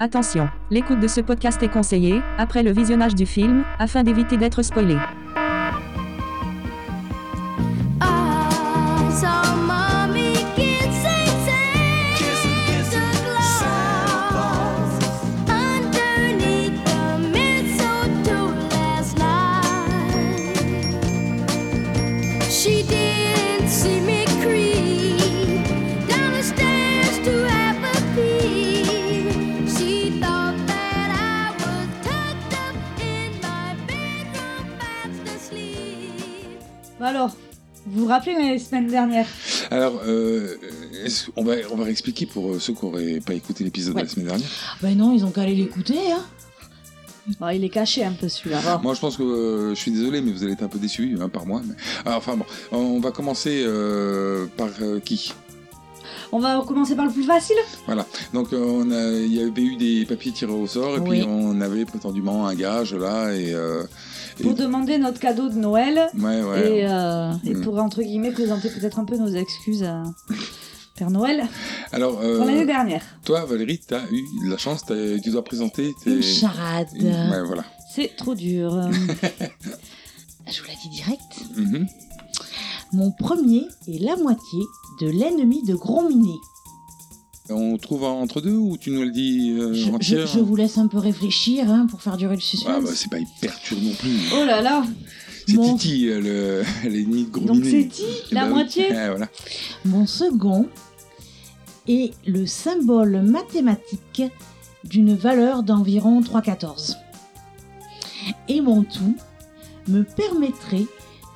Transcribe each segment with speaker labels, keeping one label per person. Speaker 1: Attention, l'écoute de ce podcast est conseillée, après le visionnage du film, afin d'éviter d'être spoilé.
Speaker 2: I saw mommy kissing Santa Claus underneath the mistletoe last night. She didn't see me creep down the stairs to have a peep. She thought that I was tucked up in my bedroom fast asleep.
Speaker 3: Bah Alors, vous vous rappelez la semaine dernière
Speaker 4: Alors, euh, est-ce- on, va, on va réexpliquer pour euh, ceux qui n'auraient pas écouté l'épisode de
Speaker 3: Ouais.
Speaker 4: la semaine dernière.
Speaker 5: Bah non, ils ont qu'à aller l'écouter, hein.
Speaker 3: Bon, Bah, Il est caché un peu celui-là.
Speaker 4: Moi, je pense que euh, je suis désolé, mais vous allez être un peu déçus hein, par moi. mais- Alors, enfin bon, on va commencer euh, par euh, qui
Speaker 3: On va commencer par le plus facile
Speaker 4: Donc, euh, on a- il y avait eu des papiers tirés au sort, et
Speaker 5: Oui.
Speaker 4: puis on avait prétendument un gage là, et. euh, et-
Speaker 3: pour demander notre cadeau de Noël
Speaker 4: Ouais, ouais.
Speaker 3: et, euh, et
Speaker 4: Mm.
Speaker 3: pour entre guillemets présenter peut-être un peu nos excuses à Père Noël
Speaker 4: Alors, euh,
Speaker 3: pour l'année dernière.
Speaker 4: toi, Valérie, t'as eu de la chance, t'as- tu dois présenter tes.
Speaker 5: Une charade.
Speaker 4: Une- Ouais, voilà.
Speaker 3: C'est trop dur.
Speaker 5: Je vous la dis direct.
Speaker 4: Mhm.
Speaker 5: Mon premier est la moitié de l'ennemi de Gros Minet.
Speaker 4: On trouve un entre deux ou tu nous le dis euh,
Speaker 5: Je, je-
Speaker 4: entière
Speaker 5: je vous laisse un peu réfléchir hein, pour faire durer le suspense.
Speaker 4: Ah, bah, c'est pas hyper dur non plus. hein.
Speaker 3: oh là là
Speaker 4: C'est
Speaker 5: Bon.
Speaker 4: Titi, euh, le- l'ennemi de Gros
Speaker 3: Donc
Speaker 4: Minet.
Speaker 3: c'est Ti,
Speaker 4: Eh
Speaker 3: la
Speaker 4: ben oui.
Speaker 3: moitié
Speaker 4: Ah, voilà.
Speaker 5: Mon second est le symbole mathématique d'une valeur d'environ 3,14. Et mon tout me permettrait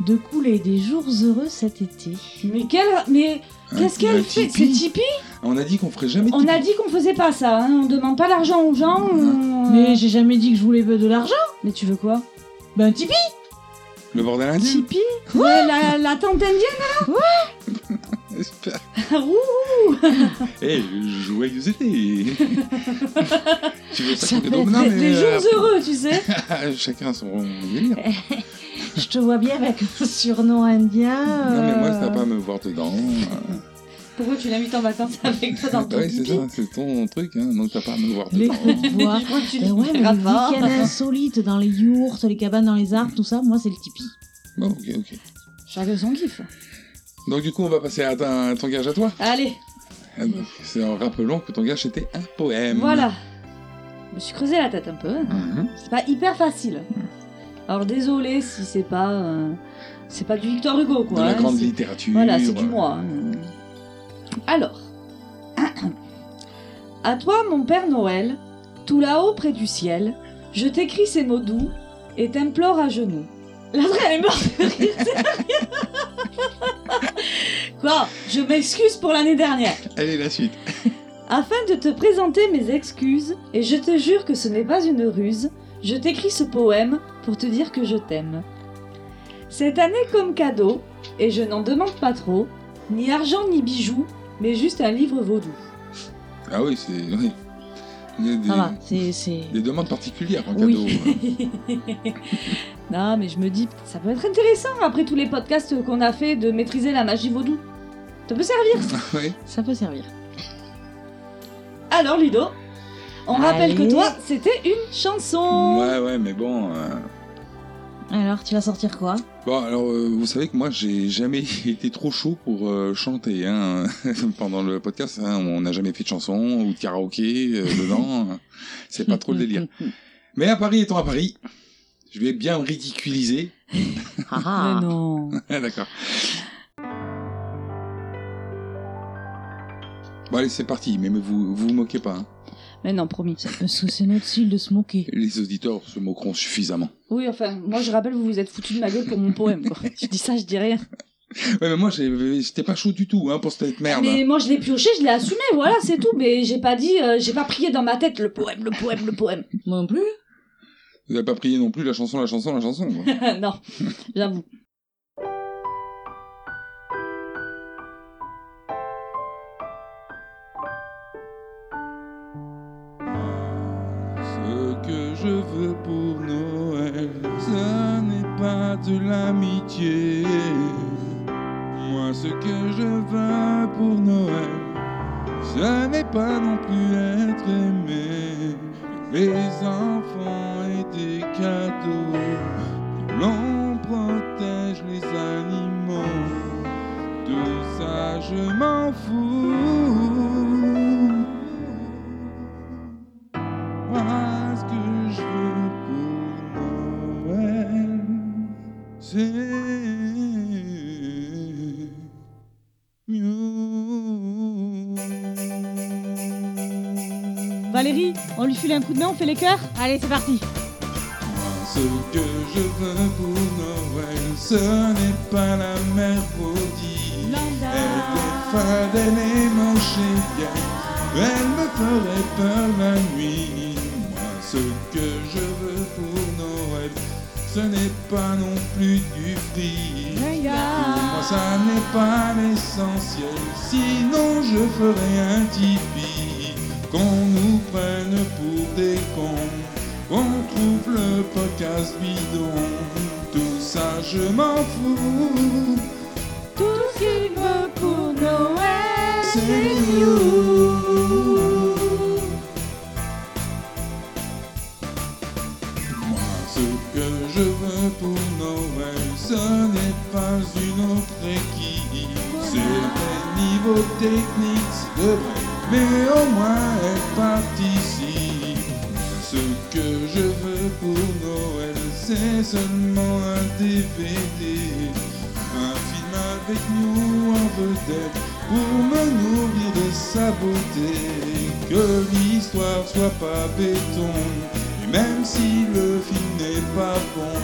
Speaker 5: de couler des jours heureux cet été.
Speaker 3: Mais quelle... Mais qu'est-ce
Speaker 4: Un- un
Speaker 3: qu'elle fait C'est
Speaker 4: Tipeee.
Speaker 3: Tipeee
Speaker 4: Bah, On a dit qu'on ferait jamais de
Speaker 3: On a
Speaker 4: Tipeee.
Speaker 3: dit qu'on faisait pas ça, hein. on demande pas l'argent aux gens. on-
Speaker 5: Mais j'ai jamais dit que je voulais de l'argent.
Speaker 3: Mais tu veux quoi
Speaker 5: Ben Tipeee
Speaker 4: Le bordel indien
Speaker 3: Tipeee Ouais, la, la tante indienne Roux
Speaker 4: Eh, joyeux été Tu veux
Speaker 5: Ça
Speaker 4: ça
Speaker 5: peut
Speaker 4: donc
Speaker 5: être
Speaker 4: Non,
Speaker 3: Les,
Speaker 4: mais.
Speaker 3: les
Speaker 4: euh, ah,
Speaker 3: jours Euh, heureux, tu sais
Speaker 4: Chacun son délire.
Speaker 5: Je te vois bien avec un surnom indien.
Speaker 4: Non, mais moi,
Speaker 5: euh,
Speaker 4: ça va pas à me voir dedans. Euh,
Speaker 3: Pourquoi tu l'invites en vacances avec toi dans
Speaker 4: bah
Speaker 3: ton
Speaker 4: oui, c'est
Speaker 3: pipi
Speaker 4: ça, c'est ton truc, hein, donc t'as pas à me voir
Speaker 5: Les
Speaker 4: dedans.
Speaker 5: voir.
Speaker 3: Je crois que tu
Speaker 5: Ben ouais, mais
Speaker 3: libéreras
Speaker 5: les
Speaker 3: pas.
Speaker 5: week-ends insolites dans les yourtes, les cabanes dans les arbres, tout ça, moi c'est le Tipeee.
Speaker 4: Bon, ok, ok.
Speaker 3: Chacun son kiff.
Speaker 4: Donc, du coup, on va passer à ta- ton gage à toi.
Speaker 3: Allez,
Speaker 4: Ah, bah, C'est en rappelant que ton gage était un poème.
Speaker 3: voilà. Je me suis creusé la tête un peu. hein.
Speaker 4: Mhm.
Speaker 3: C'est pas hyper facile. Alors désolé si c'est pas euh, c'est pas du Victor Hugo
Speaker 4: De
Speaker 3: quoi.
Speaker 4: la
Speaker 3: hein,
Speaker 4: grande
Speaker 3: c'est-
Speaker 4: littérature.
Speaker 3: Voilà, c'est du moi. hein. Alors, à toi mon Père Noël, tout là-haut près du ciel, je t'écris ces mots doux et t'implore à genoux. La vraie, elle est morte de rire, c'est sérieux. Quoi Je m'excuse pour l'année dernière.
Speaker 4: Allez, la suite.
Speaker 3: Afin de te présenter mes excuses, et je te jure que ce n'est pas une ruse, je t'écris ce poème pour te dire que je t'aime. Cette année comme cadeau, et je n'en demande pas trop, ni argent ni bijoux, mais juste un livre vaudou.
Speaker 4: Ah oui, c'est. Oui. Il y a des,
Speaker 5: Ça va, c'est. c'est-
Speaker 4: des demandes particulières en cadeau.
Speaker 3: Oui. non, mais je me dis, ça peut être intéressant après tous les podcasts qu'on a fait de maîtriser la magie vaudou. Ça peut servir.
Speaker 4: oui.
Speaker 5: Ça peut servir.
Speaker 3: Alors Ludo, on rappelle que
Speaker 5: Allez.
Speaker 3: toi, c'était une chanson.
Speaker 4: hein. Ouais, ouais, mais bon. euh,
Speaker 5: Alors, tu vas sortir quoi
Speaker 4: Bon, alors, euh, vous savez que moi, j'ai jamais été trop chaud pour euh, chanter. Hein. Pendant le podcast, hein, on n'a jamais fait de chanson ou de karaoké euh, dedans. C'est pas trop le
Speaker 5: Mm,
Speaker 4: délire. Mais à Paris, étant à Paris, je vais bien me ridiculiser.
Speaker 5: Ah, ah.
Speaker 3: Mais non.
Speaker 4: Ah, D'accord. Bon, allez, c'est parti. Mais, mais vous vous vous moquez pas. hein.
Speaker 3: Mais non, promis.
Speaker 5: Parce que c'est notre style de se moquer.
Speaker 4: Les auditeurs se moqueront suffisamment.
Speaker 3: Oui, enfin, moi je rappelle, vous vous êtes foutu de ma gueule pour mon poème, quoi. je dis ça, je dis rien.
Speaker 4: Ouais, mais moi, j'ai- j'étais pas chaud du tout hein, pour cette merde.
Speaker 3: Mais moi je l'ai pioché, je l'ai assumé, voilà, c'est tout. Mais j'ai pas dit, euh, j'ai pas prié dans ma tête le poème, le poème, le poème.
Speaker 5: Moi non plus
Speaker 4: Vous n'avez pas prié non plus la chanson, la chanson, la chanson. quoi.
Speaker 3: Ah, non, j'avoue.
Speaker 4: Ce que je veux pour Noël, ce n'est pas de l'amitié. Moi, ce que je veux pour Noël, ce n'est pas non plus être aimé. Les enfants et des cadeaux, l'on protège les animaux. De ça, je m'en fous. Moi, ce que je veux pour Noël, c'est mieux.
Speaker 6: Valérie, on lui file un coup de main, on fait les cœurs
Speaker 5: Allez, c'est parti.
Speaker 4: Ce que je veux pour Noël, ce n'est pas la mère maudite. Elle est fade, elle est moche et vieille. Elle me ferait peur la nuit. Moi, ce que je veux pour Noël, ce n'est pas non plus du fric. Pour moi, ça n'est pas l'essentiel. Sinon, je ferai un tipi. Qu'on nous prenne pour des cons. On trouve le podcast bidon, tout ça je m'en fous.
Speaker 3: Tout ce qu'il veut pour Noël,
Speaker 4: C'est nous. Moi, ce que je veux pour Noël, ce n'est pas une autre équipe. C'est des niveaux techniques, c'est vrai, mais au moins elle participe. Ce que je veux pour Noël, c'est seulement un DVD. Un film avec nous en vedette pour me nourrir de sa beauté. Que l'histoire soit pas béton, et même si le film n'est pas bon,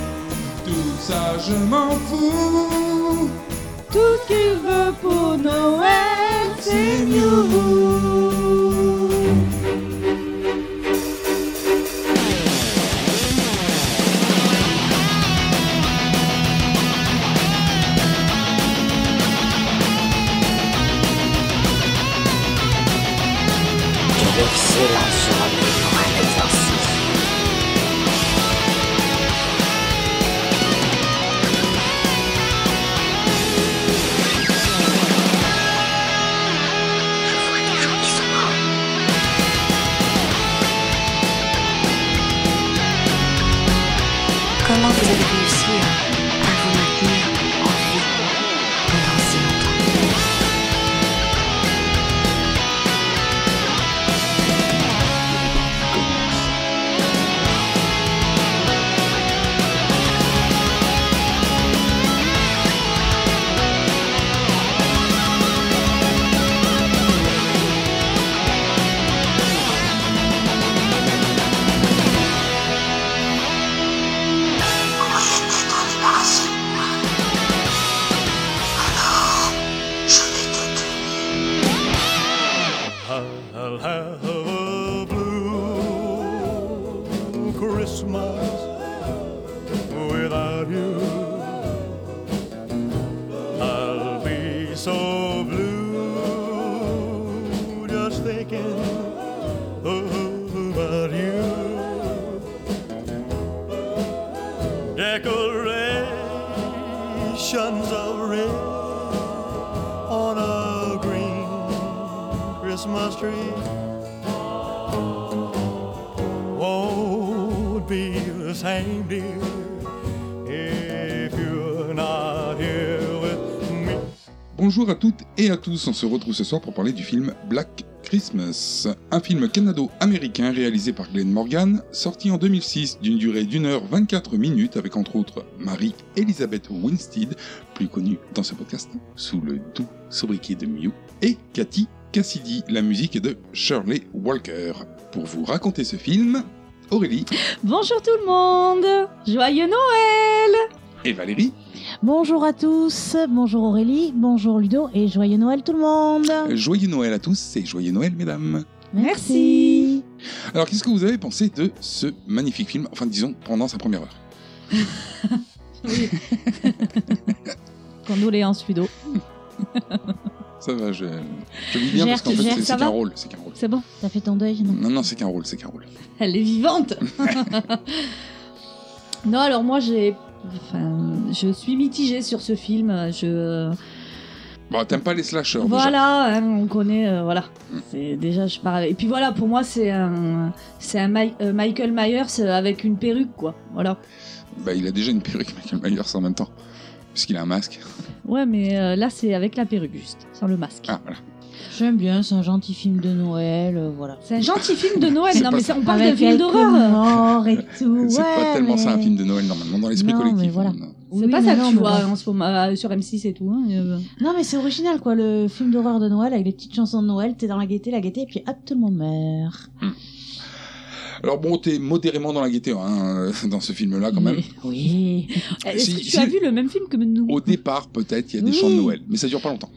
Speaker 4: tout ça je m'en fous.
Speaker 3: tout ce qu'il veut pour Noël,
Speaker 4: C'est mieux.
Speaker 1: Quel excellent survenu pour un exercice. Je vois des gens qui sont morts. Comment vous avez réussi à vous maintenir en vie pendant si longtemps
Speaker 7: I'll have a blue Christmas without you. I'll be so blue just thinking about you. Decorations of red on a green Christmas tree won't be the same, dear, if you're not here with me.
Speaker 4: Bonjour à toutes et à tous, on se retrouve ce soir pour parler du film Black Christmas, un film canado-américain réalisé par Glenn Morgan, sorti en 2006 d'une durée d'une heure 24 minutes avec entre autres Marie-Elisabeth Winstead, plus connue dans ce podcast sous le doux sobriquet de Mew, et Cathy Cassidy, la musique est de Shirley Walker. Pour vous raconter ce film, Aurélie
Speaker 3: Bonjour tout le monde, joyeux Noël
Speaker 4: et Valérie,
Speaker 5: Bonjour à tous. Bonjour Aurélie. Bonjour Ludo. Et joyeux Noël tout le monde.
Speaker 4: joyeux Noël à tous et joyeux Noël mesdames
Speaker 3: Merci.
Speaker 4: Alors qu'est-ce que vous avez pensé de ce magnifique film, enfin disons pendant sa première heure
Speaker 6: Condoléances, Ludo.
Speaker 4: Ça va, je, je lis
Speaker 5: Gère,
Speaker 4: bien parce qu'en
Speaker 5: tu
Speaker 4: fait,
Speaker 5: gères,
Speaker 4: c'est
Speaker 5: ça
Speaker 4: c'est qu'un
Speaker 5: va
Speaker 4: rôle, c'est qu'un rôle.
Speaker 6: C'est bon
Speaker 5: T'as fait ton deuil, non
Speaker 4: Non, non, c'est qu'un rôle, c'est qu'un rôle.
Speaker 6: Elle est vivante
Speaker 3: Non, euh, alors moi j'ai. Enfin, je suis mitigée sur ce film. Je.
Speaker 4: Bon, t'aimes pas les slashers déjà.
Speaker 3: Voilà, hein, on connaît, euh, voilà.
Speaker 8: C'est déjà je parle. Et puis voilà, pour moi c'est un c'est un Mi- euh, Michael Myers avec une perruque quoi. Voilà.
Speaker 4: Bah, il a déjà une perruque, Michael Myers, en même temps. Puisqu'il a un masque.
Speaker 3: Ouais, mais euh, là, c'est avec la perruque, juste, sans le masque.
Speaker 4: Ah, voilà.
Speaker 5: J'aime bien, c'est un gentil film de Noël, euh, voilà.
Speaker 3: C'est un gentil film de Noël.
Speaker 4: C'est
Speaker 3: non,
Speaker 4: pas
Speaker 3: mais
Speaker 4: ça.
Speaker 3: ça, on parle d'un
Speaker 5: Avec
Speaker 3: film
Speaker 5: quelques
Speaker 3: d'horreur.
Speaker 5: morts et tout.
Speaker 4: C'est
Speaker 5: ouais,
Speaker 4: pas tellement ça un
Speaker 5: mais-
Speaker 4: film de Noël, normalement, dans l'esprit
Speaker 5: Non, mais
Speaker 4: collectif.
Speaker 5: voilà.
Speaker 4: hein.
Speaker 3: C'est
Speaker 5: Oui,
Speaker 3: pas
Speaker 5: mais
Speaker 3: ça que
Speaker 5: non,
Speaker 3: tu
Speaker 5: mais
Speaker 3: vois
Speaker 5: bon.
Speaker 3: en ce moment euh, sur M6 et tout. hein, et, euh,
Speaker 5: Non, mais c'est original, quoi. Le film d'horreur de Noël avec les petites chansons de Noël. T'es dans la gaieté, la gaieté, et puis hop, tout le monde meurt.
Speaker 4: Alors bon, t'es modérément dans la gaieté hein, euh, dans ce film-là quand même.
Speaker 5: Oui.
Speaker 3: Est-ce
Speaker 4: Ah, Si-
Speaker 3: que tu
Speaker 4: si-
Speaker 3: as vu le même film que nous
Speaker 4: Au départ, peut-être, il y a des
Speaker 5: Oui.
Speaker 4: chants de Noël, mais ça dure pas longtemps.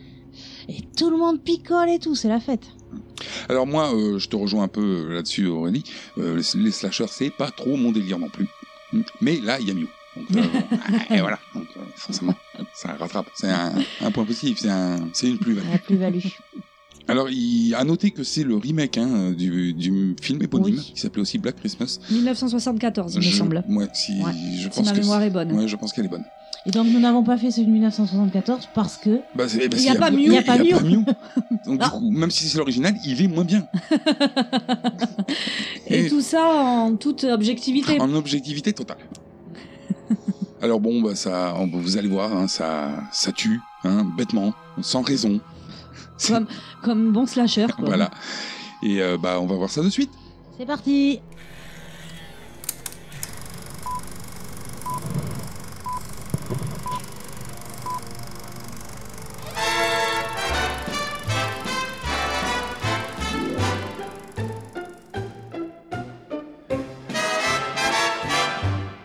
Speaker 5: Et tout le monde picole et tout, c'est la fête.
Speaker 4: Alors moi, euh, je te rejoins un peu euh, là-dessus, Aurélie. Euh, les slashers, c'est pas trop mon délire non plus. Mais là, il y a Mew. Donc, euh, bon, et voilà, donc euh, forcément, ça rattrape. C'est un, un point positif, c'est un, c'est une plus-value.
Speaker 5: La plus-value.
Speaker 4: Alors, il, à noter que c'est le remake hein, du, du film éponyme
Speaker 5: Oui.
Speaker 4: qui s'appelait aussi Black Christmas.
Speaker 3: 1974, il me
Speaker 4: Je-
Speaker 3: semble.
Speaker 4: Ouais, si,
Speaker 3: Ouais,
Speaker 4: je
Speaker 3: Si
Speaker 4: pense
Speaker 3: ma
Speaker 4: que
Speaker 3: mémoire
Speaker 4: c'est-
Speaker 3: est bonne.
Speaker 4: ouais, je pense qu'elle est bonne.
Speaker 5: Et donc, nous n'avons pas fait celui de 1974 parce que.
Speaker 4: Bah, c'est- eh ben,
Speaker 3: Il y
Speaker 4: si,
Speaker 3: a pas Mew.
Speaker 4: Il
Speaker 3: Il
Speaker 4: n'y
Speaker 3: y
Speaker 4: a
Speaker 3: a
Speaker 4: pas
Speaker 3: pas
Speaker 4: Mew. Donc, du coup, même si c'est l'original, il est moins bien.
Speaker 3: Et tout ça en toute objectivité.
Speaker 4: En objectivité totale. Alors bon, bah ça, on- vous allez voir, hein, ça, ça tue, hein, bêtement, sans raison. C'est-
Speaker 3: Comme- Comme bon slasher, quoi.
Speaker 4: Voilà. Et euh, bah on va voir ça de suite.
Speaker 5: C'est parti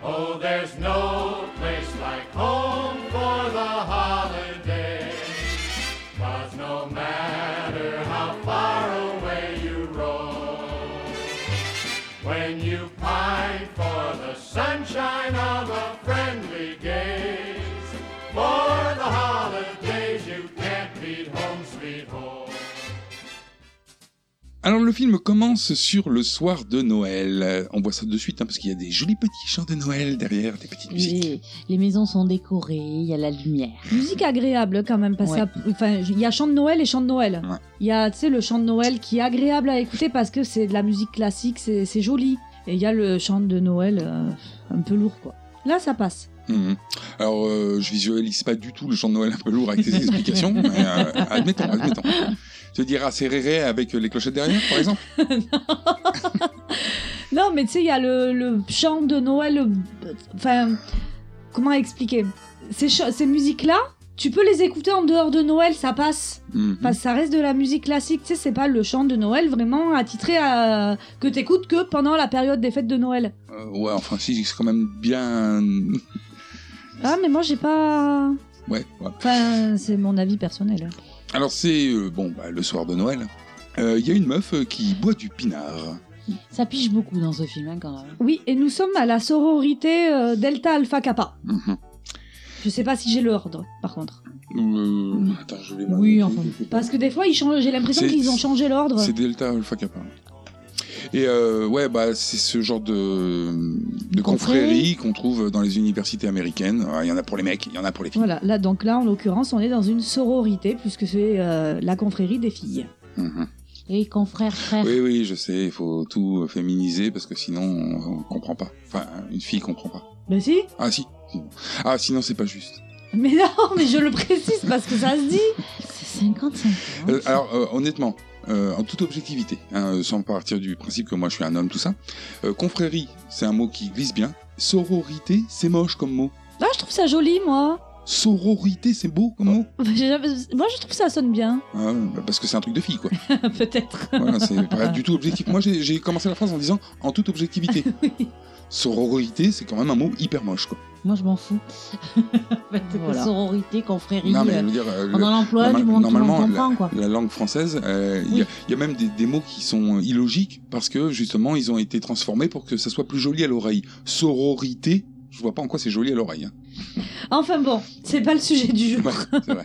Speaker 9: Oh, there's no place like home for the holidays. Cause no matter how far away you roam, when you pine for the sunshine of a friendly gaze, for the holidays you can't beat home, sweet home.
Speaker 4: Alors le film commence sur le soir de Noël. Euh, On voit ça de suite hein, parce qu'il y a des jolis petits chants de Noël derrière, des petites musiques.
Speaker 5: les, les maisons sont décorées, il y a la lumière.
Speaker 3: Musique agréable quand même, parce
Speaker 5: Ouais.
Speaker 3: que enfin, il y a chant de Noël et chant de Noël. Il
Speaker 4: Ouais.
Speaker 3: y a, tu sais, le chant de Noël qui est agréable à écouter parce que c'est de la musique classique, c'est c'est joli. Et il y a le chant de Noël euh, un peu lourd, quoi. Là, ça passe.
Speaker 4: Mhm. Alors euh, je visualise pas du tout le chant de Noël un peu lourd avec tes explications, mais euh, admettons, admettons. Tu veux dire ah, Réré avec les clochettes derrière, par exemple
Speaker 3: Non, mais tu sais, il y a le, le chant de Noël. euh, Enfin, comment expliquer Ces, ch- ces musiques-là, tu peux les écouter en dehors de Noël, ça passe.
Speaker 4: Mhm.
Speaker 3: Parce que ça reste de la musique classique, tu sais, c'est pas le chant de Noël vraiment attitré à. que t'écoutes que pendant la période des fêtes de Noël.
Speaker 4: Euh, ouais, enfin, si, c'est quand même bien.
Speaker 3: Ah, mais moi j'ai pas.
Speaker 4: Ouais, ouais.
Speaker 3: Enfin, c'est mon avis personnel. hein.
Speaker 4: Alors, c'est euh, bon, bah, le soir de Noël. Euh, Il y a une meuf euh, qui boit du pinard.
Speaker 5: Ça pige beaucoup dans ce film, hein, quand même.
Speaker 3: Oui, et nous sommes à la sororité euh, Delta Alpha Kappa.
Speaker 4: Mhm.
Speaker 3: Je sais pas si j'ai l'ordre, par contre.
Speaker 4: Euh, attends, je l'ai mal
Speaker 5: Oui,
Speaker 4: noté.
Speaker 3: Parce que des fois, ils changent. J'ai l'impression
Speaker 4: C'est-
Speaker 3: qu'ils ont changé l'ordre.
Speaker 4: C'est Delta Alpha Kappa. Et euh, ouais, bah, c'est ce genre de, de confrérie qu'on trouve dans les universités américaines. Ah, Il y en a pour les mecs, il y en a pour les filles.
Speaker 3: Voilà. Là, donc là, en l'occurrence, on est dans une sororité puisque c'est euh, la confrérie des filles.
Speaker 4: Mhm.
Speaker 5: Et confrère, frère.
Speaker 4: Oui, oui, je sais, il faut tout euh, féminiser parce que sinon, on, on comprend pas. Enfin, une fille comprend pas.
Speaker 3: Mais Ben, si.
Speaker 4: Ah, si. sinon. Ah, sinon, c'est pas juste.
Speaker 3: Mais non, mais je le précise parce que ça se dit.
Speaker 5: C'est 55 ans.
Speaker 4: Euh, alors, euh, honnêtement, euh, en toute objectivité, hein, euh, sans partir du principe que moi je suis un homme, tout ça, euh, confrérie, c'est un mot qui glisse bien. Sororité, c'est moche comme mot.
Speaker 3: Ah, je trouve ça joli, moi.
Speaker 4: Sororité, c'est beau comme mot.
Speaker 3: J'ai jamais- Moi, je trouve que ça sonne bien.
Speaker 4: Ah, bah, parce que c'est un truc de fille, quoi.
Speaker 3: Peut-être.
Speaker 4: Voilà, c'est pas du tout objectif. Moi, j'ai j'ai commencé la phrase en disant en toute objectivité. Sororité, c'est quand même un mot hyper moche, quoi.
Speaker 5: Moi, je m'en fous.
Speaker 3: Voilà.
Speaker 5: Sororité, confrérie.
Speaker 4: Non, mais je
Speaker 5: euh,
Speaker 4: veux dire, euh, le-
Speaker 5: pendant l'emploi
Speaker 4: normal-
Speaker 5: du monde, tout le
Speaker 4: normalement,
Speaker 5: monde comprend, quoi.
Speaker 4: la langue française, euh, il y, a-
Speaker 5: Oui.
Speaker 4: il y a même des, des mots qui sont illogiques parce que justement ils ont été transformés pour que ça soit plus joli à l'oreille. Sororité, je vois pas en quoi c'est joli à l'oreille. hein.
Speaker 3: Enfin bon, c'est pas le sujet du jour.
Speaker 4: Ouais, c'est vrai.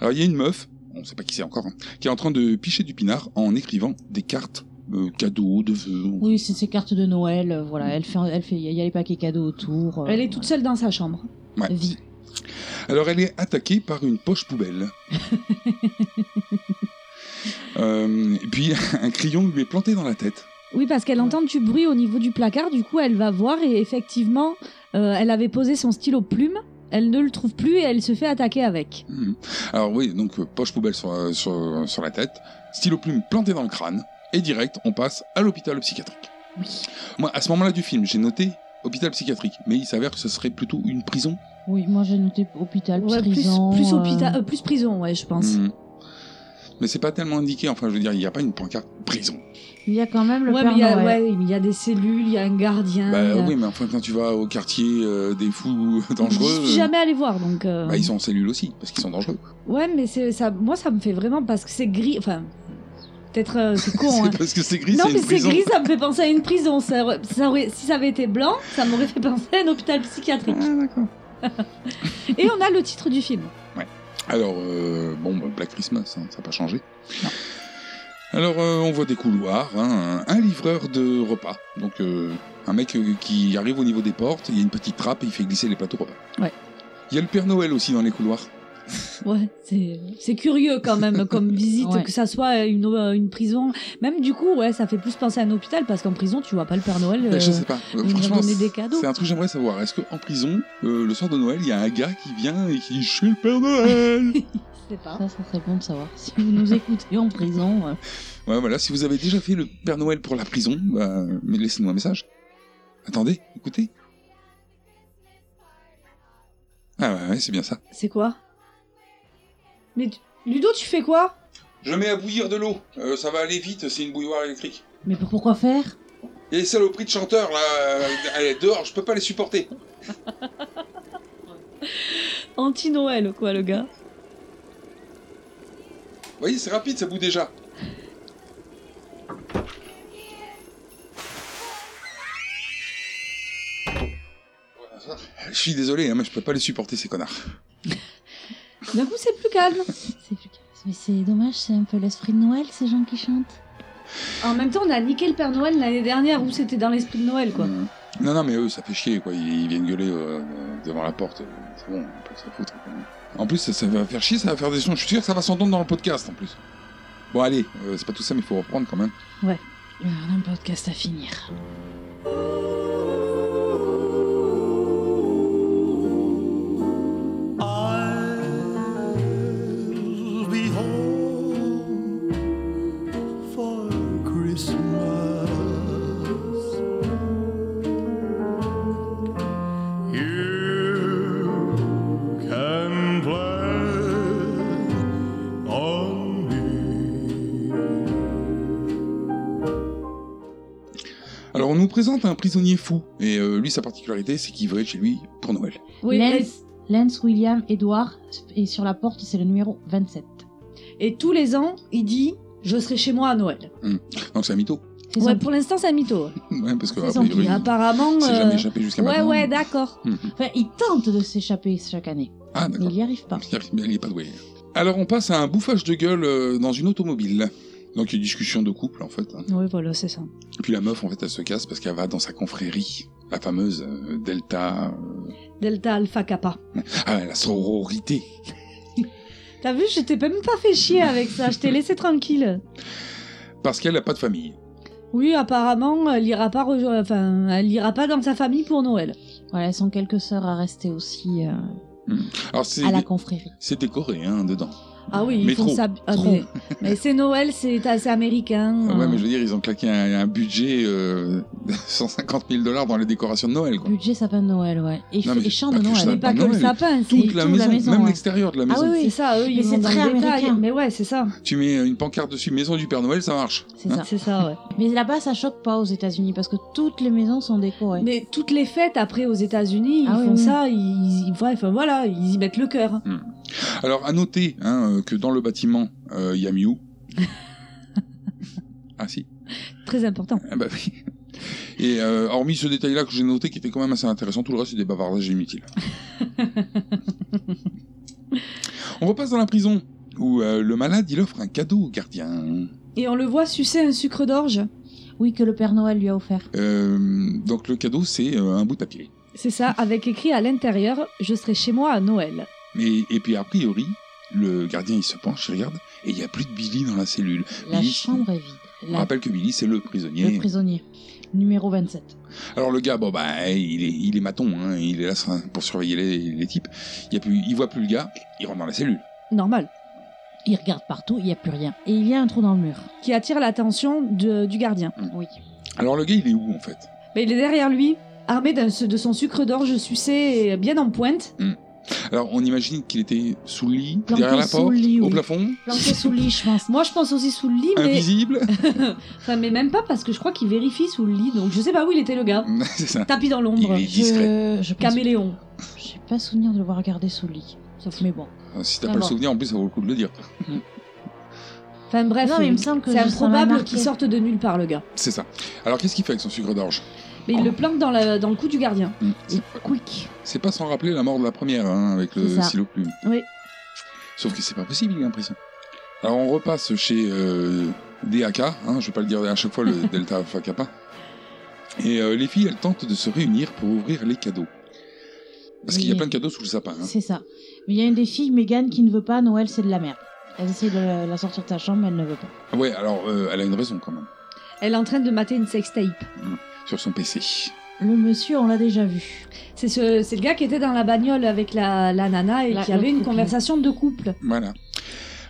Speaker 4: Alors il y a une meuf, on sait pas qui c'est encore, hein, qui est en train de picher du pinard en écrivant des cartes, euh, cadeaux, de vœux.
Speaker 5: Oui, c'est ses cartes de Noël, euh, voilà. Elle fait, elle fait, il y a les paquets cadeaux autour. euh,
Speaker 3: Elle est toute seule dans sa chambre.
Speaker 5: Vie.
Speaker 4: Alors elle est attaquée par une poche poubelle. Euh, et puis un crayon lui est planté dans la tête.
Speaker 3: Oui, parce qu'elle entend du bruit au niveau du placard, du coup elle va voir et effectivement, euh, elle avait posé son stylo plume, elle ne le trouve plus et elle se fait attaquer avec.
Speaker 4: Mhm. Alors oui, donc euh, poche poubelle sur, euh, sur, sur la tête, stylo plume planté dans le crâne, et direct, on passe à l'hôpital psychiatrique. Moi, à ce moment-là du film, j'ai noté hôpital psychiatrique, mais il s'avère que ce serait plutôt une prison.
Speaker 5: Oui, moi j'ai noté hôpital,
Speaker 3: Ouais, plus,
Speaker 5: prison.
Speaker 3: plus,
Speaker 5: euh,
Speaker 3: hôpita- euh, plus prison, ouais, je pense.
Speaker 4: Mhm. Mais c'est pas tellement indiqué, enfin je veux dire, il n'y a pas une pancarte prison.
Speaker 5: Il y a quand même le
Speaker 3: ouais, mais
Speaker 5: Père
Speaker 3: il y a-
Speaker 5: Noël.
Speaker 3: ouais, il y a des cellules, il y a un gardien.
Speaker 4: bah
Speaker 3: il y a-
Speaker 4: oui, mais enfin quand tu vas au quartier euh, des fous dangereux,
Speaker 3: Ah, Je suis jamais allée voir donc. euh,
Speaker 4: euh, bah, ils sont en cellule aussi, parce qu'ils sont dangereux.
Speaker 3: Ouais, mais c'est ça. Moi, ça me fait vraiment parce que c'est gris. Enfin, peut-être euh, c'est con. hein.
Speaker 4: c'est parce que c'est gris,
Speaker 3: non,
Speaker 4: c'est
Speaker 3: mais
Speaker 4: une
Speaker 3: c'est
Speaker 4: prison.
Speaker 3: gris, ça me fait penser à une prison. Ça aurait- ça aurait- si ça avait été blanc, ça m'aurait fait penser à un hôpital psychiatrique.
Speaker 4: Ah, d'accord.
Speaker 3: Et on a le titre du film.
Speaker 4: Alors, euh, bon, bah, Black Christmas, hein, ça n'a pas changé. Alors, euh, on voit des couloirs, hein, un, un livreur de repas. Donc, euh, un mec euh, qui arrive au niveau des portes, il y a une petite trappe et il fait glisser les plateaux repas.
Speaker 3: Ouais.
Speaker 4: Il y a le Père Noël aussi dans les couloirs.
Speaker 3: Ouais, c'est c'est curieux quand même comme visite
Speaker 5: Ouais.
Speaker 3: que ça soit une, euh, une prison. Même du coup, ouais, ça fait plus penser à un hôpital parce qu'en prison, tu vois pas le Père Noël.
Speaker 4: Bah, je
Speaker 3: euh,
Speaker 4: sais pas. Euh,
Speaker 3: il nous a
Speaker 4: Franchement,
Speaker 3: donné des
Speaker 4: c'est-
Speaker 3: cadeaux.
Speaker 4: c'est un truc que j'aimerais savoir. Est-ce qu'en prison, euh, le soir de Noël, il y a un gars qui vient et qui dit « Je suis le Père Noël
Speaker 3: je sais pas.
Speaker 5: Ça, ça serait bon de savoir. Si vous nous écoutez en prison, euh, !»
Speaker 4: Ouais, voilà. Si vous avez déjà fait le Père Noël pour la prison, bah, mais laissez-nous un message. Attendez, écoutez. Ah ouais, ouais, c'est bien ça.
Speaker 3: C'est quoi Mais tu- Ludo, tu fais quoi
Speaker 4: Je mets à bouillir de l'eau. Euh, ça va aller vite, c'est une bouilloire électrique.
Speaker 5: mais pour- pourquoi faire
Speaker 4: Et les saloperies de chanteurs, là, euh, elle est dehors, je peux pas les supporter.
Speaker 3: Anti-Noël, quoi, le gars.
Speaker 4: Vous voyez, c'est rapide, ça bout déjà. Je suis désolé, hein, mais je peux pas les supporter, ces connards.
Speaker 3: D'un coup, c'est plus calme.
Speaker 5: C'est plus calme. Mais c'est dommage, c'est un peu l'esprit de Noël ces gens qui chantent.
Speaker 3: En même temps, on a niqué le Père Noël l'année dernière où c'était dans l'esprit de Noël, quoi.
Speaker 4: Mm. Non, non, mais eux, ça fait chier, quoi. Ils, ils viennent gueuler euh, euh, devant la porte. C'est bon, on peut s'en foutre. quoi. En plus, ça, ça va faire chier, ça va faire des sons. Je suis sûr que ça va s'entendre dans le podcast, en plus. Bon, allez, euh, c'est pas tout ça, mais il faut reprendre quand même.
Speaker 5: On a un podcast à finir.
Speaker 7: I'll be home for Christmas. You can play on me.
Speaker 4: Alors, on nous présente un prisonnier fou. Et euh, lui, sa particularité, c'est qu'il veut chez lui pour Noël.
Speaker 3: Oui, et,
Speaker 5: Lance, Lance, William, Edward, et sur la porte, c'est le numéro 27.
Speaker 3: et tous les ans, il dit Je serai chez moi à Noël.
Speaker 4: Donc, c'est un mytho.
Speaker 5: C'est
Speaker 3: Ouais,
Speaker 5: son-
Speaker 3: pour l'instant, c'est un mytho.
Speaker 4: Ouais, parce que,
Speaker 5: C'est
Speaker 4: a
Speaker 5: son
Speaker 4: priori,
Speaker 5: Oui.
Speaker 3: Et apparemment.
Speaker 4: il s'est
Speaker 3: euh,
Speaker 4: jamais échappé jusqu'à
Speaker 3: Ouais,
Speaker 4: maintenant.
Speaker 3: ouais, d'accord.
Speaker 5: Enfin, il tente de s'échapper chaque année,
Speaker 4: Ah,
Speaker 5: mais
Speaker 4: d'accord.
Speaker 5: il n'y arrive pas.
Speaker 4: C'est-à-dire qu'il est pas doué. Alors, on passe à un bouffage de gueule euh, dans une automobile. Donc, une discussion de couple, en fait. hein.
Speaker 3: Ouais, voilà, c'est ça.
Speaker 4: Puis la meuf, en fait, elle se casse parce qu'elle va dans sa confrérie, la fameuse euh, Delta, euh,
Speaker 3: Delta Alpha Kappa.
Speaker 4: ah, la sororité.
Speaker 3: T'as vu, je t'ai même pas fait chier avec ça, je t'ai laissé tranquille.
Speaker 4: Parce qu'elle n'a pas de famille.
Speaker 3: Oui, apparemment, elle ira pas, rejo- enfin, elle ira pas dans sa famille pour Noël.
Speaker 5: Voilà, elles sont quelques sœurs à rester aussi euh,
Speaker 4: Alors c'est
Speaker 5: à la confrérie.
Speaker 4: c'est décoré hein, dedans.
Speaker 3: Ah oui, ils
Speaker 4: Mais
Speaker 3: font
Speaker 4: trop,
Speaker 3: ça. ah,
Speaker 4: trop.
Speaker 3: mais mais c'est Noël, c'est assez américain.
Speaker 5: Ah.
Speaker 4: Ouais,
Speaker 3: euh.
Speaker 4: mais je veux dire, ils ont claqué un, un budget euh, de 150 000 dollars dans les décorations de Noël. Quoi.
Speaker 5: Budget sapin de Noël, ouais. Et,
Speaker 4: Non, mais
Speaker 5: et
Speaker 4: c'est
Speaker 5: chant
Speaker 4: pas
Speaker 5: de
Speaker 4: que
Speaker 5: Noël.
Speaker 4: ça.
Speaker 3: Mais pas
Speaker 4: Ah,
Speaker 3: que
Speaker 4: Noël.
Speaker 3: le sapin, c'est
Speaker 4: Toute la
Speaker 5: tout,
Speaker 4: maison,
Speaker 5: la maison,
Speaker 4: même
Speaker 5: ouais.
Speaker 4: l'extérieur de la
Speaker 5: Ah
Speaker 4: maison.
Speaker 5: oui, oui,
Speaker 3: C'est ça, eux,
Speaker 5: Mais
Speaker 3: ils
Speaker 5: c'est
Speaker 3: vont dans
Speaker 5: très
Speaker 3: le détail.
Speaker 5: américain.
Speaker 3: Mais ouais, c'est ça.
Speaker 4: Tu mets une pancarte dessus, maison du Père Noël, ça marche.
Speaker 5: c'est ça.
Speaker 3: C'est ça, ouais.
Speaker 5: Mais là-bas, ça choque pas aux États-Unis parce que toutes les maisons sont décorées.
Speaker 3: Mais toutes les fêtes après aux États-Unis,
Speaker 5: Ah
Speaker 3: ils
Speaker 5: oui,
Speaker 3: font
Speaker 5: oui.
Speaker 3: ça, ils, ils- ouais, enfin, voilà, ils y mettent le cœur.
Speaker 4: Alors à noter hein, euh, que dans le bâtiment, euh, il y a Miu. ah si.
Speaker 3: Très important.
Speaker 4: Ah bah oui. Et euh, hormis ce détail-là que j'ai noté qui était quand même assez intéressant, tout le reste c'est des bavardages inutiles. On repasse dans la prison où euh, le malade il offre un cadeau au gardien.
Speaker 3: Et on le voit sucer un sucre d'orge.
Speaker 5: Oui, que le Père Noël lui a offert.
Speaker 4: Euh, donc le cadeau c'est euh, un bout de papier.
Speaker 3: C'est ça, avec écrit à l'intérieur Je serai chez moi à Noël.
Speaker 4: Mais, et puis, a priori, le gardien, il se penche, il regarde, et il n'y a plus de Billy dans la cellule.
Speaker 5: La
Speaker 4: Billy,
Speaker 5: chambre est vide.
Speaker 4: On
Speaker 5: La-
Speaker 4: rappelle que Billy, c'est le prisonnier.
Speaker 5: Le prisonnier, numéro 27.
Speaker 4: Alors le gars, bon bah, il est, il est maton, hein, il est là pour surveiller les, les types. Il y a plus, il voit plus le gars, il rentre dans la cellule.
Speaker 3: Normal.
Speaker 5: Il regarde partout, il n'y a plus rien. Et il y a un trou dans le mur.
Speaker 3: Qui attire l'attention de- du gardien.
Speaker 5: Oui.
Speaker 4: Alors le gars, il est où en fait
Speaker 3: Mais il est derrière lui, armé d'un- de son sucre d'orge sucé et bien en pointe.
Speaker 4: Alors on imagine qu'il était sous le lit,
Speaker 5: Planqué
Speaker 4: derrière la
Speaker 5: sous
Speaker 4: porte,
Speaker 5: le lit,
Speaker 4: au
Speaker 5: oui.
Speaker 4: plafond,
Speaker 5: Planqué sous le lit, je pense.
Speaker 3: Moi, je pense aussi sous le lit, mais.
Speaker 4: invisible.
Speaker 3: Enfin, mais même pas parce que je crois qu'il vérifie sous le lit, donc je sais pas où il était le gars.
Speaker 4: c'est ça.
Speaker 3: Tapis dans l'ombre.
Speaker 4: Il est- discret.
Speaker 5: Je, Euh, je pense-
Speaker 3: Caméléon.
Speaker 5: j'ai pas souvenir de le voir regarder sous le lit. Sauf mais bon.
Speaker 4: Si t'as
Speaker 5: Ah
Speaker 4: pas le
Speaker 5: bon.
Speaker 4: souvenir, en plus ça vaut le coup de le dire.
Speaker 3: Enfin bref,
Speaker 5: Non, mais il me semble que
Speaker 3: c'est
Speaker 5: je- ça m'a
Speaker 3: improbable
Speaker 5: marqué.
Speaker 3: qu'il sorte de nulle part le gars.
Speaker 4: C'est ça. Alors qu'est-ce qu'il fait avec son sucre d'orge
Speaker 3: Mais il le plante dans, la- dans le cou du gardien.
Speaker 4: Hmm.
Speaker 5: Et quick.
Speaker 4: C'est pas sans rappeler la mort de la première hein, avec le
Speaker 5: C'est ça.
Speaker 4: stylo plume.
Speaker 3: Oui.
Speaker 4: Sauf que c'est pas possible, il est impressionnant. Alors on repasse chez euh, DAK, hein, je vais pas le dire à chaque fois le Delta Alpha Kappa. Et euh, les filles, elles tentent de se réunir pour ouvrir les cadeaux. Parce qu'il y a
Speaker 5: Oui.
Speaker 4: plein de cadeaux sous le sapin. hein.
Speaker 5: C'est ça. Mais il y a une des filles, Megan, qui ne veut pas. Noël, c'est de la merde. Elle essaie de la la sortir de sa chambre, mais elle ne veut pas.
Speaker 4: Ouais, alors euh, elle a une raison quand même,
Speaker 3: Elle est en train de mater une sextape.
Speaker 4: sur son PC.
Speaker 5: Le monsieur, on l'a déjà vu.
Speaker 3: C'est ce, c'est le gars qui était dans la bagnole avec la, la nana et
Speaker 5: La-
Speaker 3: qui avait
Speaker 5: l'autre
Speaker 3: une
Speaker 5: copine.
Speaker 3: conversation de couple.
Speaker 4: Voilà.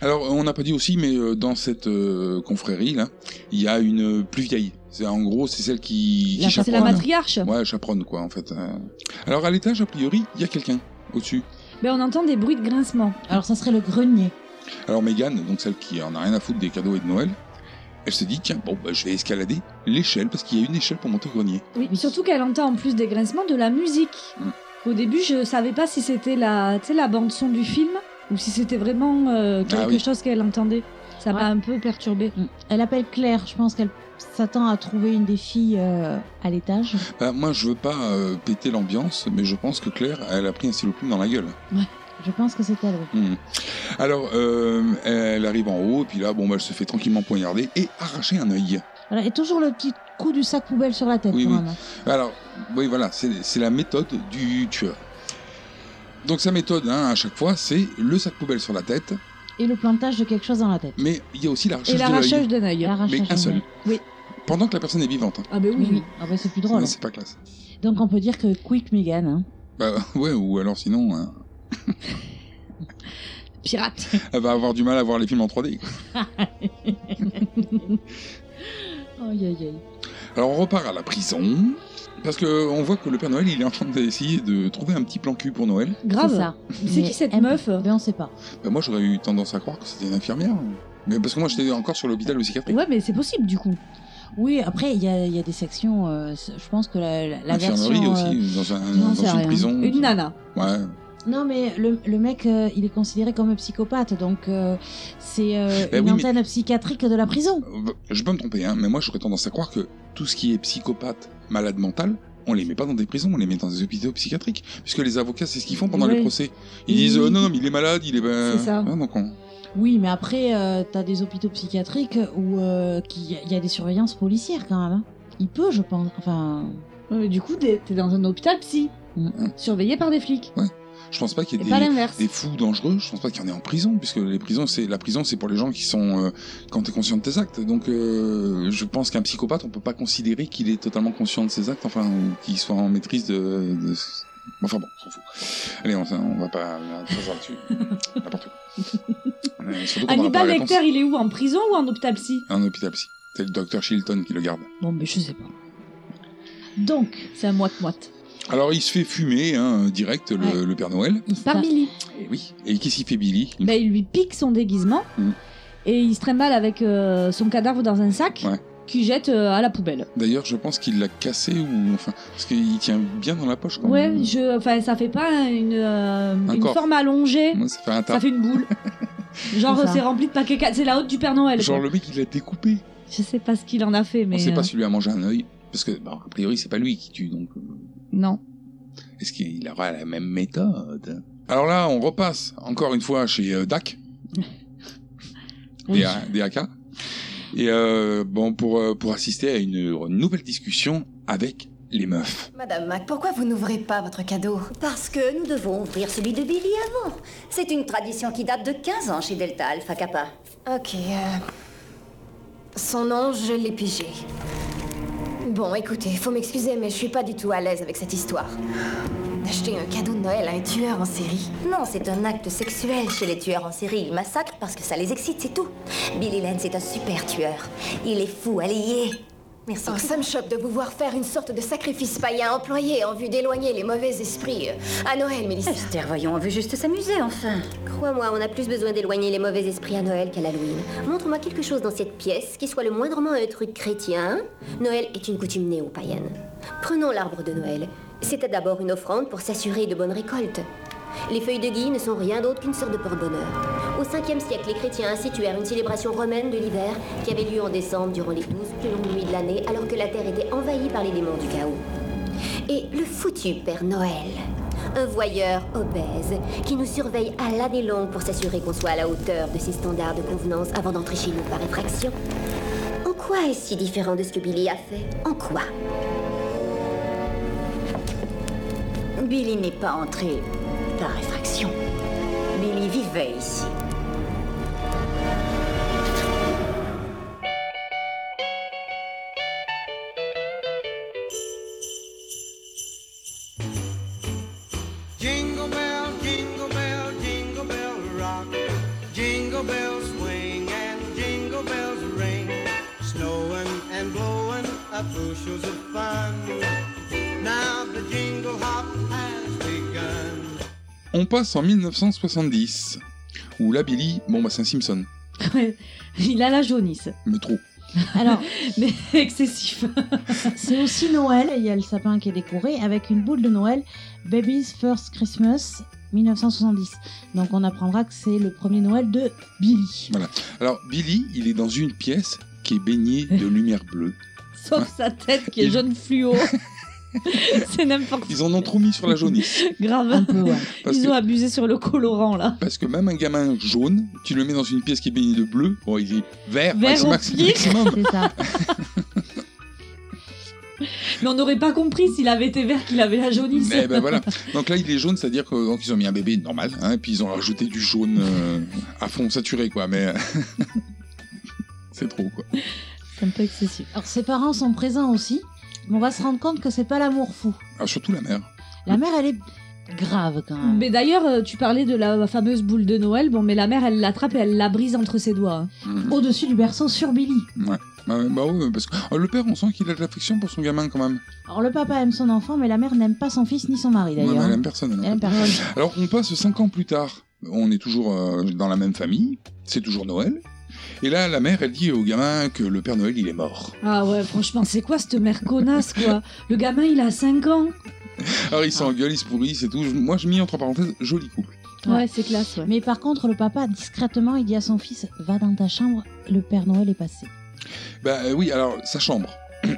Speaker 4: Alors euh, on n'a pas dit aussi, mais euh, dans cette euh, confrérie là, il y a une euh, plus vieille. C'est en gros, c'est celle qui, qui
Speaker 5: La-
Speaker 3: C'est la
Speaker 4: chaperonne.
Speaker 3: matriarche.
Speaker 4: Ouais, chaperonne quoi en fait. euh. Alors à l'étage, a priori, il y a quelqu'un au-dessus.
Speaker 3: Mais on entend des bruits de grincement.
Speaker 5: Alors, ça serait le grenier.
Speaker 4: Alors Megan, donc celle qui en a rien à foutre des cadeaux et de Noël, elle se dit tiens bon bah, je vais escalader l'échelle parce qu'il y a une échelle pour monter au grenier.
Speaker 3: Oui. Surtout qu'elle entend en plus des grincements de la musique.
Speaker 4: Hmm.
Speaker 5: Mm.
Speaker 3: Au début, je savais pas si c'était la, tu sais, la bande son du film ou si c'était vraiment euh, quelque
Speaker 4: Ah oui.
Speaker 3: chose qu'elle entendait. Ça
Speaker 5: Ouais.
Speaker 3: m'a un peu perturbée.
Speaker 5: Mm. Elle appelle Claire. Je pense qu'elle s'attend à trouver une des filles euh, à l'étage.
Speaker 4: Bah, moi je veux pas euh, péter l'ambiance mais je pense que Claire elle a pris un stylo plume dans la gueule.
Speaker 5: Je pense que c'est elle. oui.
Speaker 4: Hmm. Alors euh, elle arrive en haut et puis là bon bah elle se fait tranquillement poignarder et arracher un œil.
Speaker 5: Voilà. Et toujours le petit coup du sac poubelle sur la tête.
Speaker 4: Oui,
Speaker 5: quand
Speaker 4: oui.
Speaker 5: même. hein.
Speaker 4: Alors oui voilà c'est c'est la méthode du tueur. Donc sa méthode hein, à chaque fois c'est le sac poubelle sur la tête
Speaker 5: Et le plantage de quelque chose dans la tête.
Speaker 4: mais il y a aussi l'arrachage
Speaker 3: Et
Speaker 4: de l'œil
Speaker 3: l'arrachage d'un œil.
Speaker 5: L'arrachage
Speaker 4: Mais un
Speaker 5: de
Speaker 4: seul.
Speaker 5: l'œil.
Speaker 4: pendant que la personne est vivante. hein.
Speaker 3: Ah ben
Speaker 5: Oui,
Speaker 3: oui.
Speaker 5: oui. Ah bah, c'est plus drôle. hein.
Speaker 4: Sinon, C'est pas classe.
Speaker 5: Donc on peut dire que Quick Megan. hein.
Speaker 4: Bah ouais, ou alors sinon, hein,
Speaker 3: Pirate.
Speaker 4: elle va avoir du mal à voir les films en 3D. quoi.
Speaker 5: Aïe, aïe, aïe.
Speaker 4: Alors on repart à la prison, parce que on voit que le Père Noël, il est en train d'essayer de trouver un petit plan cul pour Noël.
Speaker 5: C'est
Speaker 3: Grave.
Speaker 5: ça.
Speaker 3: C'est
Speaker 5: Mais
Speaker 3: qui cette
Speaker 5: elle-
Speaker 3: meuf
Speaker 5: Ben on sait pas.
Speaker 4: Bah, moi j'aurais eu tendance à croire que c'était une infirmière. Mais parce que moi j'étais encore sur l'hôpital aussi psychiatrie.
Speaker 3: Ouais, mais c'est possible du coup.
Speaker 5: Oui, après il y a, il y a des sections. euh, c'est- je pense que la, la- la version.
Speaker 4: Infirmerie
Speaker 5: euh,
Speaker 4: aussi, dans, un-
Speaker 5: j'en
Speaker 4: dans
Speaker 5: sais
Speaker 4: une
Speaker 5: rien.
Speaker 4: prison.
Speaker 3: Une nana.
Speaker 4: Ouais.
Speaker 5: Non, mais le, le mec, euh, il est considéré comme un psychopathe, donc euh, c'est euh,
Speaker 4: Ben
Speaker 5: une
Speaker 4: oui, mais-
Speaker 5: antenne psychiatrique de la prison.
Speaker 4: Euh, Je peux me tromper, hein, mais moi j'aurais tendance à croire que tout ce qui est psychopathe, malade mental, on les met pas dans des prisons, on les met dans des hôpitaux psychiatriques. Puisque les avocats, c'est ce qu'ils font pendant
Speaker 3: Ouais.
Speaker 4: les procès. Ils
Speaker 3: Oui.
Speaker 4: disent euh, non, non, mais il est malade, il est. ben-
Speaker 3: C'est ça.
Speaker 4: Ah, donc on-
Speaker 5: Oui, mais après, euh, t'as des hôpitaux psychiatriques où euh, qui- il y a des surveillances policières quand même. hein. Il peut, je pense. Enfin,
Speaker 3: Ouais, mais Euh, du coup, t'es t'es dans un hôpital psy.
Speaker 4: Mm.
Speaker 5: Mhm.
Speaker 3: Surveillé par des flics.
Speaker 4: Je pense pas qu'il y
Speaker 3: Et
Speaker 4: ait
Speaker 3: pas
Speaker 4: des,
Speaker 3: l'inverse.
Speaker 4: des fous dangereux. Je pense pas qu'il y en ait en prison, puisque les prisons, c'est la prison, c'est pour les gens qui sont euh, quand t'es conscient de tes actes. Donc, euh, je pense qu'un psychopathe, on peut pas considérer qu'il est totalement conscient de ses actes, enfin, ou qu'il soit en maîtrise de. de- Enfin bon, on s'en fout. Allez, on, on va pas là, ça sera dessus. N'importe quoi. Euh, surtout qu'on aura pas
Speaker 3: Hannibal
Speaker 4: la réponse.
Speaker 3: Lecter, il est où En prison ou en hôpital psy
Speaker 4: Un hôpital psy. C'est le docteur Shilton qui le garde.
Speaker 3: Bon, mais je sais pas.
Speaker 5: donc
Speaker 3: C'est un moite-moite.
Speaker 4: Alors, il se fait fumer hein, direct le,
Speaker 5: Ouais.
Speaker 4: le Père Noël.
Speaker 5: il se
Speaker 3: Par
Speaker 5: tape.
Speaker 3: Billy.
Speaker 4: Et oui. Et qu'est-ce qu'il fait, Billy
Speaker 3: Bah, il lui pique son déguisement
Speaker 4: Mhm.
Speaker 3: et il se trimballe avec euh, son cadavre dans un sac
Speaker 4: Ouais.
Speaker 3: qu'il jette euh, à la poubelle.
Speaker 4: D'ailleurs, je pense qu'il l'a cassé ou enfin parce qu'il tient bien dans la poche. Quand
Speaker 3: Ouais,
Speaker 4: même.
Speaker 3: je, enfin, ça fait pas un- une, euh, une
Speaker 4: Mm. corps.
Speaker 3: forme allongée.
Speaker 4: Moi, ça fait un tas.
Speaker 3: Ça fait une boule. Genre,
Speaker 5: C'est ça.
Speaker 3: c'est rempli de paquets. ca- C'est la haute du Père Noël.
Speaker 4: Genre
Speaker 3: quoi.
Speaker 4: le mec il l'a découpé.
Speaker 3: Je sais pas ce qu'il en a fait, mais.
Speaker 4: On sait
Speaker 3: euh,
Speaker 4: pas si lui a mangé un œil parce que bah, a priori c'est pas lui qui tue donc euh,
Speaker 3: Non.
Speaker 4: est-ce qu'il aura la même méthode Alors là on repasse encore une fois chez euh, Dak,
Speaker 5: Oui.
Speaker 4: DA DAK et euh, bon pour euh, pour assister à une, une nouvelle discussion avec les meufs.
Speaker 10: Madame Mac, pourquoi vous n'ouvrez pas votre cadeau
Speaker 11: Parce que nous devons ouvrir celui de Billy avant. C'est une tradition qui date de 15 ans chez Delta Alpha Kappa.
Speaker 10: Ok. euh, Son nom, je l'ai pigé. Bon, écoutez, faut m'excuser, mais je suis pas du tout à l'aise avec cette histoire. D'acheter un cadeau de Noël à un tueur en série.
Speaker 11: Non, c'est un acte sexuel chez les tueurs en série. Ils massacrent parce que ça les excite, c'est tout. Billy Lane, c'est un super tueur. Il est fou, allez y est. Merci.
Speaker 10: Oh, ça me choque de vous voir faire une sorte de sacrifice païen employé en vue d'éloigner les mauvais esprits. euh, À Noël, Mélissa.
Speaker 11: Esther, voyons, on veut juste s'amuser, enfin. Crois-moi, on a plus besoin d'éloigner les mauvais esprits à Noël qu'à l'Halloween. Montre-moi quelque chose dans cette pièce qui soit le moindrement un truc chrétien. Noël est une coutume néo-païenne.
Speaker 10: Prenons l'arbre de Noël. C'était d'abord une offrande pour s'assurer de bonnes récoltes. Les feuilles de gui ne sont rien d'autre qu'une sorte de porte-bonheur. Au 5e siècle, les chrétiens instituèrent une célébration romaine de l'hiver qui avait lieu en décembre durant les 12 plus longues nuits de l'année alors que la terre était envahie par les démons du chaos. Et le foutu Père Noël, un voyeur obèse qui nous surveille à l'année longue pour s'assurer qu'on soit à la hauteur de ses standards de convenance avant d'entrer chez nous par effraction.
Speaker 11: En quoi est-ce si différent de ce que Billy a fait En quoi Billy n'est pas entré par effraction. Billy vivait ici.
Speaker 12: Jingle bell, jingle bell, jingle bell rock. Jingle bells swing and jingle bells ring. Snowing and blowing up bushels of fun. Now the jingle hop has begun.
Speaker 4: On passe en 1970, où là, Billy, bon, bah, c'est un Simpson,
Speaker 3: euh, Il a la jaunisse.
Speaker 4: mais trop.
Speaker 5: Alors,
Speaker 3: Mais excessif.
Speaker 5: c'est aussi Noël. Il y a le sapin qui est décoré avec une boule de Noël, Baby's First Christmas 1970. Donc on apprendra que c'est le premier Noël de Billy.
Speaker 4: Alors, Billy, il est dans une pièce qui est baignée de lumière bleue.
Speaker 3: Sauf sa tête qui est
Speaker 4: Il-
Speaker 3: jaune fluo. C'est n'importe
Speaker 4: Ils en ont trop mis sur la jaunisse.
Speaker 5: Un
Speaker 3: grave.
Speaker 5: peu, ouais.
Speaker 4: Parce
Speaker 3: Ils ont
Speaker 4: que,
Speaker 3: abusé sur le colorant là.
Speaker 4: parce que même un gamin jaune, tu le mets dans une pièce qui est baignée de bleu, bon, il est vert,
Speaker 3: Vert
Speaker 4: maxi-
Speaker 3: au
Speaker 4: maxi-
Speaker 3: pire.
Speaker 4: maximum.
Speaker 5: C'est ça.
Speaker 3: Mais on n'aurait pas compris s'il avait été vert qu'il avait la jaunisse.
Speaker 4: Mais ben voilà. Donc là, il est jaune, c'est-à-dire que- donc, ils ont mis un bébé normal, hein, et puis ils ont rajouté du jaune euh, à fond saturé, quoi. Mais c'est trop, quoi.
Speaker 3: C'est un peu excessif.
Speaker 5: Alors ses parents sont présents aussi, mais on va se rendre compte que c'est pas l'amour fou.
Speaker 4: Alors, Ah, surtout la mère.
Speaker 5: La mère, elle est grave quand même.
Speaker 3: Mais d'ailleurs, euh, tu parlais de la fameuse boule de Noël. Bon, mais la mère, elle l'attrape et elle la brise entre ses doigts. hein.
Speaker 4: Mhm.
Speaker 5: Au-dessus du berceau sur Billy.
Speaker 4: Bah, ouais, bah ouais, parce que oh, le père, on sent qu'il a de l'affection pour son gamin quand
Speaker 3: Bah,
Speaker 4: même.
Speaker 5: Alors le papa aime son enfant, mais la mère n'aime pas son fils ni son mari
Speaker 4: Ouais, mais
Speaker 5: d'ailleurs. hein.
Speaker 4: elle aime personne. hein. elle, en
Speaker 5: Elle
Speaker 4: fait.
Speaker 5: aime personne.
Speaker 4: Alors on passe cinq ans plus tard, on est toujours euh, dans la même famille, c'est toujours Noël. Et là, la mère, elle dit au gamin que le Père Noël, il est mort.
Speaker 3: Ah ouais, franchement, c'est quoi cette mère connasse quoi Le gamin, il a 5 ans.
Speaker 4: Alors, ils s'engueulent, ils se pourrissent et tout. Je- Moi, je mis entre parenthèses, joli couple.
Speaker 3: Ouais, c'est classe, ouais.
Speaker 5: Mais par contre, le papa, discrètement, il dit à son fils Va dans ta chambre, le Père Noël est passé.
Speaker 4: Bah euh, oui, alors, sa chambre.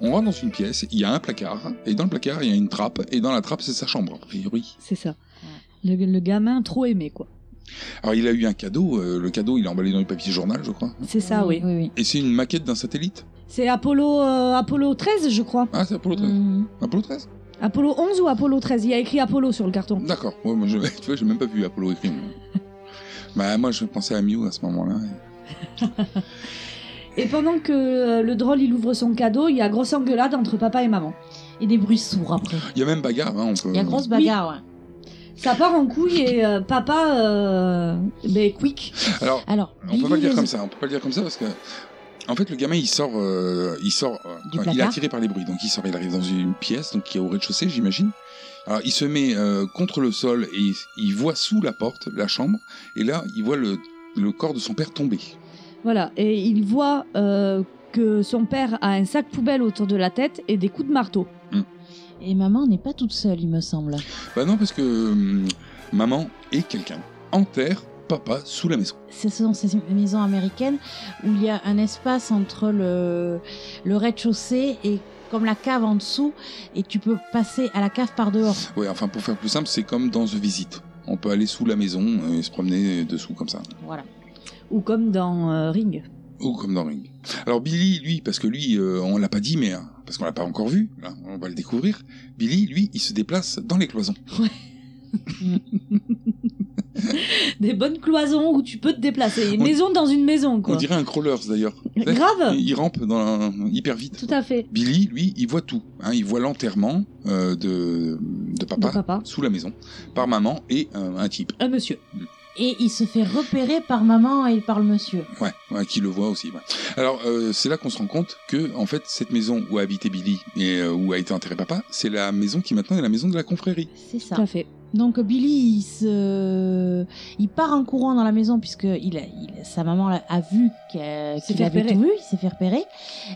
Speaker 4: on rentre dans une pièce, il y a un placard, et dans le placard, il y a une trappe, et dans la trappe, c'est sa chambre, a priori.
Speaker 3: C'est ça. Le, le gamin trop aimé, quoi.
Speaker 4: Alors, il a eu un cadeau, euh, le cadeau, il est emballé dans du papier journal, je crois.
Speaker 3: C'est ça, oui.
Speaker 5: oui, oui.
Speaker 4: Et c'est une maquette d'un satellite.
Speaker 3: C'est Apollo, euh, Apollo 13, je crois.
Speaker 4: Ah, c'est Apollo 13.
Speaker 5: Mhm.
Speaker 4: Apollo 13
Speaker 3: Apollo 11 ou Apollo 13 Il y a écrit Apollo sur le carton.
Speaker 4: D'accord. Ouais, moi, je, tu vois, j'ai même pas vu Apollo écrit. bah, moi, je pensais à Mew à ce moment-là.
Speaker 3: Et pendant que euh, le drôle il ouvre son cadeau, il y a grosse engueulade entre papa et maman.
Speaker 5: Et des bruits sourds après.
Speaker 4: Il y a même bagarre, hein, on peut.
Speaker 5: Il y a grosse bagarre, ouais.
Speaker 3: Ça part en couille et euh, papa, euh, ben quick.
Speaker 4: Alors,
Speaker 5: Alors,
Speaker 4: on
Speaker 5: Billy
Speaker 4: peut pas le dire
Speaker 5: les-
Speaker 4: comme ça. On peut pas le dire comme ça parce que, en fait, le gamin, il sort, euh, il sort, euh,
Speaker 5: Du
Speaker 4: il est
Speaker 5: placard.
Speaker 4: attiré par les bruits. Donc, il sort, il arrive dans une pièce, donc qui est au rez-de-chaussée, j'imagine. Alors, il se met euh, contre le sol et il, il voit sous la porte la chambre. Et là, il voit le, le corps de son père tomber.
Speaker 3: Voilà, et il voit euh, que son père a un sac poubelle autour de la tête et des coups de marteau.
Speaker 5: Et maman n'est pas toute seule, il me semble.
Speaker 4: Bah non, parce que hum, maman et quelqu'un enterre papa sous la maison.
Speaker 5: Ce sont ces maisons américaines où il y a un espace entre le, le rez-de-chaussée et comme la cave en dessous, et tu peux passer à la cave par dehors.
Speaker 4: Ouais, enfin, pour faire plus simple, c'est comme dans The Visit. On euh, peut aller sous la maison et se promener dessous comme ça.
Speaker 5: Voilà.
Speaker 3: Ou comme dans euh, Ring.
Speaker 4: Ou Oh, comme dans Ring. Alors Billy, lui, parce que lui, euh, on l'a pas dit, mais hein, parce qu'on l'a pas encore vu, là, on va le découvrir. Billy, lui, il se déplace dans les cloisons.
Speaker 3: Des bonnes cloisons où tu peux te déplacer. Une
Speaker 4: On-
Speaker 3: maison dans une maison,
Speaker 4: On
Speaker 3: quoi.
Speaker 4: dirait un crawlers d'ailleurs.
Speaker 3: Grave.
Speaker 4: Il, il rampe dans un- hyper vite.
Speaker 3: Tout à fait.
Speaker 4: Billy, lui, il voit tout. hein, il voit l'enterrement euh, de, de papa
Speaker 5: De papa.
Speaker 4: sous la maison par maman et euh, un type.
Speaker 3: Un monsieur.
Speaker 5: Et il se fait repérer par maman et par le monsieur.
Speaker 4: Ouais, ouais, qui le voit aussi. ouais. Alors euh, c'est là qu'on se rend compte que en fait cette maison où a habité Billy et euh, où a été enterré papa, c'est la maison qui maintenant est la maison de la confrérie.
Speaker 5: C'est ça.
Speaker 3: Tout à fait.
Speaker 5: Donc Billy, il, se... il part en courant dans la maison puisque il a- il- sa maman l'a- a vu que-
Speaker 3: s'est
Speaker 5: qu'il
Speaker 3: fait
Speaker 5: avait
Speaker 3: repérer.
Speaker 5: tout vu, il s'est fait repérer.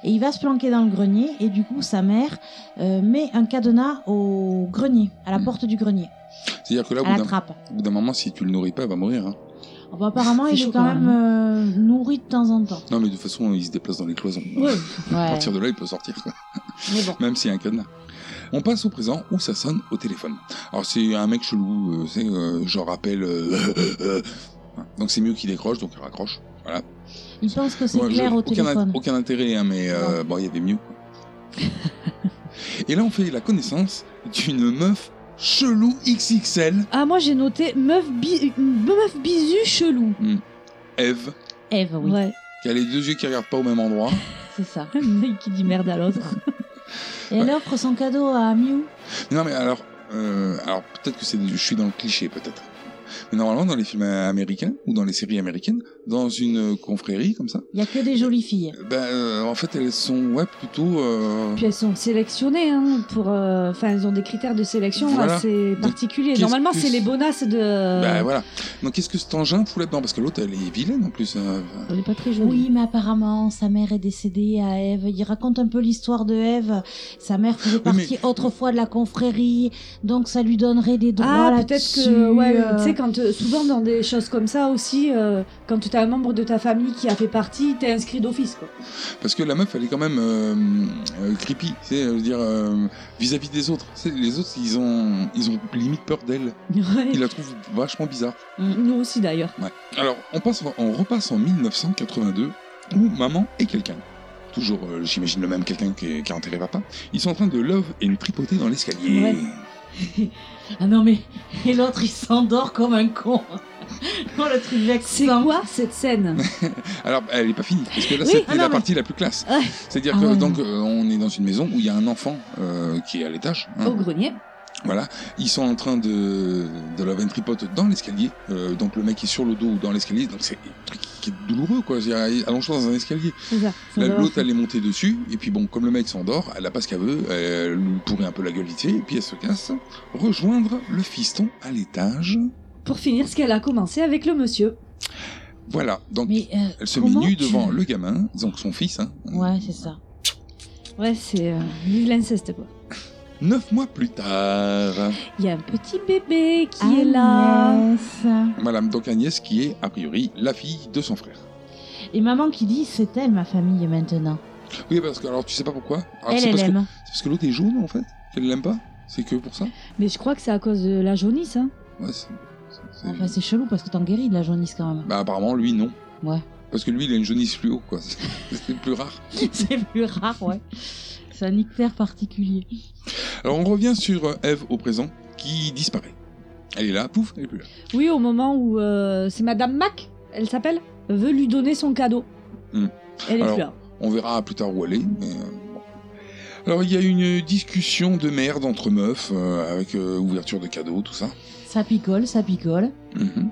Speaker 5: Et il va se planquer dans le grenier et du coup sa mère euh, met un cadenas au grenier, à la porte du grenier.
Speaker 4: C'est-à-dire que là, Hmm. au
Speaker 5: À
Speaker 3: Ah,
Speaker 5: la
Speaker 4: bout d'un-
Speaker 5: trappe.
Speaker 4: au bout d'un moment, si tu le nourris pas, elle va mourir. hein.
Speaker 5: Ah bah, apparemment il
Speaker 3: C'est chaud
Speaker 5: est quand
Speaker 3: quand
Speaker 5: même euh, nourri de temps en temps.
Speaker 4: Non, mais de toute façon, il se déplace dans les cloisons. À partir de là, il peut sortir.
Speaker 5: Mais bon.
Speaker 4: Même s'il y a un cadenas. On passe au présent où ça sonne au téléphone. Alors c'est un mec chelou, euh, c'est euh, genre appel. euh, euh, euh. donc c'est mieux qu'il décroche, donc il raccroche. Voilà.
Speaker 5: Il pense que c'est
Speaker 4: Moi, je-
Speaker 5: clair au
Speaker 4: aucun,
Speaker 5: téléphone.
Speaker 4: int- Aucun intérêt, hein, mais euh, bon, il y avait mieux. Et là, on fait la connaissance d'une meuf chelou XXL,
Speaker 3: Ah, moi j'ai noté meuf, bi... meuf bisu chelou.
Speaker 4: Eve,
Speaker 5: Eve, oui.
Speaker 3: Ouais,
Speaker 4: qui a les deux yeux qui regardent pas au même endroit.
Speaker 5: C'est ça.
Speaker 3: un mec qui dit merde à l'autre.
Speaker 5: Et elle offre son cadeau à Miu.
Speaker 4: Non mais alors, euh, alors peut-être que c'est, je suis dans le cliché peut-être. Mais normalement dans les films euh, américains ou dans les séries américaines, dans une euh, confrérie comme ça,
Speaker 5: Il y a que des jolies filles.
Speaker 4: ben euh, en fait elles sont ouais plutôt. euh,
Speaker 3: Puis elles sont sélectionnées, hein, pour. euh, Enfin, elles ont des critères de sélection
Speaker 4: Voilà.
Speaker 3: assez particuliers.
Speaker 4: qu'est-ce
Speaker 3: Normalement,
Speaker 4: que
Speaker 3: c'est
Speaker 4: c'est-
Speaker 3: les bonasses de.
Speaker 4: Ben voilà. Donc qu'est-ce que cet engin fout là-dedans Parce que l'autre elle est vilaine en plus. euh,
Speaker 3: Elle est pas très jolie.
Speaker 5: Oui, mais apparemment, sa mère est décédée à Ève. Il raconte un peu l'histoire de Ève. Sa mère faisait partie
Speaker 4: mais-
Speaker 5: autrefois de la confrérie, donc ça lui donnerait des droits
Speaker 3: Ah, peut-être
Speaker 5: là-dessus.
Speaker 3: que, ouais,
Speaker 5: euh,
Speaker 3: tu sais, quand euh, souvent dans des choses comme ça aussi, euh, quand tu as un membre de ta famille qui a fait partie, t'es inscrit d'office, quoi.
Speaker 4: Parce que la meuf elle est quand même euh, euh, creepy, tu sais, je veux dire euh, vis-à-vis des autres. Tu sais, les autres ils ont ils ont limite peur d'elle.
Speaker 3: Ouais.
Speaker 4: Ils la trouvent vachement bizarre.
Speaker 3: Nous aussi d'ailleurs.
Speaker 4: Ouais. Alors, on, passe, on repasse en 1982, où maman et quelqu'un, toujours, euh, j'imagine le même quelqu'un qui, est- qui a enterré papa, ils sont en train de love et une tripotée dans l'escalier.
Speaker 5: Ouais. Ah non, mais. Et l'autre, il s'endort comme un con. Oh, le truc
Speaker 3: C'est
Speaker 5: vexant.
Speaker 3: quoi cette scène
Speaker 4: Alors, elle n'est pas finie, parce que là,
Speaker 3: Oui.
Speaker 4: c'était
Speaker 5: Ah non,
Speaker 4: la
Speaker 5: mais-
Speaker 4: partie la plus classe.
Speaker 3: Ouais.
Speaker 4: C'est-à-dire
Speaker 5: Ah
Speaker 4: que,
Speaker 5: ouais,
Speaker 4: donc, euh, on est dans une maison où il y a un enfant euh, qui est à l'étage. hein.
Speaker 3: Au
Speaker 5: Oh.
Speaker 3: grenier.
Speaker 4: Voilà, ils sont en train de, de la ventripote dans l'escalier. Euh, donc le mec est sur le dos ou dans l'escalier. Donc c'est un truc qui est douloureux quoi. Je veux dire, Allonge-toi dans un escalier.
Speaker 3: C'est ça. Ça
Speaker 4: Là,
Speaker 3: doit
Speaker 4: L'autre elle est montée dessus. Et puis bon, comme le mec s'endort, elle a pas ce qu'elle veut. Elle lui pourrait un peu la gueule vite fait, Et puis elle se casse. Rejoindre le fiston à l'étage.
Speaker 3: Pour finir ce qu'elle a commencé avec le monsieur.
Speaker 4: Voilà, donc
Speaker 5: Mais. euh,
Speaker 4: elle se met
Speaker 5: comment
Speaker 4: nue
Speaker 5: tu-
Speaker 4: devant le gamin, donc son fils. Hein.
Speaker 5: Ouais, c'est ça.
Speaker 3: Ouais, c'est euh, de l'inceste quoi.
Speaker 4: Neuf mois plus tard.
Speaker 3: Il y a un petit bébé qui est là.
Speaker 5: Agnès.
Speaker 4: Madame donc Agnès qui est a priori la fille de son frère.
Speaker 5: Et maman qui dit c'est elle ma famille maintenant.
Speaker 4: Oui parce que alors tu sais pas pourquoi. Alors,
Speaker 5: elle,
Speaker 4: Ah, c'est
Speaker 5: elle
Speaker 4: parce que-
Speaker 5: aime.
Speaker 4: C'est parce que l'autre est jaune en fait Elle l'aime pas C'est que pour ça
Speaker 3: Mais je crois que c'est à cause de la jaunisse. Hein.
Speaker 4: Ouais, c'est. c'est-
Speaker 5: Enfin, Ah, bah, c'est chelou parce que t'en guéris de la jaunisse quand même.
Speaker 4: Bah apparemment lui non.
Speaker 5: Ouais.
Speaker 4: Parce que lui il a une jaunisse fluo quoi. C'est plus rare.
Speaker 5: c'est plus rare, ouais. C'est un ictère particulier.
Speaker 4: Alors on revient sur euh, Eve au présent qui disparaît. Elle est là, pouf, elle est plus là.
Speaker 3: Oui, au moment où euh, c'est Madame Mac, elle s'appelle, veut lui donner son cadeau.
Speaker 4: Hmm.
Speaker 3: Elle est
Speaker 4: Alors,
Speaker 3: plus là.
Speaker 4: On verra plus tard où elle est. mais, euh, bon. Alors il y a une discussion de merde entre meufs euh, avec euh, ouverture de cadeaux, tout ça.
Speaker 5: Ça picole, ça picole.
Speaker 4: Mhm.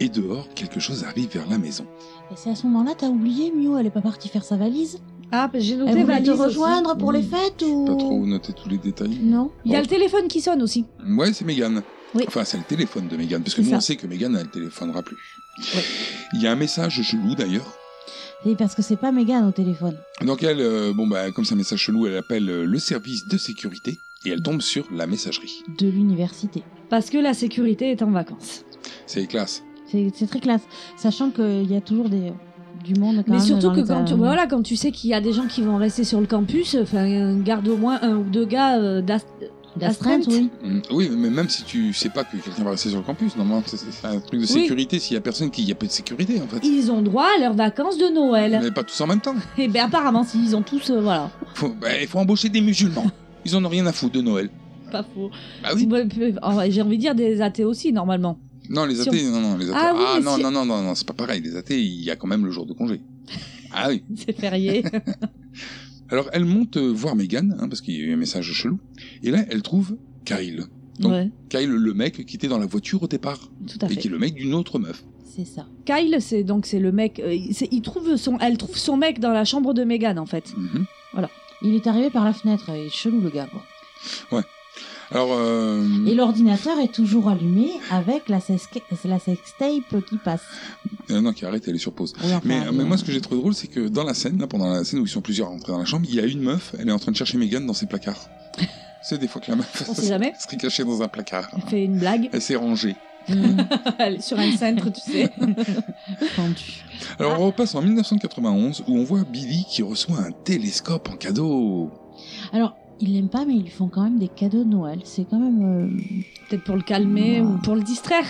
Speaker 4: Et dehors, quelque chose arrive vers la maison.
Speaker 5: Et c'est à ce moment-là, t'as oublié, Mio, elle est pas partie faire sa valise
Speaker 3: Ah, j'ai noté
Speaker 5: Elle voulait
Speaker 3: valise
Speaker 5: te
Speaker 3: aussi.
Speaker 5: rejoindre pour les
Speaker 4: Mmh,
Speaker 5: fêtes
Speaker 4: j'ai
Speaker 5: ou
Speaker 4: Pas trop noter tous les détails. Mm.
Speaker 5: Non.
Speaker 3: Il y a le téléphone qui sonne aussi.
Speaker 4: Ouais, c'est Mégane.
Speaker 3: Oui.
Speaker 4: Enfin, c'est le téléphone de Mégane, parce que
Speaker 3: C'est
Speaker 4: nous,
Speaker 3: ça.
Speaker 4: on sait que Mégane, elle téléphonera plus.
Speaker 3: Ouais.
Speaker 4: Il y a un message chelou, d'ailleurs.
Speaker 5: Et parce que c'est pas Mégane au téléphone.
Speaker 4: Donc, elle, euh, bon, bah, comme c'est un message chelou, elle appelle euh, le service de sécurité et elle tombe sur la messagerie.
Speaker 5: De l'université.
Speaker 3: Parce que la sécurité est en vacances.
Speaker 4: C'est classe.
Speaker 5: C'est c'est très classe. Sachant qu'il y a toujours des... du monde quand
Speaker 3: Mais
Speaker 5: même
Speaker 3: surtout
Speaker 5: dans
Speaker 3: que
Speaker 5: les-
Speaker 3: quand tu, voilà, euh, quand tu sais qu'il y a des gens qui vont rester sur le campus, enfin, garde au moins un ou deux gars euh, d'ast-
Speaker 5: D'astreinte, oui.
Speaker 4: Mm, Oui, mais même si tu sais pas que quelqu'un va rester sur le campus, normalement, c'est- c'est un truc
Speaker 3: Oui.
Speaker 4: de sécurité. S'il y a personne qui. Il y a pas de sécurité, en fait.
Speaker 3: Ils ont droit à leurs vacances de Noël.
Speaker 4: Mais pas tous en même temps.
Speaker 3: Et bien apparemment, si, ils ont tous, euh, voilà,
Speaker 4: Faut, bah, il faut embaucher des musulmans. Ils en ont rien à foutre de Noël.
Speaker 3: pas faux.
Speaker 4: Bah
Speaker 5: Ah
Speaker 4: oui.
Speaker 3: Ouais, puis, en vrai, J'ai envie de dire des athées aussi, normalement.
Speaker 4: Non, les
Speaker 3: Si
Speaker 4: athées,
Speaker 3: on-
Speaker 4: non, non, les athées.
Speaker 3: Ah oui, mais
Speaker 4: non,
Speaker 3: si-
Speaker 4: non, non, non, non, c'est pas pareil. Les athées, il y a quand même le jour de congé. Ah oui.
Speaker 3: C'est férié.
Speaker 4: Alors, elle monte euh, voir Megan, hein, parce qu'il y a eu un message chelou. Et là, elle trouve Kyle. Donc,
Speaker 3: ouais,
Speaker 4: Kyle, le mec qui était dans la voiture au départ.
Speaker 3: tout à
Speaker 4: Et
Speaker 3: fait.
Speaker 4: qui est le mec d'une autre meuf.
Speaker 5: C'est ça.
Speaker 3: Kyle, c'est donc c'est le mec. euh, il- c'est- il trouve son, elle trouve son mec dans la chambre de Megan en fait.
Speaker 4: Mhm.
Speaker 5: Il est arrivé par la fenêtre, il est chelou le gars. quoi.
Speaker 4: Alors, euh,
Speaker 5: Et l'ordinateur est toujours allumé avec la, sexca- la sextape qui passe.
Speaker 4: euh, non, qui arrête, elle est sur pause.
Speaker 5: Oui, enfin,
Speaker 4: Mais,
Speaker 3: Ah,
Speaker 5: euh,
Speaker 4: mais moi, ce que j'ai trouvé drôle, c'est que dans la scène, là, pendant la scène où ils sont plusieurs rentrés dans la chambre, il y a une meuf, elle est en train de chercher Megan dans ses placards. c'est des fois que la meuf
Speaker 3: On sait jamais.
Speaker 4: serait cachée dans un placard.
Speaker 3: Elle fait une blague
Speaker 4: Elle s'est rangée.
Speaker 5: Mm.
Speaker 3: elle est sur un centre, tu sais.
Speaker 5: pendu.
Speaker 3: Ah.
Speaker 4: Alors, on repasse en 1991 où on voit Billy qui reçoit un télescope en cadeau.
Speaker 5: Alors, ils l'aiment pas, mais ils lui font quand même des cadeaux de Noël. C'est quand même. euh,
Speaker 3: Peut-être pour le calmer
Speaker 5: Wow.
Speaker 3: ou pour le distraire.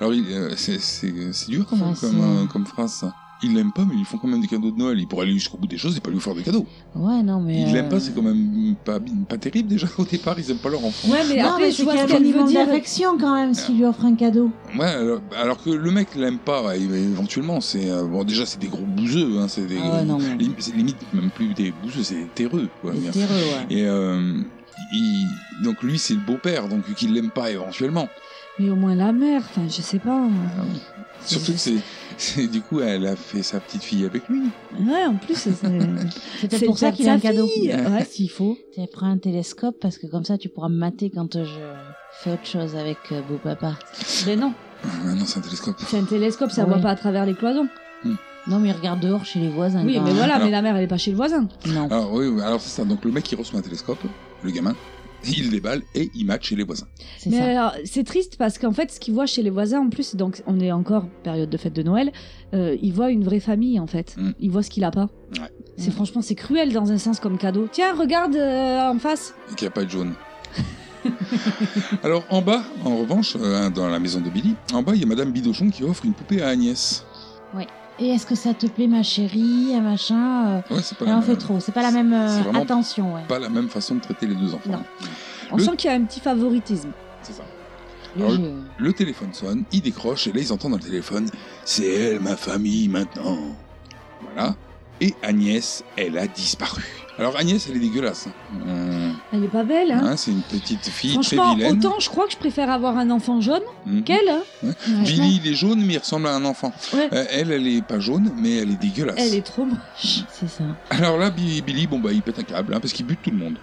Speaker 4: Alors, il, euh, c'est- c'est c'est dur quand même
Speaker 5: Enfin,
Speaker 4: comme,
Speaker 5: c'est-
Speaker 4: euh, comme phrase. ça. Ils l'aiment pas, mais ils font quand même des cadeaux de Noël. Ils pourraient aller jusqu'au bout des choses et pas lui faire des cadeaux.
Speaker 5: Ouais, non, mais.
Speaker 4: Ils l'aiment
Speaker 5: euh,
Speaker 4: pas, c'est quand même pas, pas terrible déjà au départ. Ils aiment pas leur enfant.
Speaker 3: Ouais, mais
Speaker 5: Non,
Speaker 3: après
Speaker 5: mais
Speaker 3: je
Speaker 5: c'est
Speaker 3: vois
Speaker 5: quand
Speaker 3: ce
Speaker 5: même un
Speaker 3: qu'elle veut
Speaker 5: minimum
Speaker 3: dire.
Speaker 5: d'affection quand même s'il lui offre un cadeau.
Speaker 4: Ouais, alors, alors que le mec l'aime pas, ouais, mais éventuellement, c'est. euh, bon, déjà, c'est des gros bouseux, hein, c'est des.
Speaker 5: Ah ouais, non, mais-
Speaker 4: lim- c'est limite même plus des bouseux, c'est des terreux, quoi.
Speaker 5: C'est terreux, ouais.
Speaker 4: Et euh, il- donc lui, c'est le beau-père, donc qu'il l'aime pas éventuellement.
Speaker 3: Mais au moins la mère, enfin je sais pas.
Speaker 4: Surtout que c'est. c'est- Du coup, elle a fait sa petite fille avec lui.
Speaker 3: Ouais, en plus c'est.
Speaker 5: C'est
Speaker 3: C'est
Speaker 5: peut-être pour ça
Speaker 3: peut-être
Speaker 5: qu'il a un
Speaker 3: sa
Speaker 5: cadeau.
Speaker 3: fille. Ouais.
Speaker 5: S'il faut. Tu prends un télescope parce que comme ça tu pourras me mater quand je fais autre chose avec euh, beau papa.
Speaker 3: mais Ben non,
Speaker 4: Ah non, c'est un télescope.
Speaker 3: c'est un télescope, ça
Speaker 5: Ah Ouais. Ah
Speaker 3: voit pas à travers les cloisons.
Speaker 5: Non, mais il regarde dehors chez les voisins.
Speaker 3: Oui,
Speaker 5: quand
Speaker 3: mais
Speaker 5: même.
Speaker 3: voilà,
Speaker 4: Alors-
Speaker 3: mais la mère elle est pas chez le voisin.
Speaker 5: Non.
Speaker 4: Alors, oui, oui, alors c'est ça. Donc le mec, il reçoit un télescope, le gamin, il déballe et il match chez les voisins.
Speaker 5: C'est
Speaker 3: Mais euh,
Speaker 5: ça.
Speaker 3: alors, c'est triste parce qu'en fait, ce qu'ils voient chez les voisins, en plus, donc on est encore période de fête de Noël, euh, ils voient une vraie famille en fait.
Speaker 4: Mm.
Speaker 3: Ils voient ce qu'il a pas.
Speaker 4: Ouais.
Speaker 3: C'est
Speaker 5: Mm.
Speaker 3: franchement, c'est cruel dans un sens comme cadeau. Tiens, regarde euh, en face.
Speaker 4: et qui a pas de jaune. Alors en bas, en revanche, euh, dans la maison de Billy, en bas il y a Madame Bidochon qui offre une poupée à Agnès.
Speaker 5: Et est-ce que ça te plaît, ma chérie, un machin euh,
Speaker 4: Ouais, c'est pas,
Speaker 5: Elle
Speaker 4: la
Speaker 5: en
Speaker 4: même-
Speaker 5: fait trop. C'est pas la même euh,
Speaker 4: C'est vraiment-
Speaker 5: attention, ouais.
Speaker 4: pas la même façon de traiter les deux enfants.
Speaker 3: Non. On
Speaker 4: Le-
Speaker 3: sent qu'il y a un petit favoritisme.
Speaker 4: C'est ça.
Speaker 5: Le
Speaker 4: Alors,
Speaker 5: jeu.
Speaker 4: Le téléphone sonne, il décroche et là ils entendent dans le téléphone C'est elle ma famille maintenant. Voilà. Et Agnès, elle a disparu. Alors Agnès, elle est dégueulasse. hein. Euh,
Speaker 3: Elle est pas belle, hein.
Speaker 4: hein, c'est une petite fille très
Speaker 3: Franchement,
Speaker 4: vilaine.
Speaker 3: autant je crois que je préfère avoir un enfant jaune
Speaker 4: Mhm.
Speaker 3: qu'elle. hein.
Speaker 5: Ouais.
Speaker 4: Billy, il est jaune, mais il ressemble à un enfant.
Speaker 3: Ouais.
Speaker 4: Euh, elle, elle est pas jaune, mais elle est dégueulasse.
Speaker 3: Elle est trop moche.
Speaker 5: C'est ça.
Speaker 4: Alors là, Bi- Billy, bon bah, il pète un câble, hein, parce qu'il bute tout le monde.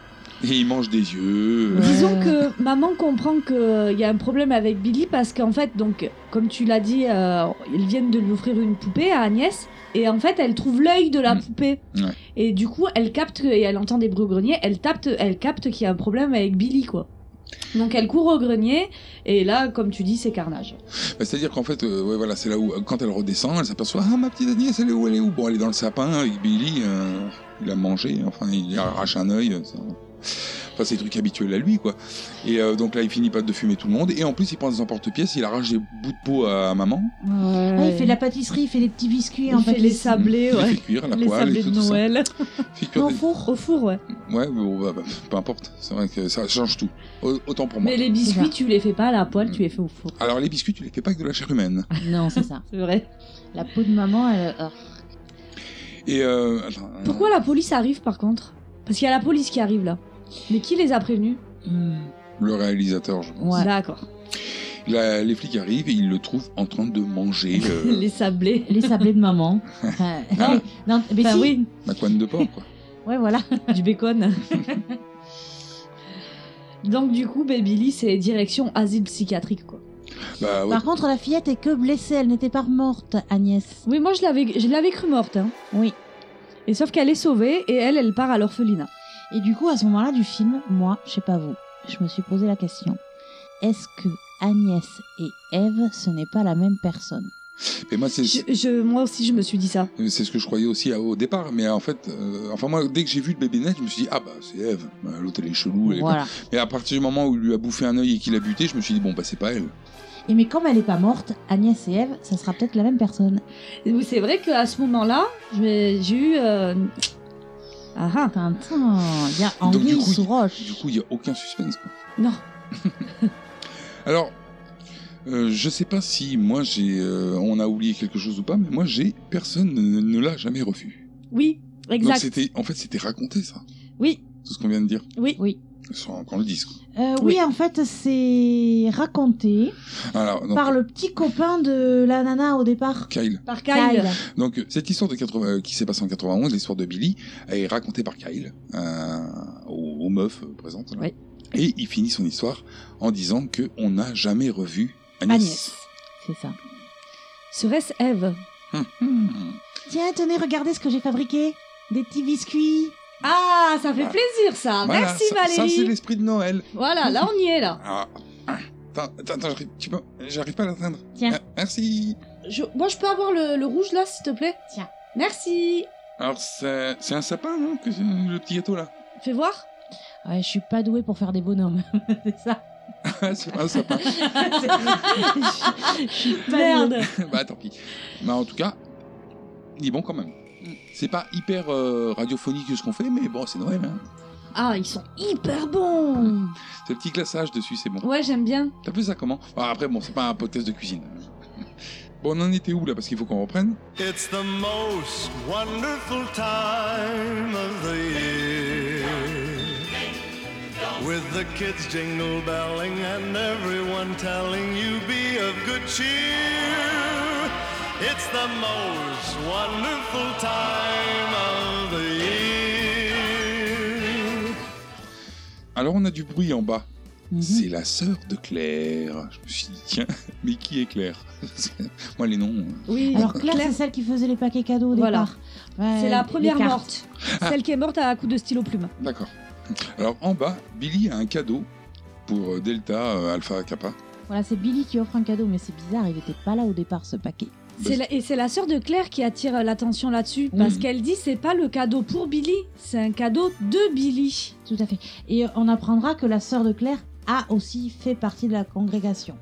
Speaker 4: Et il mange des yeux.
Speaker 5: Ouais.
Speaker 3: Disons que maman comprend qu'il y a un problème avec Billy parce qu'en fait, donc, comme tu l'as dit, euh, ils viennent de lui offrir une poupée à Agnès. Et en fait, elle trouve l'œil de la
Speaker 4: Mm.
Speaker 3: poupée.
Speaker 4: Ouais.
Speaker 3: Et du coup, elle capte et elle entend des bruits au grenier. Elle, tapte, elle capte qu'il y a un problème avec Billy, quoi. Donc, elle court au grenier. Et là, comme tu dis, c'est carnage.
Speaker 4: Bah, C'est-à-dire qu'en fait, euh, ouais, voilà, c'est là où, euh, quand elle redescend, elle s'aperçoit Ah, ma petite Agnès, elle est où Elle est où Bon, elle est dans le sapin avec Billy. euh, il a mangé, enfin, il lui arrache un œil. euh, ça- Enfin, c'est des trucs habituels à lui, quoi. Et euh, donc là, il finit pas de fumer tout le monde. Et en plus, il prend des emporte-pièces, il arrache des bouts de peau à maman.
Speaker 5: Ah, il fait de la pâtisserie, il fait des petits biscuits.
Speaker 3: Il
Speaker 5: en
Speaker 3: fait
Speaker 5: fait,
Speaker 3: les
Speaker 5: il-
Speaker 3: sablés,
Speaker 4: Il
Speaker 3: ouais.
Speaker 4: fait cuire à la
Speaker 3: Les
Speaker 4: poêle et
Speaker 3: sablés
Speaker 4: tout,
Speaker 3: de
Speaker 4: tout ça.
Speaker 3: Noël.
Speaker 4: Fait cuire
Speaker 3: Au
Speaker 4: des-
Speaker 3: four. Au four, ouais.
Speaker 4: Ouais, bon, bah, bah, peu importe. C'est vrai que ça change tout. Au- Autant pour moi.
Speaker 3: Mais les biscuits, tu les fais pas à la poêle,
Speaker 4: Mm.
Speaker 3: tu les fais au four.
Speaker 4: Alors, les biscuits, tu les fais pas que de la chair humaine.
Speaker 5: Non, c'est ça.
Speaker 3: C'est vrai.
Speaker 5: La peau de maman, elle. ah.
Speaker 4: Et euh, attends, euh,
Speaker 3: Pourquoi la police arrive par contre Parce qu'il y a la police qui arrive là. Mais qui les a prévenus
Speaker 5: Hmm,
Speaker 4: le réalisateur, je pense.
Speaker 5: Ouais.
Speaker 3: D'accord.
Speaker 4: La- les flics arrivent et ils le trouvent en train de manger euh,
Speaker 3: les sablés.
Speaker 5: Les sablés de maman. Enfin,
Speaker 4: Voilà.
Speaker 5: non, mais
Speaker 3: Enfin,
Speaker 5: si.
Speaker 3: oui,
Speaker 4: la couenne de porc. Quoi.
Speaker 5: Ouais, voilà.
Speaker 3: du bacon. Donc du coup, Baby Lee, c'est direction asile psychiatrique quoi.
Speaker 4: Bah, ouais.
Speaker 5: Par contre, la fillette est que blessée, elle n'était pas morte, Agnès.
Speaker 3: Oui, moi je l'avais, je l'avais cru morte. hein.
Speaker 5: Oui.
Speaker 3: Et sauf qu'elle est sauvée et elle, elle part à l'orphelinat.
Speaker 5: Et du coup, à ce moment-là du film, moi, je sais pas vous, je me suis posé la question est-ce que Agnès et Ève, ce n'est pas la même personne
Speaker 4: Mais moi, c'est
Speaker 3: Je- je- moi aussi, je me suis dit ça.
Speaker 4: c'est ce que je croyais aussi à- au départ. Mais en fait, euh, enfin moi, dès que j'ai vu le bébé naître, je me suis dit ah bah c'est Eve. Bah, L'autre elle est chelou. Elle est
Speaker 5: Voilà.
Speaker 4: con. Mais à partir du moment où il lui a bouffé un œil et qu'il a buté, je me suis dit bon bah c'est pas elle.
Speaker 5: Et mais comme elle n'est pas morte, Agnès et Ève, ça sera peut-être la même personne.
Speaker 3: Et oui, C'est vrai qu'à ce moment-là, j'ai j'ai eu. euh, Ah ah.
Speaker 5: Tintin, il y a
Speaker 4: Donc du
Speaker 5: Anguille
Speaker 4: coup,
Speaker 5: sous
Speaker 4: il-
Speaker 5: roche.
Speaker 4: Du coup, il y a aucun suspense. quoi.
Speaker 3: Non.
Speaker 4: Alors, euh, je sais pas si moi j'ai, euh, on a oublié quelque chose ou pas, mais moi j'ai personne ne, ne l'a jamais revu.
Speaker 3: Oui,
Speaker 4: Donc
Speaker 3: exact.
Speaker 4: c'était, en fait, c'était raconté ça.
Speaker 3: Oui,
Speaker 4: Tout ce qu'on vient de dire.
Speaker 3: oui.
Speaker 5: Oui.
Speaker 4: Sans qu'on le dise. quoi.
Speaker 5: Euh, oui, en fait, c'est raconté
Speaker 4: Alors, donc,
Speaker 5: par le petit copain de la nana au départ.
Speaker 4: Kyle.
Speaker 3: Par Kyle.
Speaker 4: Donc cette histoire de 80, euh, qui s'est passée en 91, l'histoire de Billy, est racontée par Kyle euh, aux, aux meufs euh, présentes. là.
Speaker 3: Oui.
Speaker 4: Et il finit son histoire en disant que on n'a jamais revu Agnès.
Speaker 3: Agnès.
Speaker 5: C'est ça.
Speaker 3: Serait-ce Eve
Speaker 4: Hmm.
Speaker 5: Tiens, tenez, regardez ce que j'ai fabriqué. Des petits biscuits.
Speaker 3: Ah, ça fait
Speaker 4: Voilà.
Speaker 3: plaisir ça.
Speaker 4: Voilà,
Speaker 3: Merci
Speaker 4: ça- Ça, c'est
Speaker 3: Valérie.
Speaker 4: l'esprit de Noël.
Speaker 3: voilà, là on y est là.
Speaker 4: Ah, ah, attends, attends, attends, j'arrive, tu peux- j'arrive pas à l'atteindre.
Speaker 5: Tiens.
Speaker 4: Ah, merci.
Speaker 3: Je- Moi, je peux avoir le, le rouge là, s'il te plaît
Speaker 5: Tiens.
Speaker 3: Merci.
Speaker 4: Alors, c'est c'est un sapin, non que, Le petit gâteau, là
Speaker 3: Fais voir.
Speaker 5: Ouais, je suis pas douée pour faire des bonhommes. c'est ça.
Speaker 4: C'est pas un sapin.
Speaker 5: Je je suis pas douée.
Speaker 3: Merde.
Speaker 4: bah, tant pis. Mais en tout cas, il est bon quand même. C'est pas hyper euh, radiophonique ce qu'on fait, mais bon, c'est Noël. Hein.
Speaker 3: Ah, ils sont hyper bons.
Speaker 4: Ce petit glaçage dessus, c'est bon.
Speaker 3: Ouais, j'aime bien.
Speaker 4: T'as fait ça comment Ah, Après, bon, c'est pas un podcast de cuisine. Bon, on en était où, là Parce qu'il faut qu'on reprenne.
Speaker 7: It's the most wonderful time of the year. With the kids jingle belling and everyone telling you be of good cheer. It's the most wonderful time of the year.
Speaker 4: Alors, on a du bruit en bas.
Speaker 5: Mhm.
Speaker 4: C'est la sœur de Claire. Je me suis dit, tiens, mais qui est Claire Moi, les noms. euh,
Speaker 3: Oui.
Speaker 5: Alors euh, Claire, c'est celle qui faisait les paquets cadeaux au
Speaker 3: Voilà.
Speaker 5: départ. Ouais,
Speaker 3: C'est la
Speaker 5: les
Speaker 3: première
Speaker 5: cartes.
Speaker 3: morte.
Speaker 4: Ah.
Speaker 3: Celle qui est morte à coup de stylo plume.
Speaker 4: D'accord. Alors en bas, Billy a un cadeau pour euh, Delta euh, Alpha Kappa.
Speaker 5: Voilà, c'est Billy qui offre un cadeau, mais c'est bizarre, il n'était pas là au départ ce paquet.
Speaker 3: C'est la- et c'est la sœur de Claire qui attire euh, l'attention là-dessus.
Speaker 5: Mhm.
Speaker 3: Parce qu'elle dit c'est pas le cadeau pour Billy, c'est un cadeau de Billy.
Speaker 5: Tout à fait. Et euh, on apprendra que la sœur de Claire a aussi fait partie de la congrégation.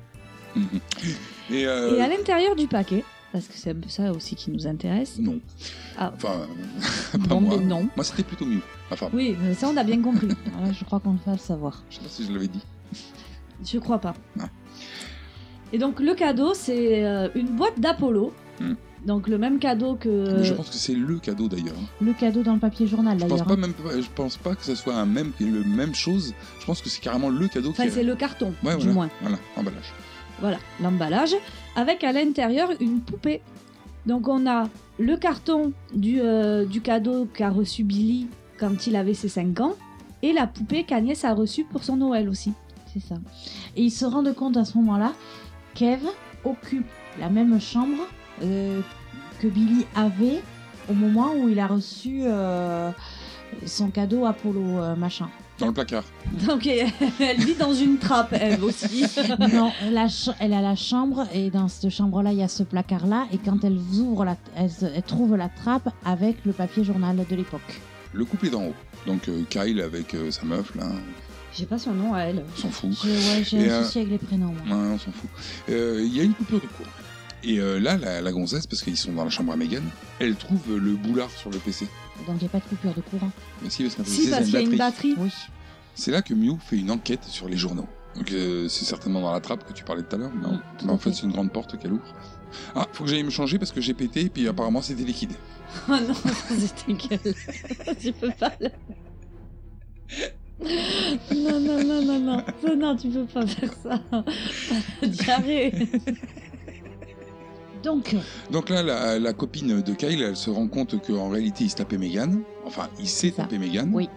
Speaker 4: Et, euh,
Speaker 3: Et à l'intérieur du paquet, parce que c'est un peu ça aussi qui nous intéresse.
Speaker 4: non.
Speaker 3: Ah.
Speaker 4: Enfin, euh, pas
Speaker 3: Bande
Speaker 4: moi.
Speaker 3: de non.
Speaker 4: Moi, c'était plutôt mieux. Enfin,
Speaker 3: Oui, mais ça on a bien compris.
Speaker 5: Voilà, je crois qu'on va le savoir.
Speaker 4: je sais pas si je l'avais dit.
Speaker 3: Je crois pas.
Speaker 4: Ouais.
Speaker 3: Et donc le cadeau, c'est euh, une boîte d'Apollo.
Speaker 4: Hmm.
Speaker 3: Donc le même cadeau que.
Speaker 4: Mais Je pense que c'est le cadeau d'ailleurs.
Speaker 5: Le cadeau dans le papier journal
Speaker 4: Je pense
Speaker 5: d'ailleurs.
Speaker 4: pas
Speaker 5: hein.
Speaker 4: même, je pense pas que ce soit un même, le même chose. Je pense que c'est carrément le cadeau
Speaker 3: Enfin,
Speaker 4: qui.
Speaker 3: c'est le carton,
Speaker 4: Ouais,
Speaker 3: du
Speaker 4: voilà,
Speaker 3: moins.
Speaker 4: Voilà, emballage.
Speaker 3: Voilà, l'emballage. Avec à l'intérieur une poupée. Donc on a le carton du, euh, du cadeau qu'a reçu Billy quand il avait ses 5 ans. Et la poupée qu'Agnès a reçue pour son Noël aussi.
Speaker 5: C'est ça. Et ils se rendent compte à ce moment-là qu'Eve occupe la même chambre euh, que Billy avait au moment où il a reçu euh, son cadeau Apollo euh, machin.
Speaker 4: Dans le placard.
Speaker 3: Donc elle vit dans une trappe, elle aussi.
Speaker 5: Non, la ch- elle a la chambre et dans cette chambre-là, il y a ce placard-là et quand elle ouvre, la, elle, se- elle trouve la trappe avec le papier journal de l'époque.
Speaker 4: Le coupé d'en haut. Donc euh, Kyle avec euh, sa meuf là,
Speaker 3: J'ai pas son nom à elle.
Speaker 4: on s'en fout.
Speaker 5: J'ai ouais, j'ai
Speaker 4: Et,
Speaker 5: un
Speaker 4: euh,
Speaker 5: souci avec les prénoms. moi.
Speaker 4: Ouais, on s'en fout. Euh, Il y a une coupure de cours. Et euh, là, la, la gonzesse, parce qu'ils sont dans la chambre à Megan, elle trouve le boulard sur le PC.
Speaker 5: Donc il n'y a pas de coupure de courant.
Speaker 4: Mais si, parce qu'un
Speaker 3: Si,
Speaker 4: PC,
Speaker 3: parce
Speaker 4: c'est
Speaker 3: qu'il y a une batterie.
Speaker 5: Oui.
Speaker 4: C'est là que Mew fait une enquête sur les journaux. Donc euh, c'est certainement dans la trappe que tu parlais tout à l'heure. Non.
Speaker 5: Mm, tout
Speaker 4: Mais
Speaker 5: à
Speaker 4: en fait,
Speaker 5: fait.
Speaker 4: c'est une grande porte qu'elle ouvre. Ah, faut que j'aille me changer parce que j'ai pété et puis apparemment c'était liquide.
Speaker 3: Oh non,
Speaker 5: Ah,
Speaker 3: c'était gueule. tu peux pas. là. Non, non, non, non, non. Ça, Non, tu peux pas faire ça. Diarrhée.
Speaker 5: Donc,
Speaker 4: Donc là, la, la copine de Kyle, elle se rend compte qu'en réalité, il se tapait Megan. Enfin, il s'est
Speaker 5: Ça.
Speaker 4: tapé Megan.
Speaker 5: Oui.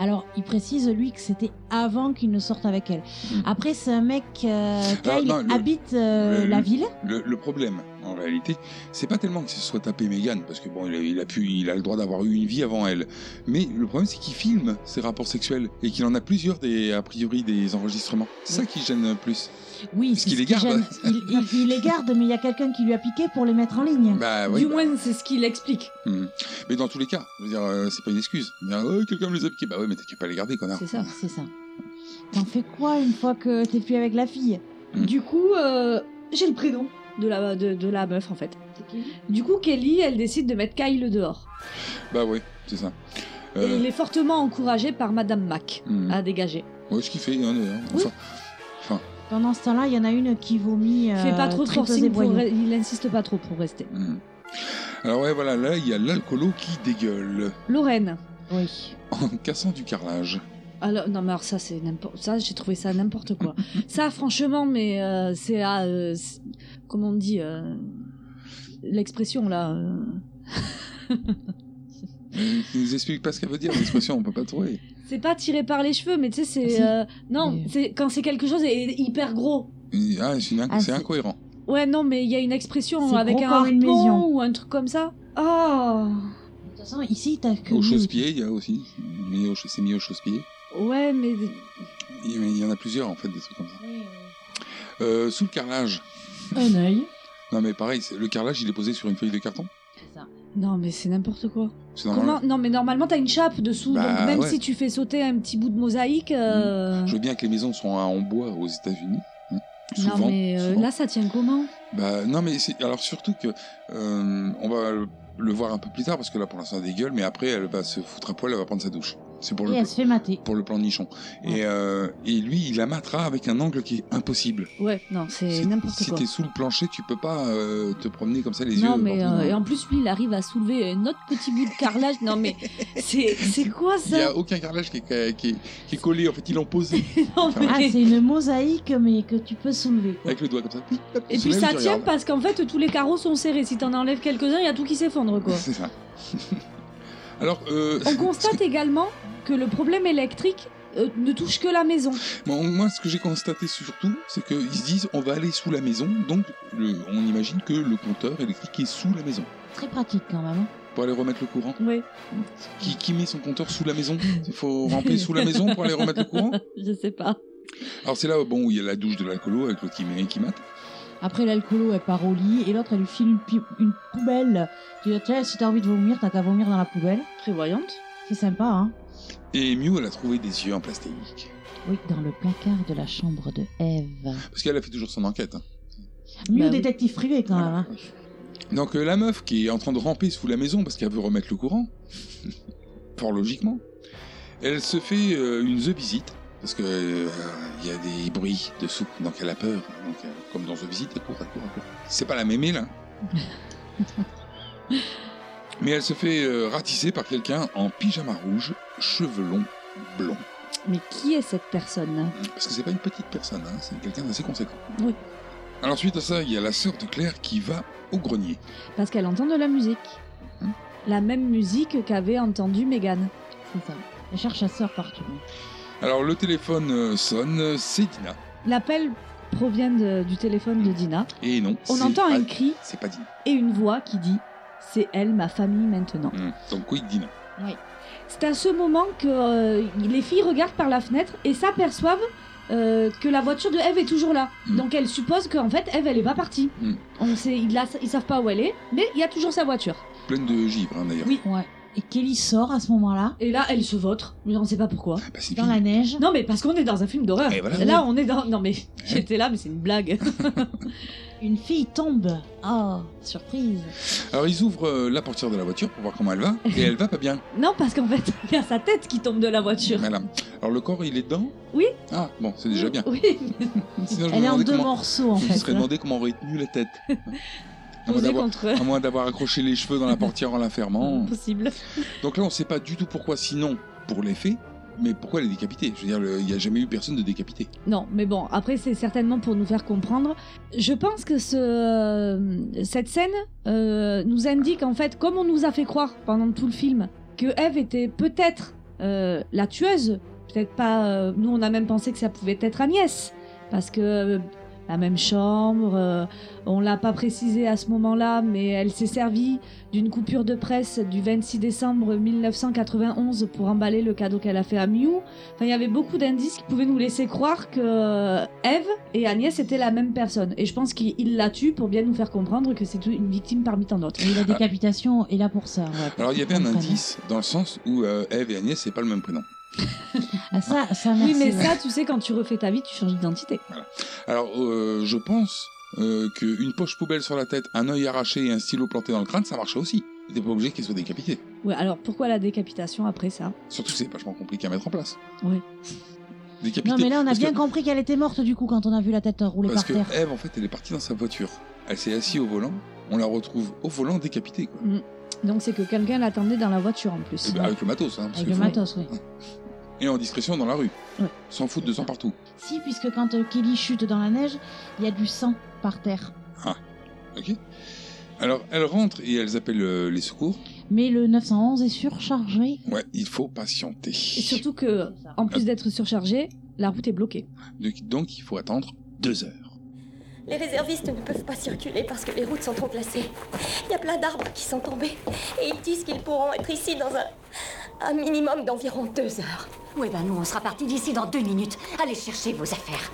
Speaker 5: alors il précise lui que c'était avant qu'il ne sorte avec elle.
Speaker 4: Mm.
Speaker 5: Après, c'est un mec euh, Kyle
Speaker 4: Ah, non, le-
Speaker 5: habite euh,
Speaker 4: le-
Speaker 5: la
Speaker 4: le-
Speaker 5: ville.
Speaker 4: Le, le problème, en réalité, c'est pas tellement que ce soit tapé Megan, parce que bon, il a, il a pu, il a le droit d'avoir eu une vie avant elle. Mais le problème, c'est qu'il filme ses rapports sexuels et qu'il en a plusieurs des, a priori, des enregistrements. C'est ça qui gêne le plus.
Speaker 5: Oui,
Speaker 4: Parce
Speaker 5: c'est
Speaker 4: qu'il
Speaker 5: ce
Speaker 4: les
Speaker 5: qui
Speaker 4: garde.
Speaker 5: gêne. Il, il- il les garde, mais il y a quelqu'un qui lui a piqué pour les mettre en ligne.
Speaker 4: Bah oui.
Speaker 3: du moins, c'est ce qu'il explique.
Speaker 4: Hmm. Mais dans tous les cas, je veux dire, euh, c'est pas une excuse. Il y a, Oh, quelqu'un me les a piqués. Bah ouais, mais t'as qu'à pas les garder, connard.
Speaker 3: C'est ça.
Speaker 5: C'est ça. T'en fais quoi une fois que t'es plus avec la fille
Speaker 3: Du coup, euh, j'ai le prénom de la, de, de la meuf en fait. Du coup, Kelly, elle décide de mettre Kyle dehors.
Speaker 4: Bah ouais, c'est ça.
Speaker 3: Et
Speaker 4: Euh,
Speaker 3: il Ah. est fortement encouragé par Madame Mac
Speaker 5: Mm.
Speaker 4: Mhm.
Speaker 3: à dégager.
Speaker 4: Ouais, ce qu'il fait, hein, d'ailleurs.
Speaker 3: Oui.
Speaker 4: Enfin,
Speaker 5: Pendant ce temps-là, il y en a une qui vomit.
Speaker 3: Fait pas
Speaker 5: euh,
Speaker 3: trop de
Speaker 5: tripeuse et
Speaker 3: forcing, pour
Speaker 5: voyou.
Speaker 3: re- il insiste pas trop pour rester.
Speaker 4: hmm. Alors ouais, voilà, là, il y a l'alcoolo qui dégueule
Speaker 3: Lorraine.
Speaker 5: Oui.
Speaker 4: en cassant du carrelage.
Speaker 3: Alors, non, mais alors ça, c'est n'importe Ça, j'ai trouvé ça n'importe quoi. ça, franchement, mais euh, c'est à. euh, c'est- comment on dit euh, L'expression là. euh,
Speaker 4: Euh, Il nous explique pas ce qu'elle veut dire, l'expression, on peut pas trouver.
Speaker 3: C'est pas tiré par les cheveux, mais tu sais,
Speaker 5: Ah,
Speaker 3: c'est.
Speaker 5: Si.
Speaker 3: euh, non,
Speaker 5: Mais-
Speaker 3: c'est quand c'est quelque chose est hyper gros.
Speaker 4: Et- Ah, c'est une inc-
Speaker 5: Ah,
Speaker 4: c'est
Speaker 5: c'est-
Speaker 4: incohérent.
Speaker 3: Ouais, non, mais il y a une expression
Speaker 5: C'est
Speaker 3: avec
Speaker 5: gros
Speaker 3: un
Speaker 5: comme une Oh.
Speaker 3: harpon
Speaker 5: maison.
Speaker 3: ou un truc comme ça. Ah
Speaker 5: De toute façon, ici, t'as que.
Speaker 4: Au
Speaker 5: lui.
Speaker 4: chausse-pied, il y a aussi. Mis au- C'est mis au chausse-pied.
Speaker 3: Ouais, mais.
Speaker 4: Il y- il y en a plusieurs, en fait, des trucs comme ça. Euh, sous le carrelage.
Speaker 5: Un œil.
Speaker 4: Non, mais pareil, c'est- le carrelage, il est posé sur une feuille de carton.
Speaker 3: Non, mais c'est n'importe quoi.
Speaker 4: C'est normal.
Speaker 3: Comment Non, mais normalement, t'as une chape dessous,
Speaker 4: Bah,
Speaker 3: donc même
Speaker 4: ouais. Mm.
Speaker 3: si tu fais sauter un petit bout de mosaïque. euh,
Speaker 4: Je veux bien que les maisons sont en en bois aux États-Unis. hein, Souvent,
Speaker 3: non, mais euh,
Speaker 4: souvent.
Speaker 3: là, ça tient comment
Speaker 4: Bah, non, mais c'est- alors surtout que euh, on va le, le voir un peu plus tard parce que là pour l'instant elle dégueule, mais après elle va se foutre à poil, elle va prendre sa douche. C'est pour
Speaker 5: Et
Speaker 4: le
Speaker 5: elle se fait mater.
Speaker 4: pour le plan de nichon. Et, euh, et lui, il amattra avec un angle qui est impossible.
Speaker 3: Ouais, non, c'est
Speaker 4: Si-
Speaker 3: n'importe
Speaker 4: si
Speaker 3: quoi.
Speaker 4: t'es sous le plancher, tu peux pas euh, te promener comme ça les
Speaker 3: Non,
Speaker 4: yeux. hein.
Speaker 3: mais
Speaker 4: partout.
Speaker 3: euh, et en plus, lui, il arrive à soulever un autre petit bout de carrelage. Non, mais c'est c'est quoi
Speaker 4: Il y
Speaker 3: ça
Speaker 4: a aucun carrelage qui est, qui est- qui est collé. En fait, il en pose
Speaker 3: Non, mais-
Speaker 5: Ah, c'est une mosaïque, mais que tu peux soulever. quoi.
Speaker 4: avec le doigt comme ça.
Speaker 3: Et puis ça tient parce qu'en fait, tous les carreaux sont serrés. Si t'en enlèves quelques-uns, il y a tout qui s'effondre, quoi.
Speaker 4: C'est ça. Alors, euh,
Speaker 3: On constate également que le problème électrique euh, ne touche que la maison.
Speaker 4: Moi, moi, ce que j'ai constaté surtout, c'est qu'ils se disent on va aller sous la maison, donc le- on imagine que le compteur électrique est sous la maison.
Speaker 5: Très pratique quand même. hein.
Speaker 4: Pour aller remettre le courant.
Speaker 3: Ouais,
Speaker 4: Qui, qui met son compteur sous la maison Il faut remplir sous la maison pour aller remettre le courant
Speaker 3: je sais pas.
Speaker 4: Alors c'est là bon, où il y a la douche de l'alcoolo avec l'autre qui, met- qui mate.
Speaker 5: Après, l'alcoolo, elle part au lit et l'autre, elle lui file une, pi- une poubelle. Tu dis, tiens, si t'as envie de vomir, t'as qu'à vomir dans la poubelle.
Speaker 3: Prévoyante.
Speaker 5: C'est sympa, hein
Speaker 4: Et Mew, elle a trouvé des yeux en plastique.
Speaker 5: Oui, dans le placard de la chambre de Eve.
Speaker 4: Parce qu'elle a fait toujours son enquête. hein.
Speaker 5: Mieux
Speaker 3: Bah oui.
Speaker 5: détective privé quand même. hein.
Speaker 4: Donc euh, la meuf qui est en train de ramper sous la maison parce qu'elle veut remettre le courant, fort logiquement, elle se fait euh, une The Visite parce que euh, il y a des bruits dessous, donc elle a peur. Donc, euh, comme dans The Visite, elle court, elle court, elle court. C'est pas la mémé là. Mais elle se fait euh, ratisser par quelqu'un en pyjama rouge, cheveux longs, blonds.
Speaker 3: Mais qui est cette personne
Speaker 4: Parce que c'est pas une petite personne, hein, c'est quelqu'un d'assez conséquent.
Speaker 3: Oui.
Speaker 4: Alors suite à ça, il y a la sœur de Claire qui va au grenier.
Speaker 3: Parce qu'elle entend de la musique.
Speaker 4: Hein
Speaker 3: La même musique qu'avait entendue Megan.
Speaker 5: C'est ça. Elle cherche sa sœur partout.
Speaker 4: Alors le téléphone euh, sonne, c'est Dina.
Speaker 3: L'appel provient de- du téléphone de Dina.
Speaker 4: Et non,
Speaker 3: On
Speaker 4: c'est
Speaker 3: entend
Speaker 4: pas-
Speaker 3: un cri
Speaker 4: C'est pas Dina.
Speaker 3: et une voix qui dit C'est elle, ma famille maintenant.
Speaker 4: Hmm. Donc oui, Dina.
Speaker 3: C'est à ce moment que euh, les filles regardent par la fenêtre et s'aperçoivent euh, que la voiture de Eve est toujours là.
Speaker 4: Mm.
Speaker 3: Donc elles supposent qu'en fait Eve elle est pas partie.
Speaker 4: Mm.
Speaker 3: On sait, ils, la- ils savent pas où elle est, mais il y a toujours sa voiture.
Speaker 4: Pleine de givre hein, d'ailleurs.
Speaker 3: Oui.
Speaker 5: Ouais. Et Kelly sort à ce moment-là,
Speaker 3: Et là elle se vautre, mais on sait pas pourquoi.
Speaker 4: Bah, c'est
Speaker 5: dans
Speaker 4: fini.
Speaker 5: la neige.
Speaker 3: Non mais parce qu'on est dans un film d'horreur.
Speaker 4: Et voilà.
Speaker 3: Là on est dans. Non mais j'étais là mais c'est une blague.
Speaker 5: Une fille tombe. Oh, surprise.
Speaker 4: Alors ils ouvrent euh, la portière de la voiture pour voir comment elle va. Et elle va pas bien.
Speaker 3: non parce qu'en fait il y a sa tête qui tombe de la voiture.
Speaker 4: Voilà. Alors le corps, il est dedans
Speaker 3: Oui.
Speaker 4: Ah bon, c'est déjà bien.
Speaker 3: Oui,
Speaker 4: Sinon, je me
Speaker 5: Elle est en
Speaker 4: demandais
Speaker 5: deux
Speaker 4: comment...
Speaker 5: morceaux en
Speaker 4: Je me
Speaker 5: fait.
Speaker 4: serais demandé comment aurait tenu la tête. à moins
Speaker 3: posée
Speaker 4: d'avoir-
Speaker 3: contre.
Speaker 4: à moins d'avoir accroché les cheveux dans la portière en la fermant.
Speaker 3: Possible.
Speaker 4: Donc là, on sait pas du tout pourquoi, sinon pour les faits, mais pourquoi elle est décapitée. Je veux dire, le- il n'y a jamais eu personne de décapité.
Speaker 3: Non, mais bon, après c'est certainement pour nous faire comprendre. Je pense que ce, euh, cette scène euh, nous indique en fait, comme on nous a fait croire pendant tout le film, que Eve était peut-être euh, la tueuse. Peut-être pas. euh, nous, on a même pensé que ça pouvait être Agnès, parce que euh, la même chambre. euh, on l'a pas précisé à ce moment-là, mais elle s'est servie d'une coupure de presse du 26 décembre 1991 pour emballer le cadeau qu'elle a fait à Mew. Enfin, il y avait beaucoup d'indices qui pouvaient nous laisser croire que euh, Eve et Agnès étaient la même personne. Et je pense qu'il il la tue pour bien nous faire comprendre que c'est une victime parmi tant d'autres.
Speaker 5: Et la décapitation est là pour ça. ouais.
Speaker 4: Alors il y avait un
Speaker 5: Comprendre.
Speaker 4: indice dans le sens où euh, Eve et Agnès, c'est pas le même prénom.
Speaker 5: Ah, ça, ça
Speaker 3: Oui,
Speaker 5: merci,
Speaker 3: mais
Speaker 5: ouais.
Speaker 3: ça, tu sais, quand tu refais ta vie, tu changes d'identité.
Speaker 4: Alors euh, je pense euh, qu'une poche poubelle sur la tête, un œil arraché et un stylo planté dans le crâne, ça marchait aussi. T'es pas obligé qu'il soit décapité.
Speaker 3: Ouais, alors pourquoi la décapitation après ça
Speaker 4: Surtout que c'est vachement compliqué à mettre en place.
Speaker 3: Oui.
Speaker 4: Décapité.
Speaker 5: Non, mais là, on a
Speaker 4: Parce
Speaker 5: bien
Speaker 4: que-
Speaker 5: compris qu'elle était morte du coup quand on a vu la tête euh, rouler
Speaker 4: Parce
Speaker 5: par
Speaker 4: que
Speaker 5: terre.
Speaker 4: Eve, en fait, elle est partie dans sa voiture. Elle s'est assise au volant. On la retrouve au volant décapitée, quoi.
Speaker 3: Donc c'est que quelqu'un l'attendait dans la voiture en
Speaker 4: Eh
Speaker 3: plus.
Speaker 4: ben, avec le matos, hein. parce
Speaker 5: Avec
Speaker 4: que
Speaker 5: le
Speaker 4: faut-
Speaker 5: matos, oui.
Speaker 4: Et en discrétion dans la rue.
Speaker 5: Ouais.
Speaker 4: Sans foutre de sang partout.
Speaker 5: Si, puisque quand euh, Kelly chute dans la neige, il y a du sang par terre.
Speaker 4: Ok Alors, elles rentrent et elles appellent euh, les secours.
Speaker 5: Mais le 911 est surchargé.
Speaker 4: Ouais, il faut patienter.
Speaker 3: Et surtout que,
Speaker 5: C'est ça.
Speaker 3: Euh, en plus d'être surchargé, la route est bloquée.
Speaker 4: Donc, donc, il faut attendre deux heures.
Speaker 11: Les réservistes ne peuvent pas circuler parce que les routes sont trop glacées. Il y a plein d'arbres qui sont tombés et ils disent qu'ils pourront être ici dans un, un minimum d'environ deux heures.
Speaker 10: Oui, ben nous, on sera partis d'ici dans deux minutes. Allez chercher vos affaires.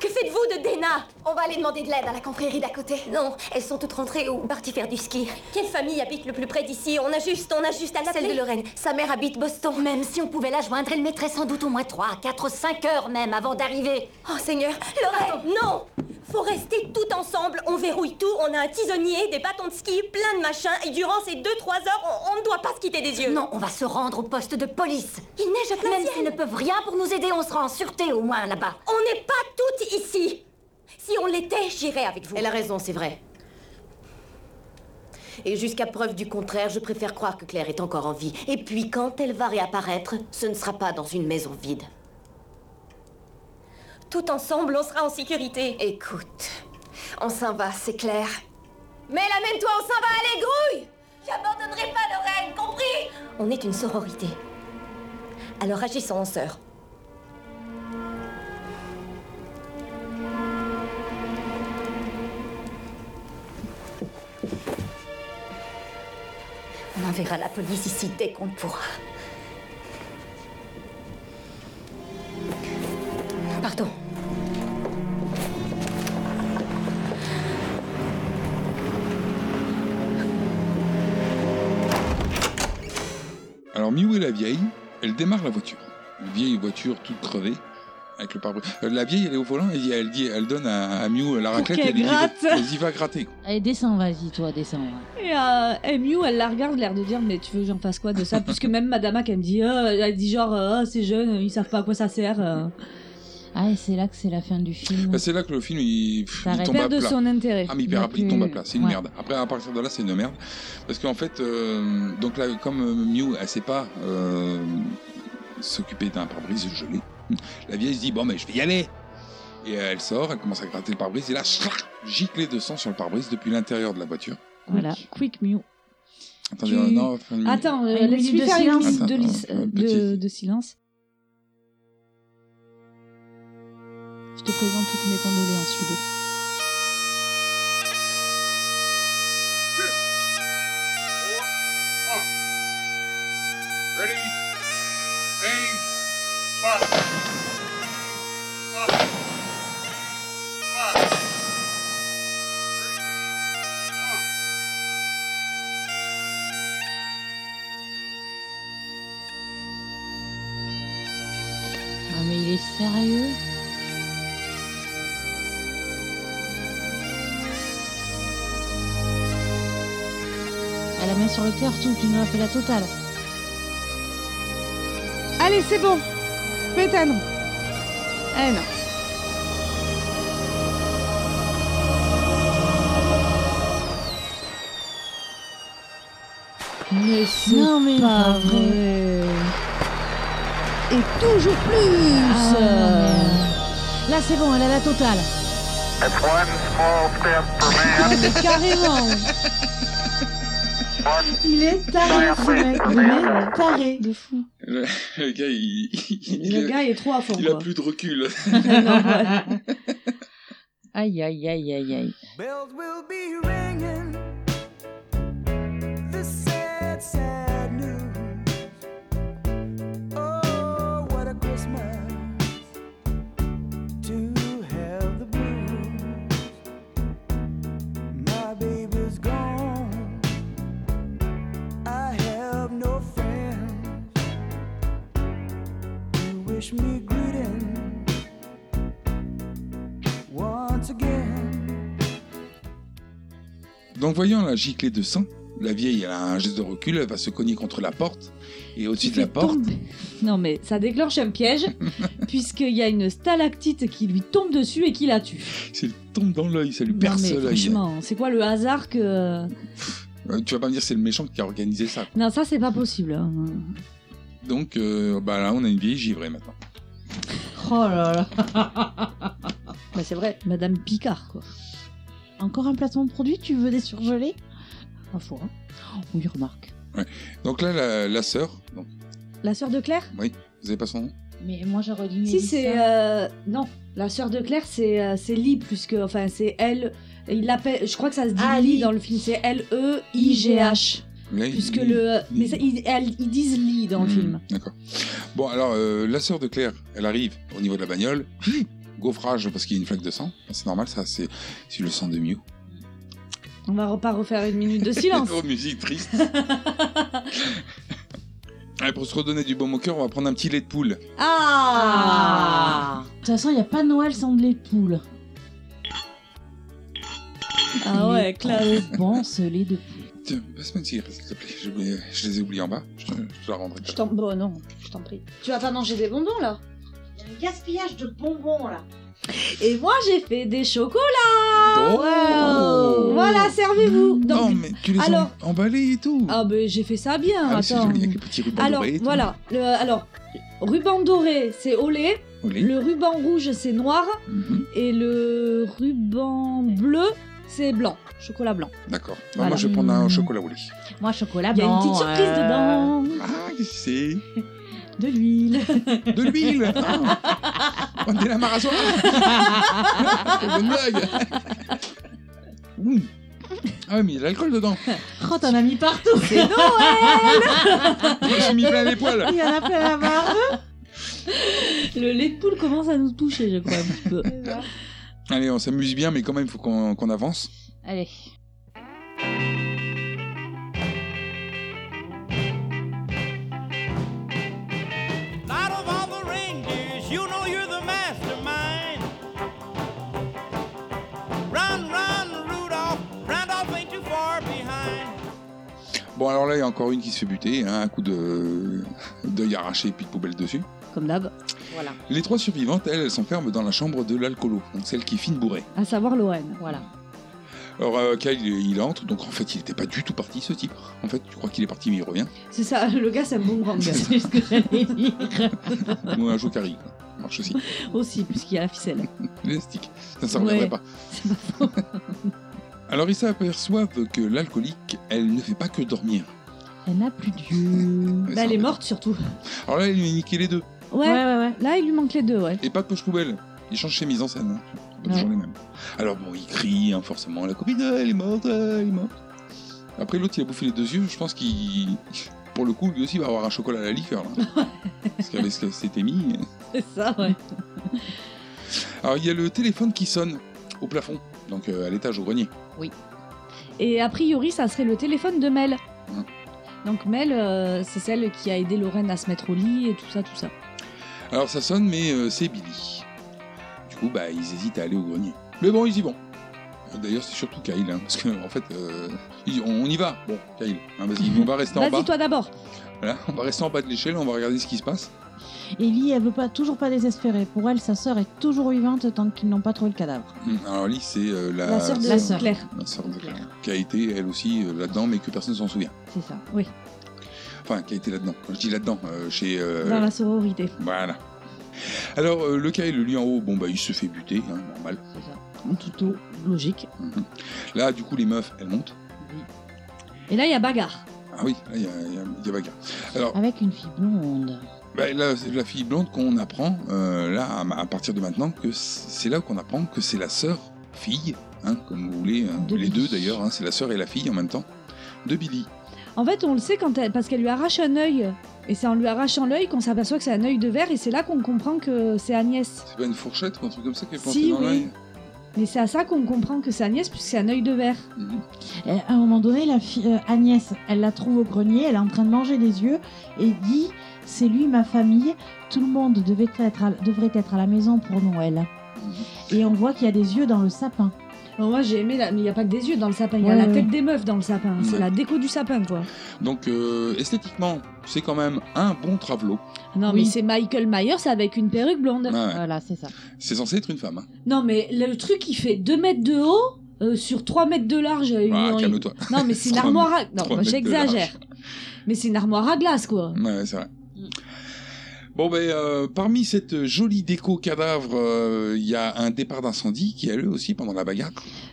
Speaker 11: Que faites-vous de Dena On va aller demander de l'aide à la confrérie d'à côté. Non, elles sont toutes rentrées ou parties faire du ski. Quelle famille habite le plus près d'ici On a juste, on a juste à l'appeler.
Speaker 10: Celle de Lorraine. Sa mère habite Boston. Même si on pouvait la joindre, elle mettrait sans doute au moins 3, 4, 5 heures même avant d'arriver.
Speaker 11: Oh Seigneur, Lorraine, non Faut rester tout ensemble, on verrouille tout, on a un tisonnier, des bâtons de ski, plein de machins, et durant ces 2-3 heures, on, on ne doit pas se quitter des yeux.
Speaker 10: Non, on va se rendre au poste de police.
Speaker 11: Il neige à plein
Speaker 10: Même
Speaker 11: ciel.
Speaker 10: s'ils ne peuvent rien pour nous aider, on sera en sûreté au moins là-bas.
Speaker 11: On n'est pas toutes ici Si on l'était, j'irais avec vous.
Speaker 10: Elle a raison, c'est vrai. Et jusqu'à preuve du contraire, je préfère croire que Claire est encore en vie. Et puis, quand elle va réapparaître, ce ne sera pas dans une maison vide.
Speaker 11: Tout ensemble, on sera en sécurité.
Speaker 10: Écoute, on s'en va, c'est clair.
Speaker 11: Mais amène-toi, on s'en va, allez, grouille J'abandonnerai pas Lorraine, compris On est une sororité. Alors agissons en sœurs.
Speaker 10: On enverra la police ici dès qu'on le pourra. Pardon.
Speaker 4: Alors, Miou et la vieille, elle démarre la voiture. Une vieille voiture toute crevée. Avec le pare-brise. Euh, La vieille, elle est au volant et elle, dit, elle donne à, à Miou la raclette.
Speaker 3: qu'elle
Speaker 4: et elle lui dit,
Speaker 3: gratte.
Speaker 4: Vas-y, va gratter. quoi.
Speaker 5: Allez, descends, vas-y, toi, descends. ouais.
Speaker 3: Et euh, Mew, elle la regarde, l'air de dire Mais tu veux que j'en fasse quoi de ça Puisque même Madama, elle me dit Ah, Elle dit genre Ah, c'est jeune, ils savent pas à quoi ça sert. euh.
Speaker 5: Ah, et c'est là que c'est la fin du film.
Speaker 4: Bah, c'est là que le film, il, pff, il
Speaker 5: T'arrêtes
Speaker 4: tombe à
Speaker 3: Perd de
Speaker 4: plat.
Speaker 3: son intérêt.
Speaker 4: Ah mais hyper rapide, il tombe à plat, c'est une
Speaker 5: Ouais.
Speaker 4: merde. Après à partir de là c'est une merde. Parce qu'en fait, euh, donc là, comme euh, Mew elle sait pas euh, s'occuper d'un pare-brise gelé, la vieille se dit bon mais je vais y aller. Et euh, elle sort, elle commence à gratter le pare-brise et là, chlac, giclée de sang sur le pare-brise depuis l'intérieur de la voiture.
Speaker 3: Voilà, quick Mew.
Speaker 4: Attendez,
Speaker 3: Tu-
Speaker 4: euh, non, enfin, une-
Speaker 3: Attends, euh,
Speaker 5: Ah, une
Speaker 3: laisse-lui
Speaker 5: minute de
Speaker 3: faire une
Speaker 5: silence.
Speaker 3: minute de,
Speaker 4: Attends,
Speaker 3: lis-
Speaker 4: attends,
Speaker 3: euh,
Speaker 4: un
Speaker 3: de,
Speaker 4: petit-
Speaker 3: de silence. Je te présente toutes mes condoléances, Ludo.
Speaker 9: Ready? Aim.
Speaker 5: Ah, mais il est sérieux Elle la main sur le cœur, tout, tu nous as fait la totale.
Speaker 13: Allez, c'est bon. Pétane. Eh non.
Speaker 3: Mais
Speaker 5: Non, mais pas vrai.
Speaker 13: Et toujours plus.
Speaker 5: Ah, non, mais, euh, Là, c'est bon, elle a la totale.
Speaker 9: That's one small step for man,
Speaker 5: Ah, mais carrément
Speaker 9: one
Speaker 5: Il est taré, ce mec. Il est taré.
Speaker 3: De fou.
Speaker 4: Le, le gars, il, il,
Speaker 3: Le gars, il est trop à fond.
Speaker 4: il a
Speaker 3: quoi.
Speaker 4: plus de recul.
Speaker 5: ah Aïe, aïe, aïe, aïe, aïe.
Speaker 14: Bells will be ringing. The sad, sad news. Oh, what a Christmas to have the blues. My baby's gone. I have no friends who wish me greeting once again.
Speaker 4: Donc voyant la giclée de sang, la vieille elle a un geste de recul, elle va se cogner contre la porte, et au-dessus de la porte,
Speaker 3: Non mais ça déclenche un piège, puisqu'il y a une stalactite qui lui tombe dessus et qui la tue.
Speaker 4: si elle tombe dans l'œil, ça lui
Speaker 3: Non,
Speaker 4: perce
Speaker 3: mais
Speaker 4: l'œil.
Speaker 3: franchement, c'est quoi le hasard que...
Speaker 4: Euh, Tu vas pas me dire c'est le méchant qui a organisé ça. quoi.
Speaker 3: Non, ça c'est pas possible. hein.
Speaker 4: Donc euh, bah là on a une vieille givrée maintenant.
Speaker 5: Oh là là.
Speaker 3: Bah, c'est vrai, Madame Picard, quoi.
Speaker 5: Encore un placement de produit Tu veux des surgelés Ma foi. Oui, remarque.
Speaker 4: Donc là la, la sœur, donc,
Speaker 3: La sœur de Claire
Speaker 4: oui, vous avez pas son nom
Speaker 5: Mais moi, j'aurais dû
Speaker 3: Si, c'est... euh, Non, la sœur de Claire, c'est euh, c'est Lee, plus que... Enfin, c'est elle... Il l'appelle... Je crois que ça se dit
Speaker 5: Ah,
Speaker 3: Lee, dans le film, c'est E L-E-I-G-H.
Speaker 4: Oui,
Speaker 3: Puisque le... Mais ça, ils, elles- ils disent Lee dans le
Speaker 4: Hmm,
Speaker 3: film.
Speaker 4: D'accord. Bon, alors, euh, la sœur de Claire, elle arrive au niveau de la bagnole. Gaufrage parce qu'il y a une flaque de sang. C'est normal, ça, c'est c'est le sang de Mew.
Speaker 3: On va pas refaire une minute de silence.
Speaker 4: oh, musique triste. Allez, pour se redonner du baume au cœur, on va prendre un petit lait de poule.
Speaker 5: Ah De toute façon, il n'y a pas Noël sans de lait de poule.
Speaker 3: Ah ouais,
Speaker 4: Oh.
Speaker 3: classe.
Speaker 5: Bon, ce lait de
Speaker 4: Tiens, passe une cigarette, s'il te plaît. J'ai oublié- Je, les ai oubliés en bas. Je te, je te la rendrai.
Speaker 3: Je t'en... Bon, non, je t'en prie. Tu vas pas manger des bonbons, là
Speaker 5: poule. Un gaspillage de bonbons, là.
Speaker 3: Et moi, j'ai fait des chocolats
Speaker 4: Oh
Speaker 3: Ah,
Speaker 4: Mm.
Speaker 3: Wow Voilà, servez-vous Donc,
Speaker 4: Non, mais tu les
Speaker 3: alors-
Speaker 4: as emballés et tout.
Speaker 3: Ah, ben, j'ai fait ça bien,
Speaker 4: Oh. Ah oui, c'est
Speaker 3: attends.
Speaker 4: joli, avec les petits rubans
Speaker 3: alors,
Speaker 4: dorés et tout.
Speaker 3: voilà. Le- alors, ruban doré, c'est au lait.
Speaker 4: Olé.
Speaker 3: Le ruban rouge, c'est noir.
Speaker 4: Mhm.
Speaker 3: Et le ruban bleu, c'est blanc. Chocolat blanc.
Speaker 4: D'accord.
Speaker 3: Voilà.
Speaker 4: Bah,
Speaker 3: Mm.
Speaker 4: Moi, je vais prendre un au chocolat au lait.
Speaker 5: Moi, chocolat
Speaker 3: Il y a une
Speaker 5: blanc.
Speaker 3: petite surprise
Speaker 5: euh,
Speaker 3: dedans.
Speaker 4: Ah, qu'est-ce que
Speaker 5: De l'huile.
Speaker 4: c'est De l'huile Ah. On est la marasoir Quelle bonne blague Ouh. Ah oui, mais il y a de l'alcool dedans
Speaker 5: Oh, t'en as mis partout.
Speaker 3: C'est Noël
Speaker 4: J'ai mis plein les poils
Speaker 5: Il y en a plein la barbe.
Speaker 3: Le lait de poule commence à nous toucher, je crois, un petit peu.
Speaker 4: Allez, on s'amuse bien, mais quand même, il faut qu'on qu'on avance.
Speaker 5: Allez.
Speaker 14: Out of all the reindeers, you know you're the mastermind. Run, run, Rudolph. Randolph ain't too far behind.
Speaker 4: Bon, alors là, il y a encore une qui se fait buter, hein, un coup de d'œil arraché et puis de poubelle dessus.
Speaker 3: Comme d'hab. Voilà.
Speaker 4: Les trois survivantes, elles, elles s'enferment dans la chambre de l'alcoolo, donc celle qui est fine bourrée.
Speaker 3: À savoir Lorraine. Voilà.
Speaker 4: Alors, euh, Kyle, il il entre, donc en fait, il n'était pas du tout parti, ce type. En fait, tu crois qu'il est parti, mais il revient.
Speaker 3: C'est ça, le gars, c'est un boomerang.
Speaker 4: C'est
Speaker 3: ce que j'allais dire.
Speaker 4: Ou un Jokari, quoi. Ça marche aussi.
Speaker 3: Aussi, puisqu'il y a la ficelle.
Speaker 4: L'élastique, ça ne reviendrait
Speaker 3: Ouais.
Speaker 4: pas. Alors, ils s'aperçoivent que l'alcoolique, elle ne fait pas que dormir.
Speaker 5: Elle n'a plus d'yeux.
Speaker 3: Bah, elle est morte surtout.
Speaker 4: Alors là, il lui a niqué les deux.
Speaker 3: Ouais. Là, il lui manque les deux, ouais.
Speaker 4: Et pas de poche-poubelle. Il change ses mises en scène. hein. C'est Pas
Speaker 3: Ouais.
Speaker 4: toujours les mêmes. Alors bon, il crie hein, forcément la copine, Ah, elle est morte, ah, elle est morte. Après, l'autre, il a bouffé les deux yeux. Je pense qu'il. Pour le coup, lui aussi, va avoir un chocolat à la liqueur. Là. Parce qu'avec ce qu'elle s'était mis.
Speaker 3: C'est ça, ouais.
Speaker 4: Alors, il y a le téléphone qui sonne au plafond. Donc, euh, à l'étage, au grenier.
Speaker 3: Et a priori, ça serait le téléphone de Mel.
Speaker 4: Mm.
Speaker 3: Donc Mel, euh, c'est celle qui a aidé Lorraine à se mettre au lit et tout ça, tout ça.
Speaker 4: Alors, ça sonne, mais euh, c'est Billy. Du coup, bah, ils hésitent à aller au grenier. Mais bon, ils y vont. Euh, D'ailleurs, c'est surtout Kyle. hein, parce qu'en en fait, euh, ils- on y va. Bon, Kyle, hein, vas-y, on va rester en bas.
Speaker 3: Vas-y, toi d'abord.
Speaker 4: Voilà, on va rester en bas de l'échelle, on va regarder ce qui se passe.
Speaker 5: Ellie, elle veut pas, toujours pas désespérer. Pour elle, sa sœur est toujours vivante tant qu'ils n'ont pas trouvé le cadavre.
Speaker 4: Hum, Alors Lily, c'est euh, la...
Speaker 5: La sœur de
Speaker 4: la
Speaker 5: Claire.
Speaker 4: la sœur de Claire, qui a été elle aussi euh, là-dedans, mais que personne ne s'en souvient.
Speaker 5: C'est ça, oui.
Speaker 4: Enfin, qui a été là-dedans. Quand je dis là-dedans, euh, chez... euh,
Speaker 3: Dans la sororité.
Speaker 4: Voilà. Alors, euh, le Kyle, lui en haut, bon, bah, il se fait buter, hein, normal.
Speaker 3: Tout logique.
Speaker 4: Mhm. Là, du coup, les meufs, elles montent.
Speaker 3: Et là, il y a bagarre.
Speaker 4: Ah oui, là, il y, a- il y a- il y a bagarre. Alors,
Speaker 5: Avec une fille blonde.
Speaker 4: bah, là, c'est la fille blonde qu'on apprend, euh, là, à, à partir de maintenant, que c'est c'est là qu'on apprend que c'est la sœur fille, hein, comme vous voulez, hein, les deux d'ailleurs, hein, c'est la sœur et la fille en même temps, de Billy.
Speaker 3: En fait, on le sait quand elle, parce qu'elle lui arrache un œil. Et c'est en lui arrachant l'œil qu'on s'aperçoit que c'est un œil de verre et c'est là qu'on comprend que c'est Agnès.
Speaker 4: C'est pas une fourchette ou un truc comme ça qui est plantée
Speaker 3: Si,
Speaker 4: dans
Speaker 3: oui.
Speaker 4: l'œil
Speaker 3: Mais c'est à ça qu'on comprend que c'est Agnès puisque c'est un œil de verre.
Speaker 5: Euh, À un moment donné, la fi- euh, Agnès, elle la trouve au grenier, elle est en train de manger des yeux et dit C'est lui, ma famille, tout le monde devait être à, devrait être à la maison pour Noël. Et on voit qu'il y a des yeux dans le sapin.
Speaker 3: Alors moi j'ai aimé, la... mais il n'y a pas que des yeux dans le sapin, il y a
Speaker 5: Ouais,
Speaker 3: la
Speaker 5: ouais.
Speaker 3: tête des meufs dans le sapin. C'est
Speaker 4: Ouais.
Speaker 3: la déco du sapin quoi.
Speaker 4: Donc euh, esthétiquement, c'est quand même un bon travelot.
Speaker 3: Non mais c'est Michael Myers avec une perruque blonde.
Speaker 4: Ouais, ouais.
Speaker 3: Voilà, c'est ça.
Speaker 4: C'est censé être une femme. hein.
Speaker 3: Non mais le truc il fait 2 mètres de haut euh, sur 3 mètres de large. euh,
Speaker 4: Ah,
Speaker 3: il- il-
Speaker 4: calme-toi.
Speaker 3: Non mais c'est une
Speaker 4: Trois
Speaker 3: armoire à...
Speaker 4: mètres-
Speaker 3: Non,
Speaker 4: trois
Speaker 3: bah,
Speaker 4: mètres de
Speaker 3: j'exagère.
Speaker 4: large.
Speaker 3: Mais c'est une armoire à glace quoi.
Speaker 4: Ouais, ouais, c'est vrai.
Speaker 3: Mm.
Speaker 4: Bon, ben, euh, parmi cette jolie déco cadavre, euh, il y a un départ d'incendie qui a lieu aussi pendant la bagarre.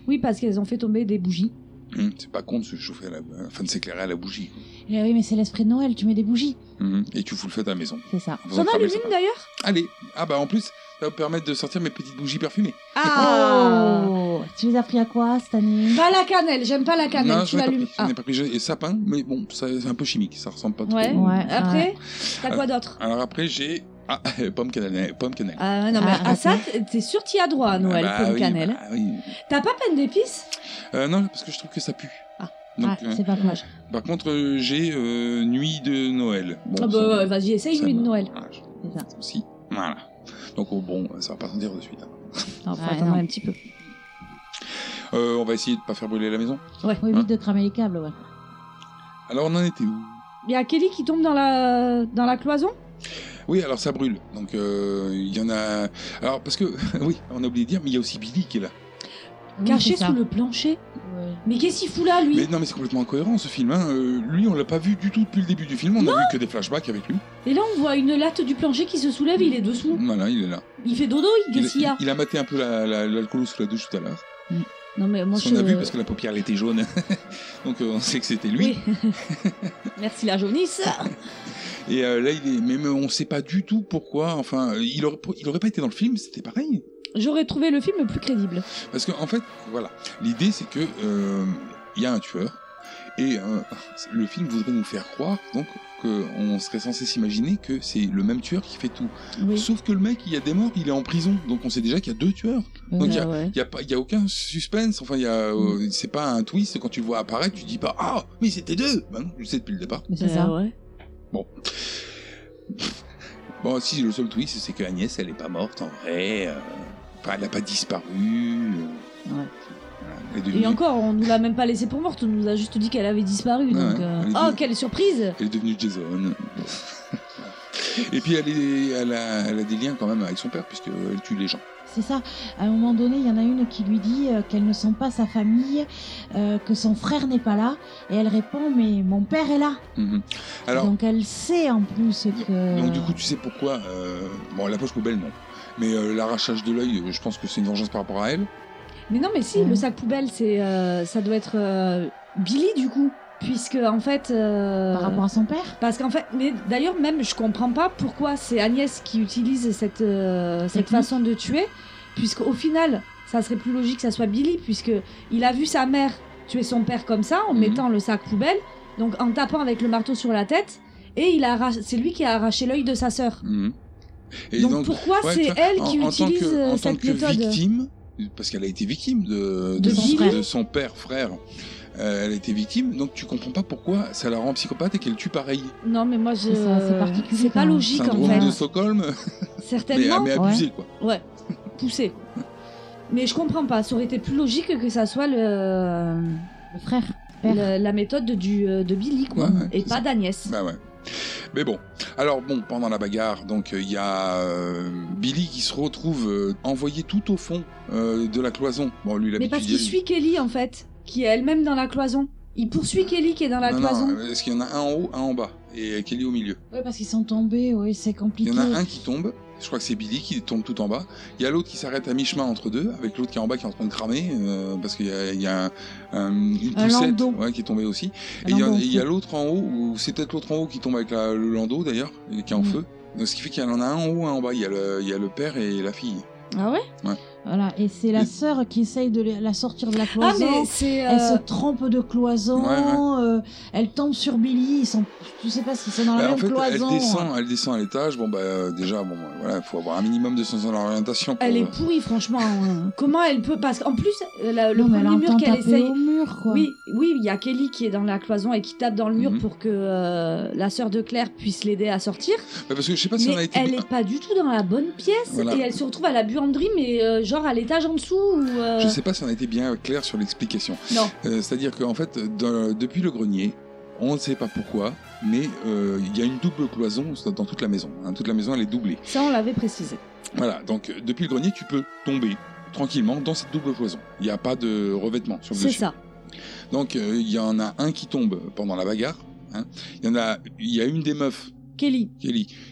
Speaker 3: Oui parce qu'elles ont fait tomber des bougies.
Speaker 4: Hum, c'est pas con de se chauffer, à la... enfin de s'éclairer à la bougie.
Speaker 5: Eh oui, mais c'est l'esprit de Noël, tu mets des bougies.
Speaker 4: Hum, Et tu fous le feu à la maison.
Speaker 5: C'est ça.
Speaker 4: Vous en cramez le sapin.
Speaker 3: d'ailleurs
Speaker 4: Allez, ah bah en plus, ça va me permettre de sortir mes petites bougies parfumées.
Speaker 3: Ah.
Speaker 5: Oh, Ah. Tu les as pris à quoi cette année
Speaker 3: Pas la cannelle, j'aime pas la cannelle. tu Ah.
Speaker 4: non, je n'ai pas
Speaker 3: l'allumes.
Speaker 4: pris, je n'ai pas pris. J'ai- Et sapin, mais bon, ça- c'est un peu chimique, ça ressemble pas trop.
Speaker 3: Ouais. Après, t'as quoi
Speaker 4: Alors-
Speaker 3: d'autre
Speaker 4: Alors après, j'ai. Ah, pomme cannelle. Pomme cannelle.
Speaker 3: Ah non mais à ça, t- t'es sûr t'y as droit à Noël,
Speaker 4: Ah bah
Speaker 3: pomme
Speaker 4: oui,
Speaker 3: cannelle.
Speaker 4: bah oui.
Speaker 3: T'as pas peine d'épices
Speaker 4: Euh, non, parce que je trouve que ça pue.
Speaker 3: Ah,
Speaker 4: Donc, euh,
Speaker 5: pas dommage.
Speaker 4: Par contre, euh, j'ai euh, nuit de Noël. Bon,
Speaker 3: Ah
Speaker 4: ça-
Speaker 3: bah ouais, vas-y, essaye
Speaker 4: ça
Speaker 3: une nuit de
Speaker 4: me-
Speaker 3: Noël.
Speaker 4: Ah, je- Si, voilà. Donc oh, bon, ça va pas s'en dire de suite. hein.
Speaker 3: Non, faut
Speaker 5: Ouais,
Speaker 3: attendre
Speaker 5: non.
Speaker 3: un petit peu.
Speaker 4: Euh, on va essayer de pas faire brûler la maison.
Speaker 5: Oui, vite de cramer les câbles, ouais.
Speaker 4: Alors on en était où
Speaker 3: Il y a Kelly qui tombe dans la, dans la cloison
Speaker 4: Oui, alors ça brûle. Donc euh, il y en a. Alors parce que oui, on a oublié de dire, mais il y a aussi Billy qui est là.
Speaker 3: Caché sous le plancher Mais qu'est-ce qu'il fout là, lui
Speaker 4: Mais non, mais c'est complètement incohérent ce film. hein. Euh, lui, on l'a pas vu du tout depuis le début du film. On a vu que des flashbacks avec lui.
Speaker 3: Et là, on voit une latte du plancher qui se soulève, il est dessous.
Speaker 4: Voilà, il est là.
Speaker 3: Il fait dodo, il
Speaker 4: Il,
Speaker 3: qu'est-ce qu'il y a
Speaker 4: il a maté un peu l'alcool la, l'alcoolo sous la douche tout à l'heure.
Speaker 3: Non, mais moi,
Speaker 4: Parce
Speaker 3: je...
Speaker 4: qu'on a vu parce que la paupière elle était jaune. Donc euh, on sait que c'était lui.
Speaker 3: Merci la jaunisse
Speaker 4: Et euh, là, il est. Mais, mais on sait pas du tout pourquoi. Enfin, euh, il aurait, il aurait pas été dans le film, c'était pareil.
Speaker 3: J'aurais trouvé le film plus crédible.
Speaker 4: Parce qu'en en fait, voilà. L'idée, c'est que. euh, Il y a un tueur. Et euh, le film voudrait nous faire croire, donc, qu'on serait censé s'imaginer que c'est le même tueur qui fait tout. Sauf que le mec, il y a des morts, il est en prison. Donc on sait déjà qu'il y a deux tueurs.
Speaker 5: Ouais,
Speaker 4: Donc il y a,
Speaker 5: ouais.
Speaker 4: il y a pas- il y a aucun suspense. Enfin, il y a, euh, c'est pas un twist. Quand tu le vois apparaître, tu te dis pas Ah, mais c'était deux Ben non, je le sais depuis le départ.
Speaker 5: Mais c'est ça.
Speaker 4: Bon. Bon, si, le seul twist, c'est que Agnès, elle est pas morte en vrai. euh, Enfin, elle n'a pas disparu. euh, voilà, les deux
Speaker 3: Et
Speaker 4: minutes.
Speaker 3: encore, on nous l'a même pas laissée pour morte, on nous a juste dit qu'elle avait disparu. donc,
Speaker 4: ouais,
Speaker 3: euh,
Speaker 4: elle est
Speaker 3: Oh,
Speaker 4: devenue-
Speaker 3: quelle surprise
Speaker 4: Elle est devenue Jason. Et puis, elle, est, elle, a, elle a des liens quand même avec son père, puisqu'elle tue les gens.
Speaker 5: C'est ça. À un moment donné, il y en a une qui lui dit euh, qu'elle ne sent pas sa famille, euh, que son frère n'est pas là. Et elle répond Mais mon père est là.
Speaker 4: Mhm. Alors,
Speaker 5: Donc elle sait en plus
Speaker 3: Ah.
Speaker 5: que.
Speaker 4: donc, du coup, tu sais pourquoi. euh, Bon, la poche poubelle, non. Mais euh, l'arrachage de l'œil, euh, je pense que c'est une vengeance par rapport à elle.
Speaker 3: Mais non, mais si, le sac poubelle, c'est, euh, ça doit être euh, Billy du coup, puisque en fait. euh,
Speaker 5: euh, Par rapport à son père.
Speaker 3: Parce qu'en fait, mais d'ailleurs même, je comprends pas pourquoi c'est Agnès qui utilise cette euh, cette façon de tuer, puisqu'au final, ça serait plus logique que ça soit Billy, puisque il a vu sa mère tuer son père comme ça en
Speaker 5: Mhm.
Speaker 3: mettant le sac poubelle, donc en tapant avec le marteau sur la tête, et il a arraché- c'est lui qui a arraché l'œil de sa sœur.
Speaker 4: Mhm. Et
Speaker 3: Donc pourquoi Ah, c'est
Speaker 4: tu vois,
Speaker 3: elle qui
Speaker 4: en tant que-
Speaker 3: utilise, euh,
Speaker 4: en tant
Speaker 3: cette
Speaker 4: que
Speaker 3: méthode
Speaker 4: victime, parce qu'elle a été victime de,
Speaker 3: De
Speaker 4: son,
Speaker 3: Billy.
Speaker 4: de son père, frère. Euh, elle a été victime, donc tu comprends pas pourquoi ça la rend psychopathe et qu'elle tue pareil.
Speaker 3: Non, mais moi je
Speaker 5: C'est ça, c'est particulier,
Speaker 3: c'est pas
Speaker 5: quand même.
Speaker 3: logique en
Speaker 4: Syndrome
Speaker 3: fait.
Speaker 4: de Stockholm,
Speaker 3: Certainement.
Speaker 4: mais, mais abusé quoi.
Speaker 3: Ouais, poussé. Mais je comprends pas, ça aurait été plus logique que ça soit le,
Speaker 5: frère,
Speaker 3: Le- la méthode du, euh, de Billy, quoi, et pas d'Agnès.
Speaker 4: Bah ouais. Mais bon, alors bon, pendant la bagarre, donc euh, il y a euh, Billy qui se retrouve euh, envoyé tout au fond euh, de la cloison. Bon, lui,
Speaker 3: Mais
Speaker 4: il habitué
Speaker 3: parce qu'il
Speaker 4: lui.
Speaker 3: suit Kelly, en fait, qui est elle-même dans la cloison. Il poursuit Kelly qui est dans la
Speaker 4: Non,
Speaker 3: cloison.
Speaker 4: non, parce qu'il y en a un en haut, un en bas, et euh, Kelly au milieu.
Speaker 5: Oui, parce qu'ils sont tombés, oui, c'est
Speaker 4: Il y
Speaker 5: compliqué.
Speaker 4: en a un qui tombe, je crois que c'est Billy qui tombe tout en bas. Il y a l'autre qui s'arrête à mi-chemin entre deux, avec l'autre qui est en bas qui est en train de cramer, euh, parce qu'il y a, il y a un- un- une
Speaker 5: Un
Speaker 4: poussette
Speaker 5: landau.
Speaker 4: ouais, qui est tombée aussi.
Speaker 5: Un
Speaker 4: et il y a-
Speaker 5: landau en
Speaker 4: et il y a
Speaker 5: feu.
Speaker 4: l'autre en haut, ou c'est peut-être l'autre en haut qui tombe avec la- le landau d'ailleurs, et qui est en feu. Donc, ce qui fait qu'il y en a un en haut, un en bas. Il y a le, il y a le père et la fille.
Speaker 3: Ah ouais
Speaker 4: Ouais.
Speaker 5: Voilà, et c'est la sœur qui essaye de la sortir de la cloison.
Speaker 3: Ah, mais c'est, euh,
Speaker 5: Elle se trompe de cloison,
Speaker 4: Ouais, ouais.
Speaker 5: euh, elle tombe sur Billy, ils sont... je sais pas si c'est dans la
Speaker 4: Bah, en
Speaker 5: même
Speaker 4: fait,
Speaker 5: cloison.
Speaker 4: elle descend, elle descend à l'étage. Bon, bah, euh, déjà, bon, bah, voilà, faut avoir un minimum de sens dans l'orientation. pour- euh,
Speaker 3: Elle est pourrie, franchement. hein. Comment elle peut Parce qu'en plus, euh, la- le
Speaker 5: Non, mais elle
Speaker 3: premier mur
Speaker 5: entend
Speaker 3: qu'elle
Speaker 5: taper
Speaker 3: essaye.
Speaker 5: au mur, quoi.
Speaker 3: Oui, oui, il y a Kelly qui est dans la cloison et qui tape dans le mur
Speaker 4: Mhm.
Speaker 3: pour que euh, la sœur de Claire puisse l'aider à sortir.
Speaker 4: Ouais, bah, parce que je sais pas si
Speaker 3: mais
Speaker 4: on a été.
Speaker 3: elle est pas du tout dans la bonne pièce
Speaker 4: Voilà.
Speaker 3: et elle se retrouve à la buanderie, mais euh, genre à l'étage en dessous. Ou, euh,
Speaker 4: Je sais pas si on a été bien clair sur l'explication.
Speaker 3: Non.
Speaker 4: Euh, C'est-à-dire qu'en fait, dans- depuis le grenier, on ne sait pas pourquoi, mais euh, il y a une double cloison dans toute la maison. hein. Toute la maison, elle est doublée.
Speaker 3: Ça, on l'avait précisé.
Speaker 4: Voilà, donc euh, depuis le grenier, tu peux tomber tranquillement dans cette double cloison. Il n'y a pas de revêtement sur le
Speaker 3: C'est
Speaker 4: dessus.
Speaker 3: ça.
Speaker 4: Donc euh, il y en a un qui tombe pendant la bagarre. hein. Il y en a, il y a une des meufs.
Speaker 3: Kelly.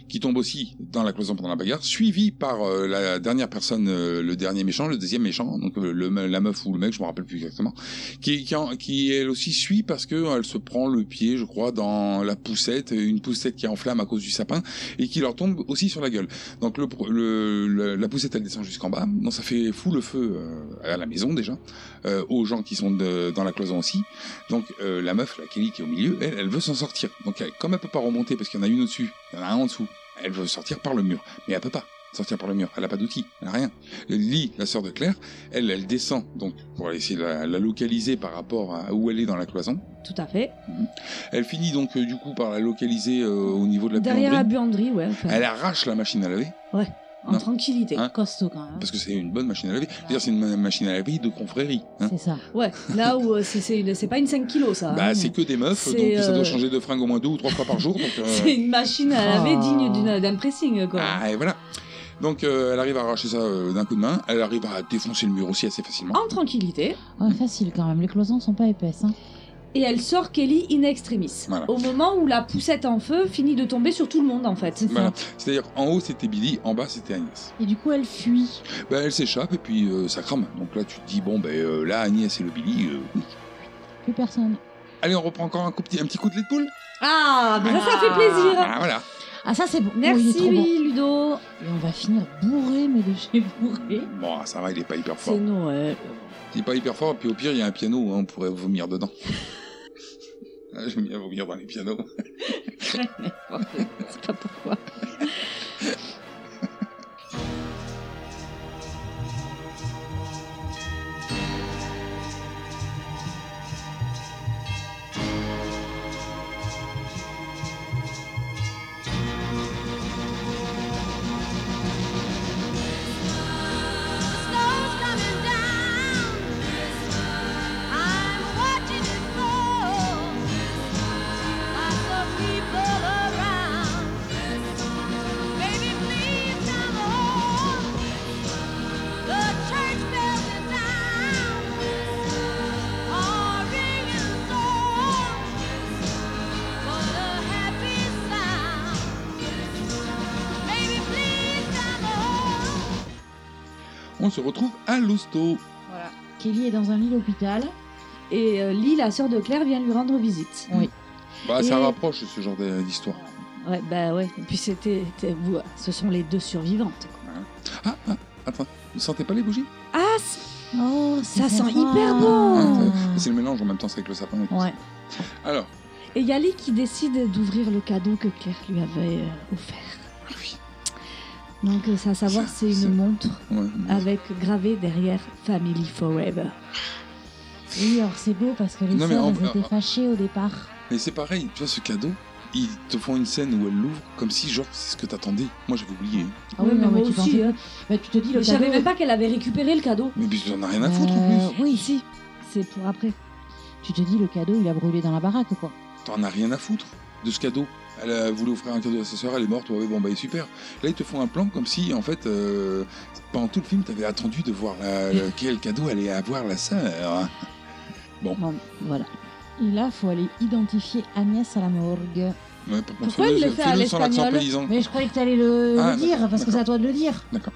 Speaker 4: qui tombe aussi dans la cloison pendant la bagarre, suivie par euh, la dernière personne, euh, le dernier méchant, le deuxième méchant, donc euh, le me- la meuf ou le mec, je me rappelle plus exactement, qui, qui, en- qui, elle aussi suit parce que euh, elle se prend le pied, je crois, dans la poussette, une poussette qui est en flamme à cause du sapin et qui leur tombe aussi sur la gueule. Donc le, pro- le- le- la poussette elle descend jusqu'en bas, donc ça fait fou le feu euh, à la maison déjà, euh, aux gens qui sont de- dans la cloison aussi. Donc euh, la meuf, la Kelly qui est au milieu, elle, elle veut s'en sortir. Donc elle- comme elle peut pas remonter parce qu'il y en a une au-dessus, il y en a un en dessous, elle veut sortir par le mur, mais elle peut pas sortir par le mur, elle a pas d'outils, elle a rien. Lee, la sœur de Claire, elle, elle descend donc pour essayer de la, la localiser par rapport à où elle est dans la cloison.
Speaker 3: Tout à fait.
Speaker 4: Elle finit donc euh, du coup par la localiser euh, au niveau de la
Speaker 3: Derrière la
Speaker 4: buanderie.
Speaker 3: buanderie, ouais. enfin,
Speaker 4: Elle arrache la machine à laver.
Speaker 3: Ouais, en
Speaker 4: Non.
Speaker 3: tranquillité.
Speaker 4: Hein
Speaker 5: Costaud quand même.
Speaker 4: Parce que c'est une bonne machine à laver. Je veux dire, c'est une ma- machine à laver de confrérie. hein.
Speaker 5: C'est ça.
Speaker 3: Ouais, là où euh, c'est- c'est une- c'est pas une 5 kilos, ça.
Speaker 4: Bah,
Speaker 3: hein.
Speaker 4: c'est que des meufs,
Speaker 3: C'est,
Speaker 4: donc ça
Speaker 3: euh,
Speaker 4: doit changer de fringue au moins deux ou trois fois par jour. Donc, euh,
Speaker 3: C'est une machine à laver
Speaker 4: Ah.
Speaker 3: digne d'une- d'un pressing, quoi.
Speaker 4: Ah, et voilà. Donc, euh, elle arrive à arracher ça euh, d'un coup de main. Elle arrive à défoncer le mur aussi assez facilement.
Speaker 3: En tranquillité.
Speaker 5: Ouais, facile quand même, les cloisons sont pas épaisses. Hein.
Speaker 3: Et elle sort Kelly in extremis.
Speaker 4: Voilà.
Speaker 3: Au moment où la poussette en feu finit de tomber sur tout le monde, en fait.
Speaker 4: Voilà. C'est-à-dire, en haut c'était Billy, en bas c'était Agnès.
Speaker 5: Et du coup, elle fuit.
Speaker 4: Bah, elle s'échappe et puis euh, ça crame. Donc là, tu te dis, bon, ben euh, là, Agnès et le Billy. euh, oui.
Speaker 5: Plus personne.
Speaker 4: Allez, on reprend encore un, coup- petit- un petit coup de lait de poule
Speaker 3: Ah, mais ça, ça fait plaisir.
Speaker 4: Ah, voilà.
Speaker 5: Ah, ça, c'est bon.
Speaker 3: Merci,
Speaker 5: Oh, il est trop
Speaker 3: oui, Ludo.
Speaker 5: bon. Et on va finir bourré, mais de chez bourré.
Speaker 4: Bon, ah, ça va, il est pas hyper fort.
Speaker 3: Noël.
Speaker 4: Il est pas hyper fort, puis au pire, il y a un piano, hein, on pourrait vomir dedans. Ah, J'aime bien vomir dans les pianos.
Speaker 3: c'est pas pourquoi.
Speaker 4: On se retrouve à l'hosto.
Speaker 5: Voilà. Kelly est dans un lit d'hôpital.
Speaker 3: Et euh, Lee, la sœur de Claire, vient lui rendre visite.
Speaker 5: Oui.
Speaker 4: Bah, ça
Speaker 3: Et-
Speaker 4: rapproche ce genre de- d'histoire.
Speaker 3: Ouais, bah ouais. Et puis c'était. c'était- vous- Ce sont les deux survivantes. quoi.
Speaker 4: Ah, ah, attends, vous sentez pas les bougies
Speaker 3: Ah, c-
Speaker 5: Oh,
Speaker 3: ça
Speaker 5: c'est
Speaker 3: sent
Speaker 5: sympa.
Speaker 3: hyper bon.
Speaker 4: Hein, C'est le mélange en même temps, c'est avec le sapin. et tout
Speaker 5: Ouais.
Speaker 4: ça. Alors,
Speaker 3: Et y a Lee qui décide d'ouvrir le cadeau que Claire lui avait euh, offert. Donc, euh, ça à savoir, c'est
Speaker 4: c'est-
Speaker 3: une montre
Speaker 4: ouais.
Speaker 3: avec gravé derrière Family Forever.
Speaker 5: Oui, alors c'est beau parce que les
Speaker 4: Non, mais
Speaker 5: sœurs,
Speaker 4: en-
Speaker 5: elles étaient fâchées au départ.
Speaker 4: mais c'est pareil, tu vois, ce cadeau, ils te font une scène où elle l'ouvre comme si, genre, c'est ce que t'attendais. Moi, j'avais oublié. hein.
Speaker 5: Ah oui,
Speaker 3: Ouais,
Speaker 5: non,
Speaker 3: mais
Speaker 5: mais
Speaker 3: moi
Speaker 5: tu
Speaker 3: aussi,
Speaker 5: pensais-
Speaker 3: hein.
Speaker 5: bah, tu te dis, le
Speaker 3: Je savais
Speaker 5: cadeau...
Speaker 3: même pas qu'elle avait récupéré le cadeau.
Speaker 4: Mais puis, j'en ai rien à foutre en
Speaker 5: Euh,
Speaker 4: plus.
Speaker 5: oui,
Speaker 3: Si, c'est pour après.
Speaker 5: tu te dis, le cadeau, il a brûlé dans la baraque, quoi.
Speaker 4: T'en as rien à foutre de ce cadeau. Elle a voulu offrir un cadeau à sa soeur, elle est morte, ouais, bon, bah, super. Là, ils te font un plan comme si, en fait, euh, pendant tout le film, t'avais attendu de voir la- le- quel cadeau allait avoir la sœur. Bon,
Speaker 3: Bon, voilà.
Speaker 5: Et là, faut aller identifier Agnès à la morgue.
Speaker 4: ouais, par contre,
Speaker 3: Pourquoi
Speaker 4: fais-le-
Speaker 3: il le fait à
Speaker 4: fais-le sans l'accent
Speaker 3: l'espagnol
Speaker 4: paysan.
Speaker 5: Mais je croyais que t'allais le,
Speaker 4: Ah,
Speaker 5: le dire, parce que
Speaker 4: d'accord.
Speaker 5: c'est à toi de le dire.
Speaker 4: D'accord.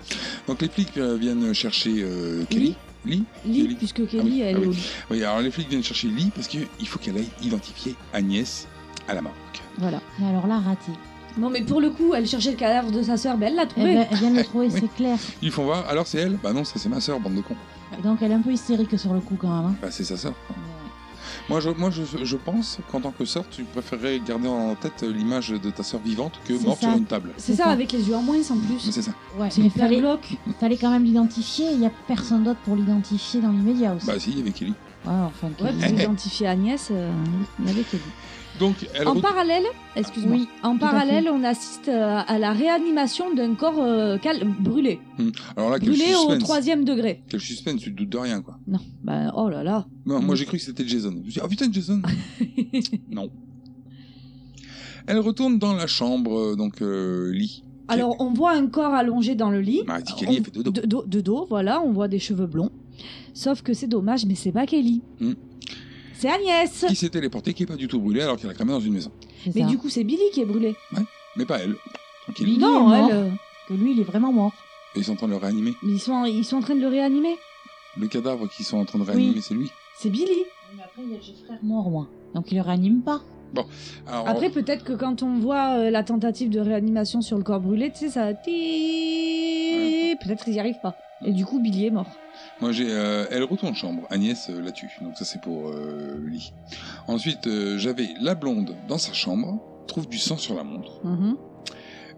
Speaker 4: Donc les flics euh, viennent chercher euh, Kelly. Lee
Speaker 3: Lee,
Speaker 4: Kelly.
Speaker 3: puisque
Speaker 4: Ah oui,
Speaker 3: Kelly, elle
Speaker 4: ah
Speaker 3: est
Speaker 4: oui.
Speaker 3: au lit. Oui,
Speaker 4: alors les flics viennent chercher Lee parce qu'il faut qu'elle aille identifier Agnès à la marque.
Speaker 3: Voilà.
Speaker 5: Mais alors là, raté.
Speaker 3: Non, mais pour le coup, elle cherchait le cadavre de sa sœur, ben elle l'a trouvé.
Speaker 5: Eh ben, elle vient de le trouver,
Speaker 4: Oui.
Speaker 5: c'est clair.
Speaker 4: Ils font voir, alors c'est elle Bah non, ça c'est ma sœur, bande de cons.
Speaker 5: Et donc elle est un peu hystérique sur le coup quand même. hein.
Speaker 4: Bah c'est sa sœur. quoi. Moi, je, moi je, je pense qu'en tant que sœur, tu préférerais garder en tête l'image de ta sœur vivante que
Speaker 5: C'est
Speaker 4: morte
Speaker 5: ça.
Speaker 4: sur une table.
Speaker 3: C'est ça, avec les yeux en moins en plus.
Speaker 4: Mais C'est ça.
Speaker 5: Ouais,
Speaker 3: C'est
Speaker 5: mais
Speaker 3: hyper
Speaker 5: fallait, fallait quand même l'identifier. Il n'y a personne d'autre pour l'identifier dans l'immédiat aussi.
Speaker 4: Bah si, il y avait Kelly.
Speaker 5: Ouais, enfin,
Speaker 3: Ouais,
Speaker 5: Kelly.
Speaker 3: vous identifiez Agnès, euh, il y avait Kelly.
Speaker 4: Donc, elle
Speaker 3: en
Speaker 4: re-
Speaker 3: parallèle, excuse-moi,
Speaker 5: Oui,
Speaker 3: en
Speaker 5: tout à
Speaker 3: parallèle, on assiste euh, à la réanimation d'un corps euh, cal- brûlé.
Speaker 4: Hmm. Alors là, quel
Speaker 3: Brûlé au
Speaker 4: suspense.
Speaker 3: troisième degré.
Speaker 4: Quel suspense, tu te doutes de rien, quoi.
Speaker 3: Non, bah oh là là.
Speaker 4: Non, moi j'ai cru que c'était Jason. Je me suis dit, ah putain, Jason Non. Elle retourne dans la chambre, euh, donc euh, lit.
Speaker 3: Alors on voit un corps allongé dans le lit. Euh,
Speaker 4: Ah, dit Kelly,
Speaker 3: On-
Speaker 4: elle fait dodo.
Speaker 3: De, dos- de dos, voilà, on voit des cheveux blonds. Sauf que c'est dommage, mais c'est pas Kelly.
Speaker 4: Hmm.
Speaker 3: C'est Agnès.
Speaker 4: Qui s'est téléportée, qui est pas du tout brûlée, alors qu'elle est cramée dans une maison.
Speaker 3: Mais du coup, c'est Billy qui est brûlé.
Speaker 4: Mais pas elle. Donc,
Speaker 5: Billy
Speaker 3: Non,
Speaker 5: est mort,
Speaker 3: elle, euh,
Speaker 5: Que lui, il est vraiment mort.
Speaker 4: Ils sont en train de le réanimer.
Speaker 3: Mais ils sont, ils sont en train de le réanimer.
Speaker 4: Le cadavre qu'ils sont en train de réanimer, c'est lui.
Speaker 3: C'est Billy.
Speaker 5: Mais après, il y a le frère mort, moi. Donc il le réanime pas.
Speaker 4: Bon, alors.
Speaker 3: Après, peut-être que quand on voit euh, la tentative de réanimation sur le corps brûlé, tu sais, ça. ti- Peut-être qu'ils n'y arrivent pas. Et du coup, Billy est mort.
Speaker 4: Moi, j'ai. euh, elle retourne chambre. Agnès euh, la tue. Donc, ça, c'est pour euh, Lee. Ensuite, euh, j'avais la blonde dans sa chambre, trouve du sang sur la montre.
Speaker 3: Mhm,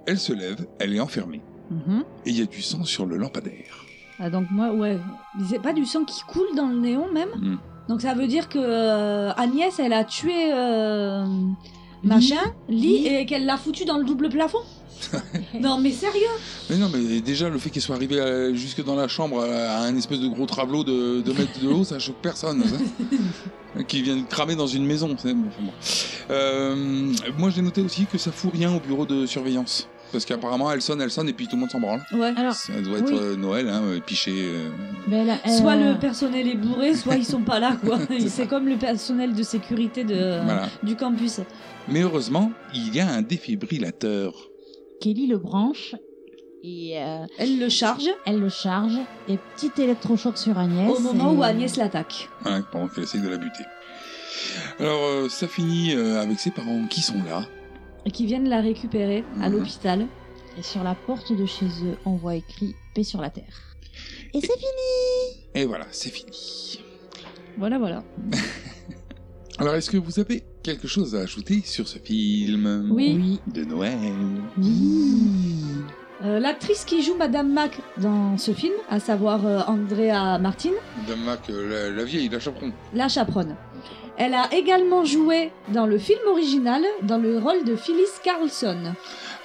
Speaker 4: Elle se lève, elle est enfermée.
Speaker 3: mhm.
Speaker 4: Et il y a du sang sur le lampadaire.
Speaker 3: Ah, donc, moi, ouais. Mais C'est pas du sang qui coule dans le néon, même.
Speaker 4: Hmm.
Speaker 3: Donc, ça veut dire que euh, Agnès, elle a tué. euh, Machin, Lee, et qu'elle l'a foutu dans le double plafond Non, mais sérieux
Speaker 4: Mais non, mais déjà, le fait qu'elle soit arrivée à- jusque dans la chambre euh, à, à un espèce de gros travelot de 2 mètres de haut, ça choque personne. ça. Qui vient de cramer dans une maison. c'est- bon, enfin bon. Euh, moi, j'ai noté aussi que ça fout rien au bureau de surveillance. Parce qu'apparemment, elle sonne, elle sonne, et puis tout le monde s'en branle.
Speaker 3: Ouais.
Speaker 5: Alors,
Speaker 4: Ça doit être
Speaker 5: oui.
Speaker 4: euh, Noël, hein, euh, piché. euh,
Speaker 5: Mais elle a- elle-
Speaker 3: Soit le personnel est bourré, soit ils sont pas là, quoi. Euh. C'est comme le personnel de sécurité de,
Speaker 4: Voilà.
Speaker 3: du campus.
Speaker 4: Mais heureusement, il y a un défibrillateur.
Speaker 5: Kelly le branche et euh,
Speaker 3: elle le charge.
Speaker 5: Elle le charge et petit électrochoc sur Agnès.
Speaker 3: Au moment
Speaker 5: et-
Speaker 3: où Agnès l'attaque.
Speaker 4: Hein, pendant qu'elle essaye de la buter. Alors, euh, ça finit euh, avec ses parents qui sont là.
Speaker 3: Et qui viennent la récupérer à l'hôpital.
Speaker 5: Et sur la porte de chez eux, on voit écrit paix sur la terre. Et c'est fini.
Speaker 4: Et voilà, c'est fini.
Speaker 3: Voilà, voilà.
Speaker 4: Alors, est-ce que vous avez quelque chose à ajouter sur ce film
Speaker 3: Oui.
Speaker 4: De Noël
Speaker 3: Euh, L'actrice qui joue Madame Mac dans ce film, à savoir euh, Andrea Martin,
Speaker 4: Dame Mac, euh, la, la vieille, la chaperon.
Speaker 3: la chaperonne. Elle a également joué dans le film original dans le rôle de Phyllis Carlson.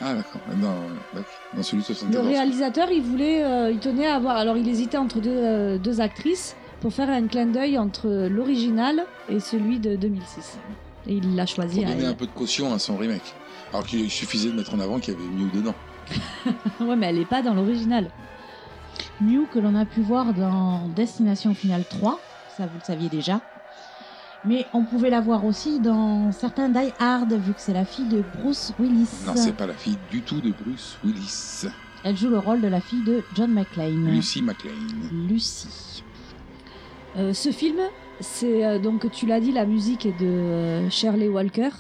Speaker 4: Ah, d'accord. Dans, dans celui de
Speaker 3: Le
Speaker 4: 74.
Speaker 3: réalisateur, il voulait, euh, il tenait à avoir, alors il hésitait entre deux, euh, deux actrices pour faire un clin d'œil entre l'original et celui de 2006. Et il l'a
Speaker 4: Pour
Speaker 3: choisi. hein. à
Speaker 4: donner
Speaker 3: elle.
Speaker 4: un peu de caution à son remake. Alors qu'il suffisait de mettre en avant qu'il y avait mieux dedans.
Speaker 3: ouais, mais elle n'est pas dans l'original.
Speaker 5: Mew que l'on a pu voir dans Destination Finale 3, ça vous le saviez déjà. Mais on pouvait la voir aussi dans certains Die Hard, vu que c'est la fille de Bruce Willis.
Speaker 4: Non, c'est pas la fille du tout de Bruce Willis.
Speaker 5: Elle joue le rôle de la fille de John McClane.
Speaker 4: Lucy McLean.
Speaker 5: Lucy.
Speaker 3: Euh, ce film, c'est euh, donc tu l'as dit, la musique est de euh, Shirley Walker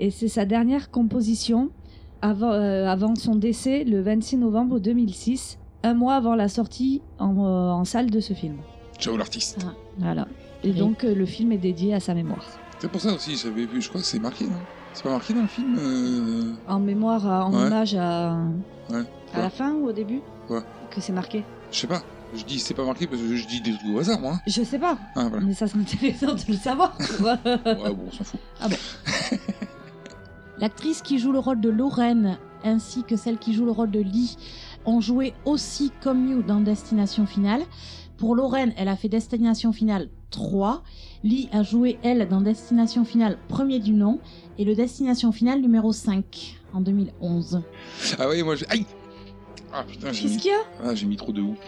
Speaker 3: et c'est sa dernière composition avant, euh, avant son décès le 26 novembre 2006, un mois avant la sortie en, euh, en salle de ce film.
Speaker 4: Ciao l'artiste.
Speaker 3: Voilà. Et donc euh, le film est dédié à sa mémoire.
Speaker 4: C'est pour ça aussi, j'avais vu, je crois que c'est marqué. non C'est pas marqué dans le film euh,
Speaker 3: En mémoire, euh, en
Speaker 4: Ouais.
Speaker 3: hommage à,
Speaker 4: Ouais.
Speaker 3: à la fin ou au début
Speaker 4: Ouais.
Speaker 3: que c'est marqué.
Speaker 4: Je sais pas. Je dis c'est pas marqué parce que je dis des trucs au hasard, moi. hein.
Speaker 3: Je sais pas,
Speaker 4: Ah, voilà.
Speaker 3: mais ça serait intéressant de le savoir.
Speaker 4: Ouais, bon, on s'en fout.
Speaker 5: L'actrice qui joue le rôle de Lorraine ainsi que celle qui joue le rôle de Lee ont joué aussi comme You dans Destination Finale. Pour Lorraine, elle a fait Destination Finale 3. Lee a joué, elle, dans Destination Finale premier du nom et le Destination Finale numéro 5 en 2011.
Speaker 4: Ah ouais, moi, j'ai... Aïe Ah putain, j'ai
Speaker 5: Qu'est-ce
Speaker 4: mis...
Speaker 5: qu'il y a
Speaker 4: Ah, j'ai mis trop de ouf.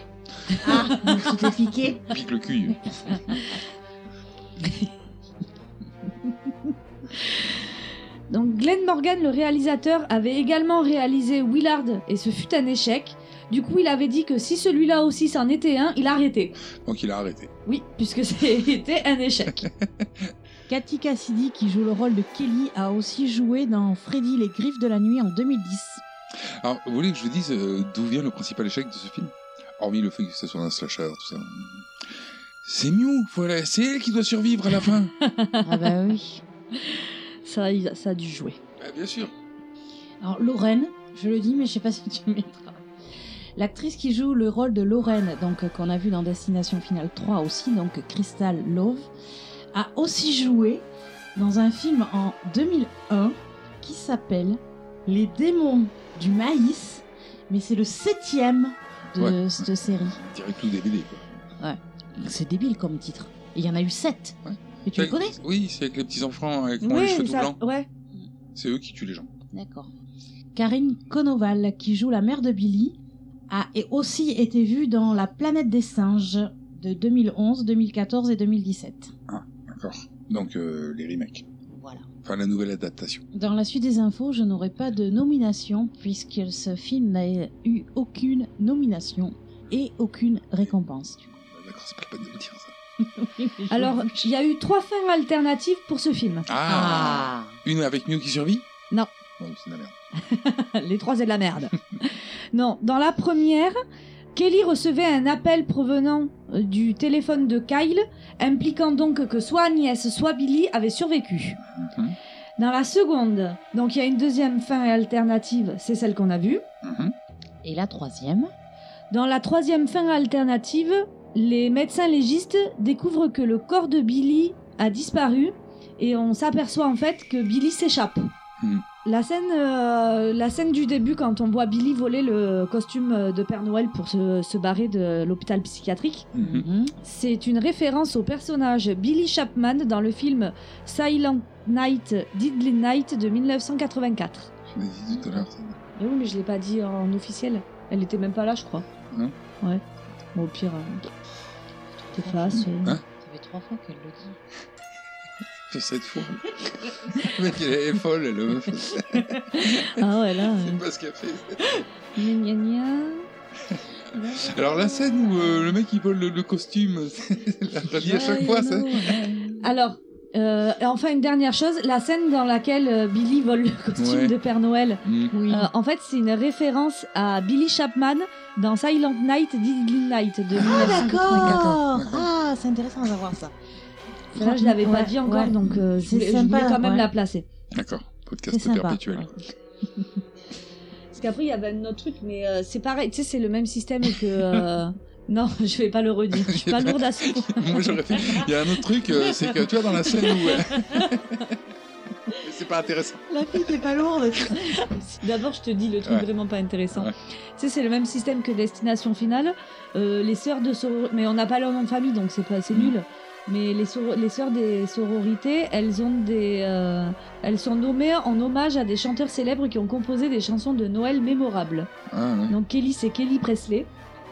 Speaker 5: Ah, Tu t'es piqué
Speaker 4: Pique le cul.
Speaker 3: Donc Glenn Morgan, le réalisateur, avait également réalisé Willard et ce fut un échec. Du coup, il avait dit que si celui-là aussi c'en était un, il arrêtait.
Speaker 4: Donc il a arrêté.
Speaker 3: Oui, puisque c'était un échec.
Speaker 5: Cathy Cassidy, qui joue le rôle de Kelly, a aussi joué dans Freddy les griffes de la nuit en 2010.
Speaker 4: Alors, vous voulez que je vous dise euh, d'où vient le principal échec de ce film Hormis le fait que ce soit un slasher, tout ça. C'est Mew, voilà, c'est elle qui doit survivre à la fin.
Speaker 5: Ah bah oui.
Speaker 3: Ça, ça a dû jouer.
Speaker 4: Bah, bien sûr.
Speaker 5: Alors, Lorraine, je le dis, mais je sais pas si tu mettras. L'actrice qui joue le rôle de Lorraine, donc euh, qu'on a vu dans Destination Finale 3 aussi, donc euh, Crystal Love, a aussi joué dans un film en 2001 qui s'appelle Les démons du maïs, mais c'est le septième de
Speaker 4: Ouais.
Speaker 5: cette série.
Speaker 4: Direct ou DVD, quoi.
Speaker 5: Ouais. C'est débile comme titre. Et Il y en a eu sept. Mais tu le
Speaker 4: Avec-
Speaker 5: connais
Speaker 4: Oui, c'est avec les petits enfants, avec moi, les cheveux tout blancs.
Speaker 5: ouais.
Speaker 4: C'est eux qui tuent les gens.
Speaker 5: D'accord. Karine Konoval, qui joue la mère de Billy, a et aussi été vue dans La planète des singes de 2011, 2014 et 2017.
Speaker 4: D'accord. Donc, euh, les remakes.
Speaker 5: Voilà.
Speaker 4: Enfin, la nouvelle adaptation.
Speaker 5: Dans la suite des infos, je n'aurai pas de nomination puisque ce film n'a eu aucune nomination et aucune récompense.
Speaker 4: D'accord, c'est pas le peine de me dire ça.
Speaker 3: Alors, il y a eu trois fins alternatives pour ce film.
Speaker 4: Ah, Une avec Mew qui survit
Speaker 3: Non.
Speaker 4: Non, c'est de la merde.
Speaker 3: Les trois c'est de la merde. non, dans la première, Kelly recevait un appel provenant euh, du téléphone de Kyle, impliquant donc que soit Agnès, soit Billy avaient survécu. Dans la seconde, donc il y a une deuxième fin alternative, c'est celle qu'on a vue.
Speaker 5: Et la troisième
Speaker 3: Dans la troisième fin alternative, les médecins légistes découvrent que le corps de Billy a disparu et on s'aperçoit en fait que Billy s'échappe. La scène, euh, la scène du début, quand on voit Billy voler le costume de Père Noël pour se, se barrer de l'hôpital psychiatrique,
Speaker 5: Mm-hmm.
Speaker 3: c'est une référence au personnage Billy Chapman dans le film Silent Night, Deadly Night de 1984.
Speaker 4: Je l'ai dit tout à l'heure. ça.
Speaker 3: Mais Ah oui, mais je l'ai pas dit en officiel. Elle était même pas là, je crois.
Speaker 4: Non
Speaker 3: Ouais. Bon, au pire, euh, t'effaces. euh.
Speaker 4: Hein
Speaker 5: Ça fait trois fois qu'elle le dit.
Speaker 4: Fais cette fois. Mec, elle est folle, elle meuf.
Speaker 3: Ah ouais, là.
Speaker 4: C'est pas ce qu'elle fait.
Speaker 3: euh, gna, gna, gna.
Speaker 4: Alors, la scène où euh, le mec il vole le, le costume, elle l'a dit à chaque fois, ça.
Speaker 3: Alors, euh, et enfin, une dernière chose, la scène dans laquelle euh, Billy vole le costume
Speaker 4: Ouais.
Speaker 3: de Père Noël.
Speaker 4: Mm.
Speaker 5: Oui.
Speaker 3: Euh, en fait, c'est une référence à Billy Chapman dans Silent Night, Deadly Night de
Speaker 5: Ah
Speaker 3: 1984.
Speaker 5: d'accord Ah, c'est intéressant de savoir ça.
Speaker 3: Là, je l'avais pas
Speaker 5: Ouais,
Speaker 3: dit encore,
Speaker 5: ouais.
Speaker 3: donc euh, je
Speaker 5: C'est
Speaker 3: voulais, je
Speaker 5: sympa,
Speaker 3: voulais quand même
Speaker 5: ouais.
Speaker 3: la placer.
Speaker 4: D'accord, podcast
Speaker 3: C'est sympa,
Speaker 4: perpétuel.
Speaker 3: Parce qu'après, il y avait un autre truc, mais euh, c'est pareil, tu sais, c'est le même système que. euh, non, je vais pas le redire, je suis pas lourde à ce point.
Speaker 4: Moi, j'aurais fait. Il y a un autre truc, euh, c'est que tu vois, dans la scène où. euh, c'est pas intéressant.
Speaker 5: La fille t'es pas lourde.
Speaker 3: D'abord, je te dis le truc
Speaker 4: Ouais.
Speaker 3: vraiment pas intéressant.
Speaker 4: Ouais.
Speaker 3: Tu sais, c'est le même système que Destination Finale. Euh, les sœurs de soror- mais on n'a pas leur nom de famille, donc c'est pas c'est nul. Mais les, sor- les sœurs des sororités, elles ont des, euh, elles sont nommées en hommage à des chanteurs célèbres qui ont composé des chansons de Noël mémorables.
Speaker 4: Ah ouais,
Speaker 3: Donc Kelly, c'est Kelly Presley.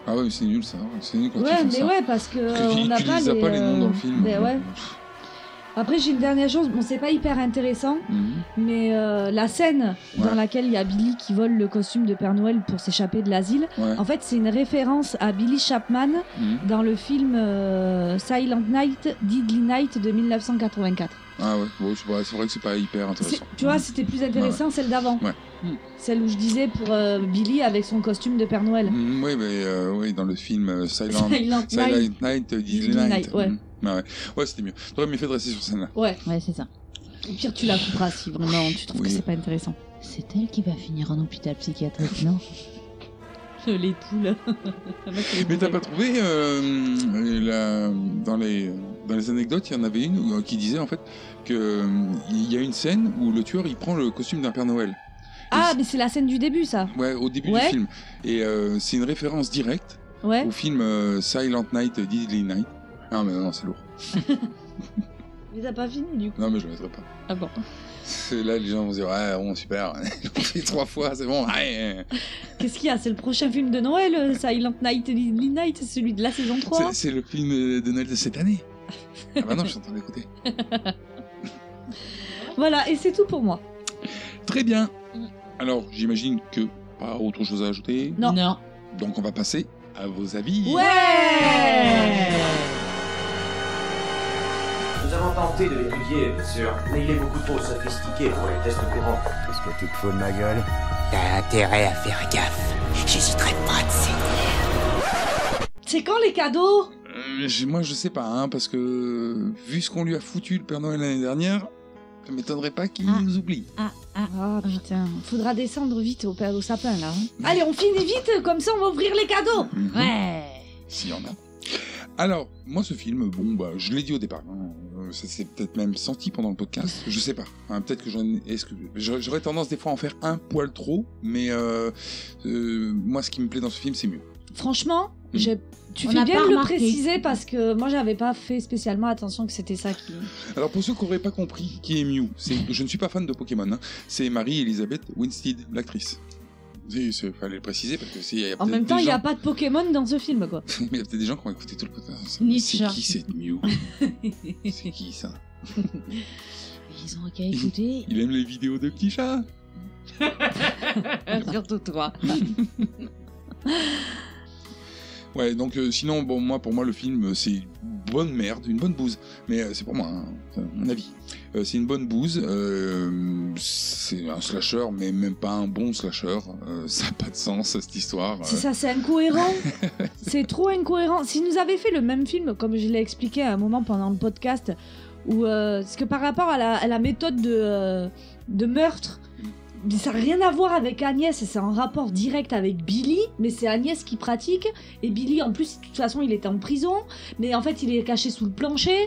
Speaker 4: ah, ouais c'est nul ça. C'est nul quand
Speaker 3: ouais,
Speaker 4: tu fais
Speaker 3: mais
Speaker 4: ça.
Speaker 3: ouais, parce que euh,
Speaker 4: Parce que
Speaker 3: on
Speaker 4: tu
Speaker 3: n'a pas,
Speaker 4: utilises pas les noms dans le
Speaker 3: euh,
Speaker 4: film.
Speaker 3: ben ouais. Après, j'ai une dernière chose. Bon, c'est pas hyper intéressant,
Speaker 4: Mhm.
Speaker 3: mais euh, la scène dans
Speaker 4: Ouais.
Speaker 3: laquelle il y a Billy qui vole le costume de Père Noël pour s'échapper de l'asile,
Speaker 4: Ouais.
Speaker 3: en fait, c'est une référence à Billy Chapman
Speaker 4: Mhm.
Speaker 3: dans le film euh, Silent Night, Deadly Night de 1984.
Speaker 4: Ah ouais, bon, c'est vrai- c'est vrai que c'est pas hyper
Speaker 3: C'est-
Speaker 4: intéressant. Hmm.
Speaker 3: Tu vois, c'était plus intéressant celle d'avant.
Speaker 4: Ouais.
Speaker 3: Celle où je disais pour euh, Billy avec son costume de Père Noël.
Speaker 4: Mm, oui, mais euh, oui, dans le film euh, Silent,
Speaker 3: Silent
Speaker 4: Silent Night, euh, Deadly
Speaker 3: Deadly
Speaker 4: Night.
Speaker 3: Night, ouais.
Speaker 4: Mm. Ah ouais, ouais c'était mieux. T'aurais mieux fait de rester sur scène là.
Speaker 3: Ouais.
Speaker 5: Ouais, c'est ça.
Speaker 3: Au pire, tu la couperas si vraiment tu trouves
Speaker 4: Oui.
Speaker 3: que c'est pas intéressant.
Speaker 5: C'est elle qui va finir en hôpital psychiatrique, non
Speaker 3: Les poules.
Speaker 4: Mais t'as pas trouvé euh, la- dans, les, dans les anecdotes, il y en avait une où- euh, qui disait en fait qu'il y a une scène où le tueur il prend le costume d'un Père Noël.
Speaker 3: Ah, mais c'est la scène du début, ça.
Speaker 4: Ouais, au début
Speaker 3: Ouais.
Speaker 4: du film. Et euh, c'est une référence directe
Speaker 3: Ouais.
Speaker 4: au film euh, Silent Night, euh, Deadly Night. Non, mais non, c'est lourd.
Speaker 3: Mais t'as pas fini, du coup.
Speaker 4: Non, mais je le mettrai pas.
Speaker 3: Ah bon.
Speaker 4: C'est- Là, les gens vont se dire, ah, bon, super, ils l'ont fait trois fois, c'est bon, ouais.
Speaker 3: Qu'est-ce qu'il y a C'est le prochain film de Noël, euh, Silent Night, Deadly Night, c'est celui de la saison 3.
Speaker 4: C'est- C'est le film euh, de Noël de cette année. Ah bah non, je suis en train d'écouter.
Speaker 3: Voilà, et c'est tout pour moi.
Speaker 4: Très bien.
Speaker 3: Mm.
Speaker 4: Alors, j'imagine que pas autre chose à ajouter.
Speaker 3: Non.
Speaker 4: Donc, on va passer à vos avis.
Speaker 3: Ouais
Speaker 15: Nous avons tenté de l'étudier, bien sûr, mais il est beaucoup trop sophistiqué pour les tests courants.
Speaker 16: Qu'est-ce que tu te fous de ma gueule T'as intérêt à faire gaffe. J'hésiterai pas de
Speaker 3: C'est quand les cadeaux
Speaker 4: Euh, j'ai- moi, je sais pas, hein, parce que vu ce qu'on lui a foutu le Père Noël l'année dernière, ça m'étonnerait pas qu'il nous oublie.
Speaker 3: Ah, putain, faudra descendre vite au, pa- au sapin là. hein. Allez, on finit vite, comme ça on va ouvrir les cadeaux.
Speaker 4: Mhm.
Speaker 3: Ouais.
Speaker 4: S'il y en a. Alors, moi, ce film, bon, bah, je l'ai dit au départ. hein, euh, Ça s'est peut-être même senti pendant le podcast. Je sais pas. hein, peut-être que j'en. Est-ce que j'a- j'aurais tendance des fois à en faire un poil trop, mais euh, euh, moi, ce qui me plaît dans ce film, c'est mieux.
Speaker 3: Franchement,
Speaker 4: Mhm.
Speaker 3: j'ai- tu
Speaker 4: On
Speaker 3: fais
Speaker 4: n'a
Speaker 3: bien
Speaker 4: pas
Speaker 3: de le
Speaker 4: remarqué.
Speaker 3: préciser parce que moi j'avais pas fait spécialement attention que c'était ça qui.
Speaker 4: Alors pour ceux qui n'auraient pas compris qui est Mew, c'est- je ne suis pas fan de Pokémon, hein. c'est Marie-Elisabeth Winstead, l'actrice. Il fallait le préciser parce que c'est... y a
Speaker 3: En
Speaker 4: peut-être
Speaker 3: même temps,
Speaker 4: des
Speaker 3: il n'y a
Speaker 4: gens-
Speaker 3: pas de Pokémon dans ce film quoi.
Speaker 4: Mais il y a peut-être des gens qui ont écouté tout le podcast.
Speaker 3: Nietzsche.
Speaker 4: C'est qui cette Mew C'est qui ça
Speaker 5: Ils ont qu'à écouter.
Speaker 4: Il aime les vidéos de petits chats
Speaker 5: Surtout toi.
Speaker 4: Ouais, donc euh, sinon, bon, moi, pour moi, le film, euh, c'est une bonne merde, une bonne bouse. Mais euh, c'est pour moi, hein, c'est mon avis. Euh, c'est une bonne bouse. euh, c'est un slasher, mais même pas un bon slasher. euh, ça n'a pas de sens, cette histoire.
Speaker 3: C'est
Speaker 4: euh.
Speaker 3: ça, c'est incohérent. c'est trop incohérent. S'ils nous avaient fait le même film, comme je l'ai expliqué à un moment pendant le podcast, où, euh, parce que par rapport à la, à la méthode de, euh, de meurtre, ça n'a rien à voir avec Agnès, c'est en rapport direct avec Billy, mais c'est Agnès qui pratique. Et Billy, en plus, de toute façon, il était en prison, mais en fait, il est caché sous le plancher.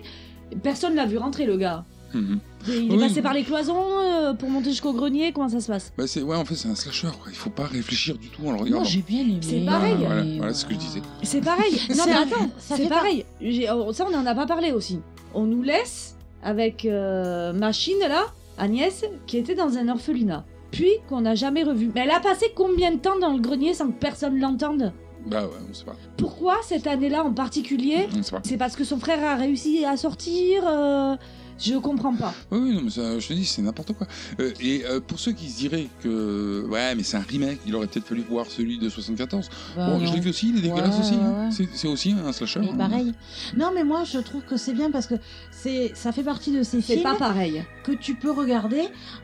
Speaker 3: Personne l'a vu rentrer, le gars.
Speaker 4: Mhm.
Speaker 3: Et il
Speaker 4: Oui.
Speaker 3: est passé par les cloisons euh, pour monter jusqu'au grenier. Comment ça se passe
Speaker 4: Bah c'est ouais en fait c'est un slasher quoi. Il faut pas réfléchir du tout en le regardant.
Speaker 3: Moi, j'ai bien aimé. C'est pareil.
Speaker 5: euh,
Speaker 4: Voilà, voilà, voilà ce que je disais.
Speaker 3: C'est pareil. Non,
Speaker 5: C'est
Speaker 3: mais
Speaker 5: un-
Speaker 3: attends,
Speaker 5: ça
Speaker 3: c'est
Speaker 5: fait
Speaker 3: pareil. J'ai- oh, Ça, on n'en a pas parlé aussi. On nous laisse avec euh, Machine, là, Agnès, qui était dans un orphelinat. Puis qu'on n'a jamais revu. Mais elle a passé combien de temps dans le grenier sans que personne l'entende
Speaker 4: Bah ouais, on sait pas.
Speaker 3: Pourquoi cette année-là en particulier
Speaker 4: On sait pas.
Speaker 3: C'est parce que son frère a réussi à sortir euh, Je comprends pas.
Speaker 4: Oui, oui, non, mais ça, je te dis, c'est n'importe quoi. Euh, et euh, pour ceux qui se diraient que ouais, mais c'est un remake, il aurait peut-être fallu voir celui de 74.
Speaker 5: Bah,
Speaker 4: bon,
Speaker 5: non.
Speaker 4: je l'ai vu aussi, il est dégueulasse
Speaker 5: Ouais,
Speaker 4: aussi. hein.
Speaker 5: ouais, ouais.
Speaker 4: C'est- C'est aussi un slasher.
Speaker 5: Mais
Speaker 4: hein.
Speaker 5: pareil. Non, mais moi, je trouve que c'est bien parce que c'est, ça fait partie de ces
Speaker 3: C'est
Speaker 5: films.
Speaker 3: pas pareil.
Speaker 5: Que tu peux regarder,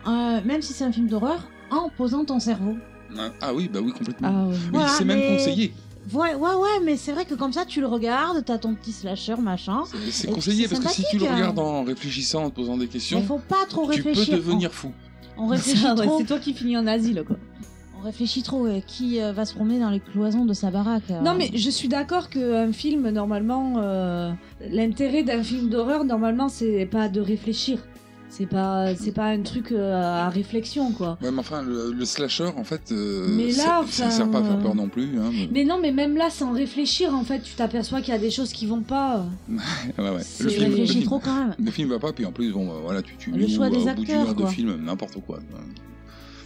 Speaker 5: euh, même si c'est un film d'horreur, en posant ton cerveau.
Speaker 4: Ah, ah oui, bah oui, complètement.
Speaker 3: Ah ouais.
Speaker 4: Mais
Speaker 5: Voilà,
Speaker 4: c'est même
Speaker 5: mais-
Speaker 4: conseillé.
Speaker 5: Ouais, ouais, ouais, mais c'est vrai que comme ça, tu le regardes, t'as ton petit slasher, machin.
Speaker 4: C'est-
Speaker 5: Et
Speaker 4: C'est
Speaker 5: puis,
Speaker 4: conseillé
Speaker 5: c'est
Speaker 4: parce que si tu le
Speaker 5: sympathique, hein.
Speaker 4: regardes en réfléchissant, en te posant des questions,
Speaker 5: Mais faut pas trop
Speaker 4: tu peux
Speaker 5: réfléchir.
Speaker 4: devenir fou.
Speaker 5: On réfléchit
Speaker 3: Ah ouais,
Speaker 5: trop.
Speaker 3: c'est toi qui finis en asile, quoi.
Speaker 5: On réfléchit trop. ouais. Qui euh, va se promener dans les cloisons de sa baraque euh.
Speaker 3: Non mais je suis d'accord qu'un film normalement euh, l'intérêt d'un film d'horreur normalement c'est pas de réfléchir. C'est pas c'est pas un truc euh, à réflexion quoi.
Speaker 4: Ouais, mais enfin, le, le slasher, en fait, euh,
Speaker 3: Mais là,
Speaker 4: ça- ça ne sert
Speaker 3: enfin,
Speaker 4: pas à faire
Speaker 3: euh,
Speaker 4: peur non plus. hein, mais-
Speaker 3: Mais non mais même là sans réfléchir en fait tu t'aperçois qu'il y a des choses qui vont pas.
Speaker 4: Ouais, ouais.
Speaker 3: C'est- réfléchis trop quand même.
Speaker 4: Le film va pas, puis en plus, bon, bah, voilà, tu tues
Speaker 3: Le
Speaker 4: Miu,
Speaker 3: choix
Speaker 4: euh,
Speaker 3: des
Speaker 4: au bout d'une
Speaker 3: acteurs,
Speaker 4: heure de
Speaker 3: quoi.
Speaker 4: film, n'importe quoi.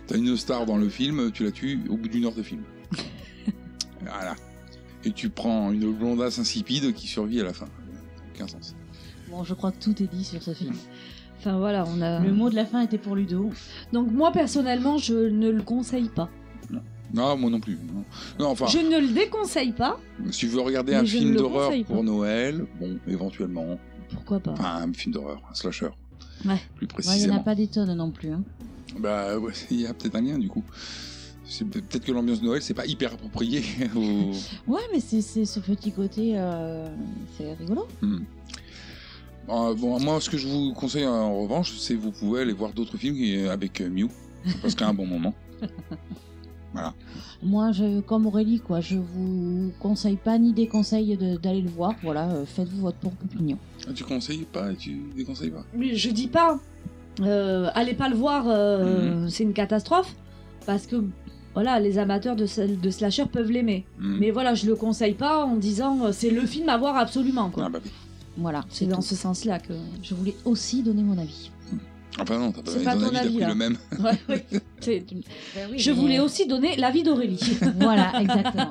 Speaker 4: T'as une star dans le film, tu la tues au bout d'une heure de film. voilà. Et tu prends une blondasse insipide qui survit à la fin. Aucun sens.
Speaker 5: Bon, je crois que tout est dit sur ce film.
Speaker 3: Enfin voilà on
Speaker 4: Euh.
Speaker 3: a.
Speaker 5: Le mot de la fin était pour Ludo.
Speaker 3: Donc moi personnellement je ne le conseille pas.
Speaker 4: Non, moi non plus. Non, Non, enfin,
Speaker 3: Je ne le déconseille pas.
Speaker 4: si tu veux regarder
Speaker 3: Mais
Speaker 4: un
Speaker 3: je ne
Speaker 4: film
Speaker 3: le
Speaker 4: d'horreur
Speaker 3: conseille pas.
Speaker 4: pour Noël, bon, éventuellement.
Speaker 3: Pourquoi pas
Speaker 4: Enfin, un film d'horreur, un slasher.
Speaker 5: Ouais. il n'y en
Speaker 4: Plus précisément.
Speaker 5: a pas des tonnes non plus. hein.
Speaker 4: Bah ouais, il y a peut-être un lien du coup. C'est peut- peut-être que l'ambiance de Noël, c'est pas hyper approprié. au-
Speaker 5: Ouais, mais c'est c'est ce petit côté, euh, c'est rigolo.
Speaker 4: Hmm. Euh, bon, moi, ce que je vous conseille euh, en revanche, c'est vous pouvez aller voir d'autres films qui- avec euh, Mew, parce qu'à un bon moment. Voilà.
Speaker 5: Moi, je, comme Aurélie, quoi, je vous conseille pas ni déconseille de- d'aller le voir. Voilà, euh, faites-vous votre propre opinion.
Speaker 4: Ah, Tu conseilles pas et tu déconseilles pas.
Speaker 3: Mais je dis pas euh, allez pas le voir euh,
Speaker 5: Mm-hmm.
Speaker 3: c'est une catastrophe parce que voilà les amateurs de, sl- de slasher peuvent l'aimer.
Speaker 4: Mm. Hmm.
Speaker 5: Mhm.
Speaker 3: Mais voilà je le conseille pas en disant euh, c'est le film à voir absolument
Speaker 4: Ah,
Speaker 3: quoi.
Speaker 4: bah
Speaker 5: Voilà,
Speaker 3: c'est dans ce sens là que
Speaker 5: je voulais aussi donner mon avis.
Speaker 4: Enfin non, t'as pas
Speaker 3: C'est
Speaker 4: donné
Speaker 3: pas
Speaker 4: ton
Speaker 3: ton
Speaker 4: avis, t'as
Speaker 3: avis, hein.
Speaker 4: pris
Speaker 3: là.
Speaker 4: le même.
Speaker 3: Ouais, ouais. C'est- je
Speaker 5: mais-
Speaker 3: voulais aussi donner l'avis d'Aurélie.
Speaker 5: Voilà, exactement.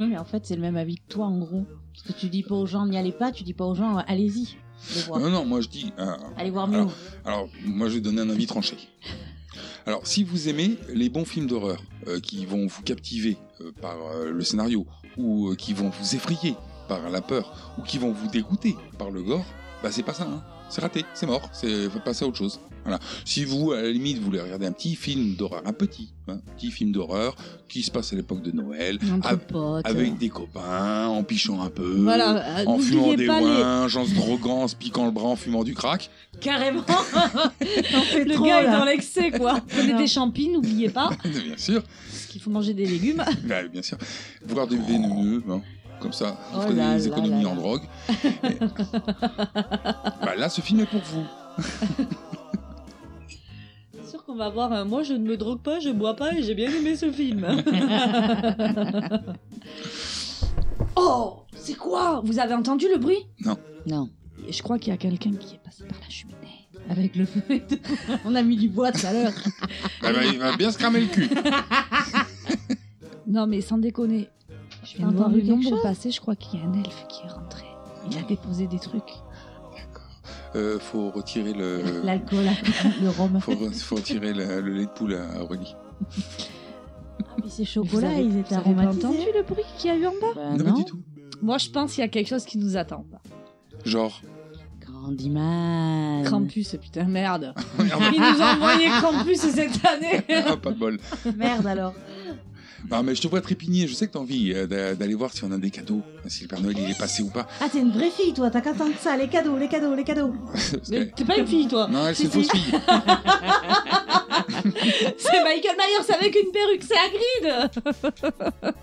Speaker 5: Oui, mais en fait, c'est le même avis que toi, en gros. Parce que tu dis pas aux gens n'y allez pas, tu dis pas aux gens euh, allez-y. les voir.
Speaker 4: Non, non, moi je dis. euh,
Speaker 5: Allez voir Mew.
Speaker 4: alors, alors, moi je vais donner un avis tranché. Alors, si vous aimez les bons films d'horreur euh, qui vont vous captiver euh, par euh, le scénario ou euh, qui vont vous effrayer par la peur ou qui vont vous dégoûter par le gore, bah c'est pas ça. hein. C'est raté, c'est mort, c'est faut passer à autre chose. Voilà. Si vous, à la limite, vous voulez regarder un petit film d'horreur, un petit, hein, petit film d'horreur qui se passe à l'époque de Noël,
Speaker 3: Entre
Speaker 4: av-
Speaker 3: potes.
Speaker 4: avec des copains, en pichant un peu,
Speaker 3: Voilà, euh,
Speaker 4: Mm. en fumant
Speaker 3: n'oubliez
Speaker 4: des
Speaker 3: pas les-
Speaker 4: wins, en se droguant, en se piquant le bras, en fumant du crack.
Speaker 3: Carrément Le
Speaker 5: trop,
Speaker 3: gars est
Speaker 5: là.
Speaker 3: dans l'excès, quoi. Prenez des champignons, n'oubliez pas,
Speaker 4: Bien sûr.
Speaker 3: parce qu'il faut manger des légumes.
Speaker 4: Bah, bien sûr. Voir des vénéneux, hein, comme ça, vous
Speaker 3: Oh
Speaker 4: ferez
Speaker 3: là
Speaker 4: des
Speaker 3: là
Speaker 4: économies
Speaker 3: là
Speaker 4: en
Speaker 3: là.
Speaker 4: drogue. Et- bah, là, ce film est pour vous.
Speaker 3: C'est sûr qu'on va avoir un moi je ne me drogue pas, je bois pas et j'ai bien aimé ce film. oh, c'est quoi Vous avez entendu le bruit
Speaker 4: Non.
Speaker 3: Non. Je crois qu'il y a quelqu'un qui est passé par la cheminée.
Speaker 5: Avec le feu et tout. On a mis du bois tout à l'heure.
Speaker 4: Ah bah, il va bien se cramer le cul.
Speaker 3: Non mais sans déconner. Je viens
Speaker 5: de voir
Speaker 3: d'entendre une
Speaker 5: quelque
Speaker 3: ombre
Speaker 5: chose.
Speaker 3: passer, je crois qu'il y a un elfe qui est rentré. Il a déposé des trucs.
Speaker 4: Euh, faut retirer le.
Speaker 5: L'alcool, le rhum.
Speaker 4: Faut, re- faut retirer le, le lait de poule à Aurélie.
Speaker 5: Mais ces
Speaker 3: Vous
Speaker 5: chocolats,
Speaker 3: avez-
Speaker 5: ils
Speaker 3: vous
Speaker 5: étaient Euh,
Speaker 3: avez pas
Speaker 5: aromatisés.
Speaker 3: entendu le bruit qu'il y a eu en bas
Speaker 4: Non, pas du tout.
Speaker 3: Moi je pense qu'il y a quelque chose qui nous attend. là.
Speaker 5: Euh.
Speaker 4: Genre.
Speaker 5: Candyman.
Speaker 3: Krampus, putain, merde. Ils nous ont envoyé Krampus cette année.
Speaker 4: Ah, pas de bol.
Speaker 5: Merde alors.
Speaker 4: Non, mais je te vois trépigner. Je sais que t'as envie euh, d'a- d'aller voir si on a des cadeaux, si le Père Noël il est passé ou pas.
Speaker 5: Ah, t'es une vraie fille, toi. T'as qu'à attendre ça. Les cadeaux, les cadeaux, les cadeaux.
Speaker 4: Parce que-
Speaker 3: T'es pas une fille, toi.
Speaker 4: Non, elle, c'est
Speaker 3: Si,
Speaker 4: une fausse
Speaker 3: si.
Speaker 4: fille.
Speaker 3: C'est Michael Myers avec une perruque, c'est Hagrid.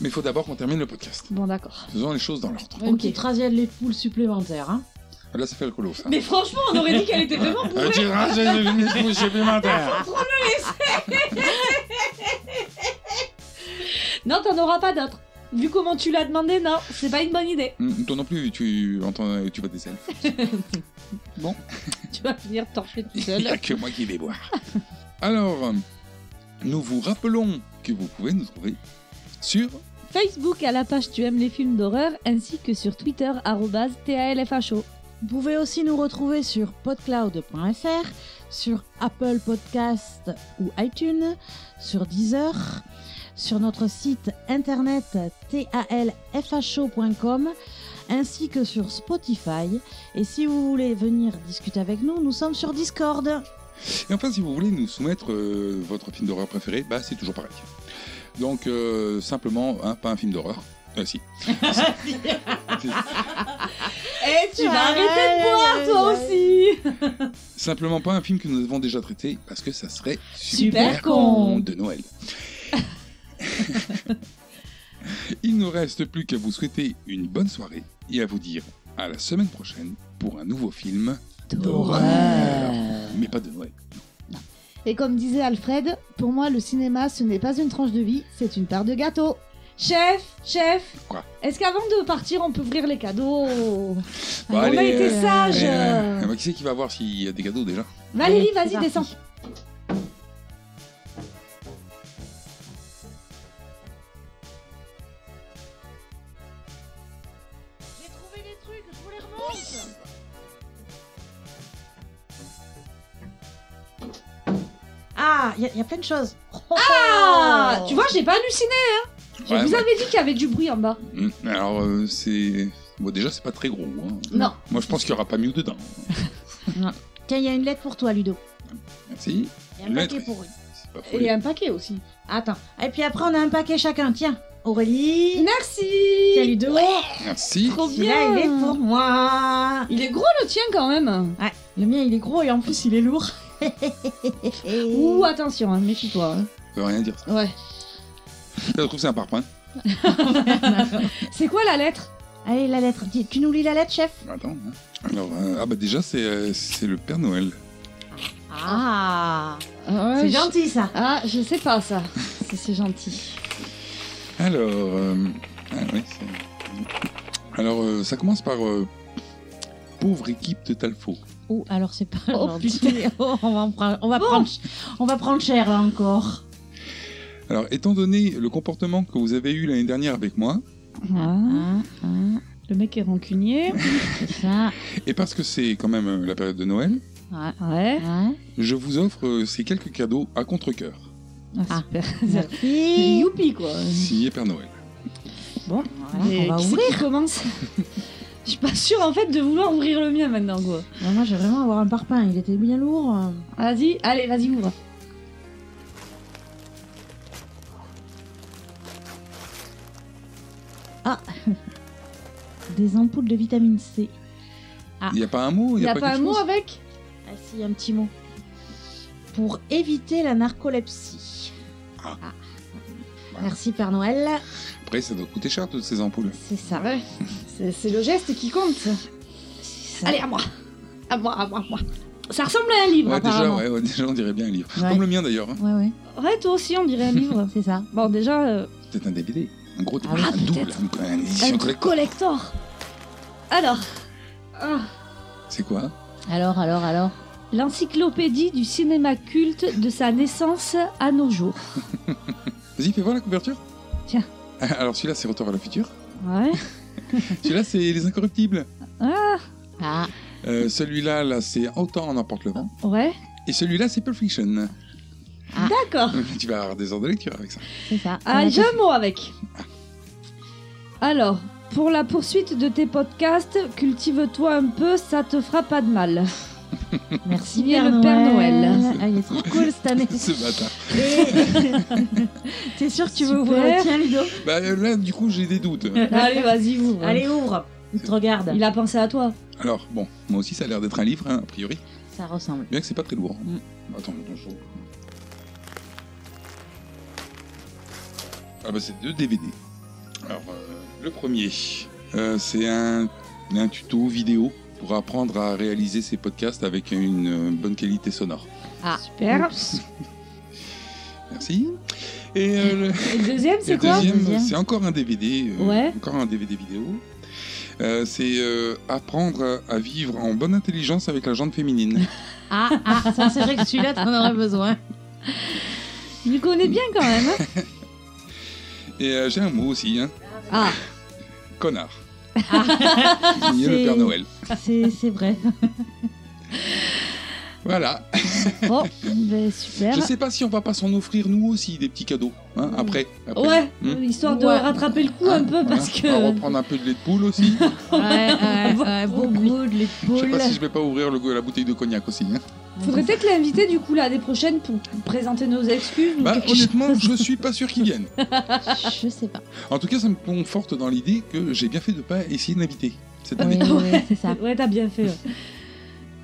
Speaker 4: Mais il faut d'abord qu'on termine le podcast.
Speaker 3: bon, d'accord.
Speaker 4: Faisons les choses dans leur temps.
Speaker 5: Une petite rasée de lait de poule supplémentaire. Hein.
Speaker 4: Là, ça fait le colo, ça. Ah,
Speaker 3: Mais franchement, on aurait dit qu'elle était vraiment bourrée.
Speaker 4: Un petit rasé de lait de poule supplémentaire.
Speaker 3: Faut le laisser. non, t'en auras pas d'autres. Vu comment tu l'as demandé, non, c'est pas une bonne idée.
Speaker 4: Hum, Toi non plus, tu entends, tu vois des elfes. Bon.
Speaker 3: Tu vas finir torcher tout
Speaker 4: Il
Speaker 3: seul.
Speaker 4: n'y a que moi qui vais boire. Alors, nous vous rappelons que vous pouvez nous trouver sur
Speaker 3: Facebook à la page Tu aimes les films d'horreur ainsi que sur Twitter arrobase TALFHO.
Speaker 5: Vous pouvez aussi nous retrouver sur podcloud.fr, sur Apple Podcast ou iTunes, sur Deezer, sur notre site internet talfho.com ainsi que sur Spotify. Et si vous voulez venir discuter avec nous, nous sommes sur Discord.
Speaker 4: Et enfin, si vous voulez nous soumettre euh, votre film d'horreur préféré, bah, c'est toujours pareil. Donc, euh, simplement, hein, pas un film d'horreur. Euh, si.
Speaker 3: Et tu vas arrêter de boire toi aussi
Speaker 4: Simplement pas un film que nous avons déjà traité, parce que ça serait
Speaker 3: Super con.
Speaker 4: de Noël. Il ne reste plus qu'à vous souhaiter une bonne soirée et à vous dire à la semaine prochaine pour un nouveau film d'horreur. Mais pas de Noël.
Speaker 5: Ah,
Speaker 3: Et comme disait Alfred, pour moi le cinéma ce n'est pas une tranche de vie, c'est une part de gâteau. Chef, chef
Speaker 4: Quoi
Speaker 3: Est-ce qu'avant de partir on peut ouvrir les cadeaux
Speaker 4: Bon,
Speaker 3: On a
Speaker 4: allez,
Speaker 3: été
Speaker 4: euh,
Speaker 3: sages
Speaker 4: allez, euh, euh, bah, Qui c'est qui va voir s'il y a des cadeaux déjà
Speaker 3: Valérie, vas-y, descends.
Speaker 5: Ah, il y a- il y, a plein de choses. Oh.
Speaker 3: Ah Tu vois, j'ai pas halluciné, hein Je
Speaker 4: Ouais,
Speaker 3: vous
Speaker 4: ouais.
Speaker 3: avais dit qu'il y avait du bruit en bas.
Speaker 4: Hmm, Alors, euh, c'est. Bon, déjà, c'est pas très gros. hein.
Speaker 5: Non.
Speaker 4: Moi, je pense qu'il y aura pas mieux dedans.
Speaker 5: Tiens, il y a une lettre pour toi, Ludo.
Speaker 4: Merci.
Speaker 5: Il y a un
Speaker 4: Lettre.
Speaker 5: paquet pour eux.
Speaker 4: C'est pas
Speaker 5: Et
Speaker 4: folie.
Speaker 5: un paquet aussi. Attends. Et puis après, on a un paquet chacun. Tiens, Aurélie.
Speaker 3: Merci.
Speaker 5: Tiens, Ludo. Ouais.
Speaker 4: Merci.
Speaker 5: Celui-là, il est pour moi.
Speaker 3: Il est gros le tien quand même.
Speaker 5: Ouais, le mien, il est gros et en plus, il est lourd.
Speaker 3: Ouh, attention, hein, méfie-toi. hein.
Speaker 4: Ça veut rien dire. Ça,
Speaker 3: Ouais.
Speaker 4: Ça se trouve, c'est un parpaing.
Speaker 3: C'est quoi la lettre
Speaker 5: Allez, la lettre. Dis- Tu nous lis la lettre, chef
Speaker 4: Attends. hein. Alors, euh, ah bah déjà, c'est euh, c'est le Père Noël.
Speaker 5: Ah
Speaker 3: Ouais,
Speaker 5: C'est
Speaker 3: je-
Speaker 5: gentil, ça.
Speaker 3: Ah, je sais pas ça. C'est- C'est gentil.
Speaker 4: Alors, euh, ah oui, c'est- Alors, euh, ça commence par euh, pauvre équipe de Talfo.
Speaker 5: Oh, alors c'est pas
Speaker 3: Oh,
Speaker 5: gentil.
Speaker 3: putain.
Speaker 5: Oh, on va, en prendre- on va prendre, on va prendre cher, là, encore.
Speaker 4: Alors, étant donné le comportement que vous avez eu l'année dernière avec moi,
Speaker 3: Le mec est rancunier.
Speaker 5: Ah, ça.
Speaker 4: et parce que c'est quand même euh, la période de Noël,
Speaker 3: Ouais. ouais.
Speaker 4: je vous offre euh, ces quelques cadeaux à contre-coeur,
Speaker 3: Ah, super.
Speaker 5: Merci.
Speaker 3: Youpi, quoi.
Speaker 4: signé Père Noël.
Speaker 3: Bon,
Speaker 5: on va ouvrir.
Speaker 3: commence Je suis pas sûre en fait de vouloir ouvrir le mien maintenant quoi.
Speaker 5: Non, moi, j'ai vraiment avoir un parpaing. Il était bien lourd.
Speaker 3: Vas-y, allez, vas-y, ouvre.
Speaker 5: Ah Des ampoules de vitamine C.
Speaker 4: Il n'y a pas un mot Il n'y a, quelque chose
Speaker 5: avec Ah si, un petit mot. Pour éviter la narcolepsie. Ah. Merci Père Noël.
Speaker 4: Après, ça doit coûter cher, toutes ces ampoules.
Speaker 5: C'est ça.
Speaker 3: C'est c'est le geste qui compte. Allez, à moi. À moi, à moi, à moi. Ça ressemble à un livre
Speaker 4: Ouais, déjà,
Speaker 3: apparemment.
Speaker 4: ouais, ouais, déjà, on dirait bien un livre.
Speaker 3: Ouais.
Speaker 4: Comme le mien, d'ailleurs. hein.
Speaker 5: Ouais, ouais.
Speaker 3: Ouais, toi aussi, on dirait un livre.
Speaker 5: c'est ça.
Speaker 3: Bon, déjà, euh,
Speaker 4: Peut-être un DVD. Un gros DVD. un double. Un, Ah un édition
Speaker 3: un
Speaker 4: collector.
Speaker 3: collector. Alors, ah,
Speaker 4: C'est quoi
Speaker 5: Alors, alors, alors.
Speaker 3: l'encyclopédie du cinéma culte de sa naissance à nos jours.
Speaker 4: Vas-y, fais voir la couverture.
Speaker 3: Tiens.
Speaker 4: Alors, celui-là, c'est Retour vers le futur.
Speaker 3: Ouais.
Speaker 4: celui-là, c'est Les Incorruptibles.
Speaker 3: Ah,
Speaker 4: Euh, celui-là, là, c'est Autant en emporte le vent.
Speaker 3: ouais.
Speaker 4: Et celui-là, c'est Pulp Fiction.
Speaker 3: D'accord.
Speaker 4: tu vas avoir des heures de lecture avec ça.
Speaker 5: C'est ça.
Speaker 3: Ah, j'ai un mot avec. Alors, pour la poursuite de tes podcasts, cultive-toi un peu, ça te fera pas de mal.
Speaker 5: Merci
Speaker 3: Signé
Speaker 5: Père
Speaker 3: le Père Noël.
Speaker 5: Ah, il est trop cool cette année.
Speaker 4: Ce bâtard.
Speaker 5: T'es sûr que tu veux ouvrir le tien, Ludo
Speaker 4: Bah euh, là, du coup, j'ai des doutes.
Speaker 3: Allez, vas-y, ouvre.
Speaker 5: Allez, ouvre. Il te regarde.
Speaker 3: Il a pensé à toi.
Speaker 4: Alors, bon, moi aussi, ça a l'air d'être un livre, hein, a priori.
Speaker 5: Ça ressemble.
Speaker 4: Bien que c'est pas très lourd. Attends, attends, je... Ah bah c'est deux DVD. Alors, euh, le premier, euh, c'est un, un tuto vidéo pour apprendre à réaliser ses podcasts avec une euh, bonne qualité sonore.
Speaker 3: Ah, super.
Speaker 4: Merci. Et euh, le...
Speaker 3: Et le deuxième, c'est
Speaker 4: le
Speaker 3: quoi
Speaker 4: deuxième, c'est encore un DVD. euh,
Speaker 3: Ouais.
Speaker 4: Encore un DVD vidéo. Euh, c'est euh, apprendre à vivre en bonne intelligence avec la jante féminine.
Speaker 5: Ah, ah, ça c'est vrai que celui-là, t'en aurais besoin.
Speaker 3: Il connaît bien quand même.
Speaker 4: Et euh, j'ai un mot aussi, hein.
Speaker 3: Ah.
Speaker 4: Connard.
Speaker 5: Ah.
Speaker 4: Signé le
Speaker 5: C'est-
Speaker 4: Père Noël.
Speaker 5: C'est c'est vrai.
Speaker 4: Voilà.
Speaker 3: Oh, ben super.
Speaker 4: Je sais pas si on va pas s'en offrir nous aussi des petits cadeaux. hein, après, après.
Speaker 3: Ouais,
Speaker 4: Hmm. Ah,
Speaker 3: histoire de rattraper le coup un peu parce que.
Speaker 4: On va reprendre un peu de lait de poule aussi.
Speaker 5: ouais, ouais, beau goût de
Speaker 4: Je sais
Speaker 5: l'épaule.
Speaker 4: pas si je vais pas ouvrir le- la bouteille de cognac aussi. hein.
Speaker 3: Faudrait peut-être l'inviter du coup l'année prochaine pour présenter nos excuses. ou
Speaker 4: Bah,
Speaker 3: quelque chose.
Speaker 4: honnêtement, je suis pas sûr qu'ils viennent.
Speaker 5: Je sais pas.
Speaker 4: En tout cas, ça me conforte dans l'idée que j'ai bien fait de pas essayer de l'inviter cette année.
Speaker 3: Ouais, ouais,
Speaker 5: c'est ça.
Speaker 3: Ouais, t'as bien fait. ouais.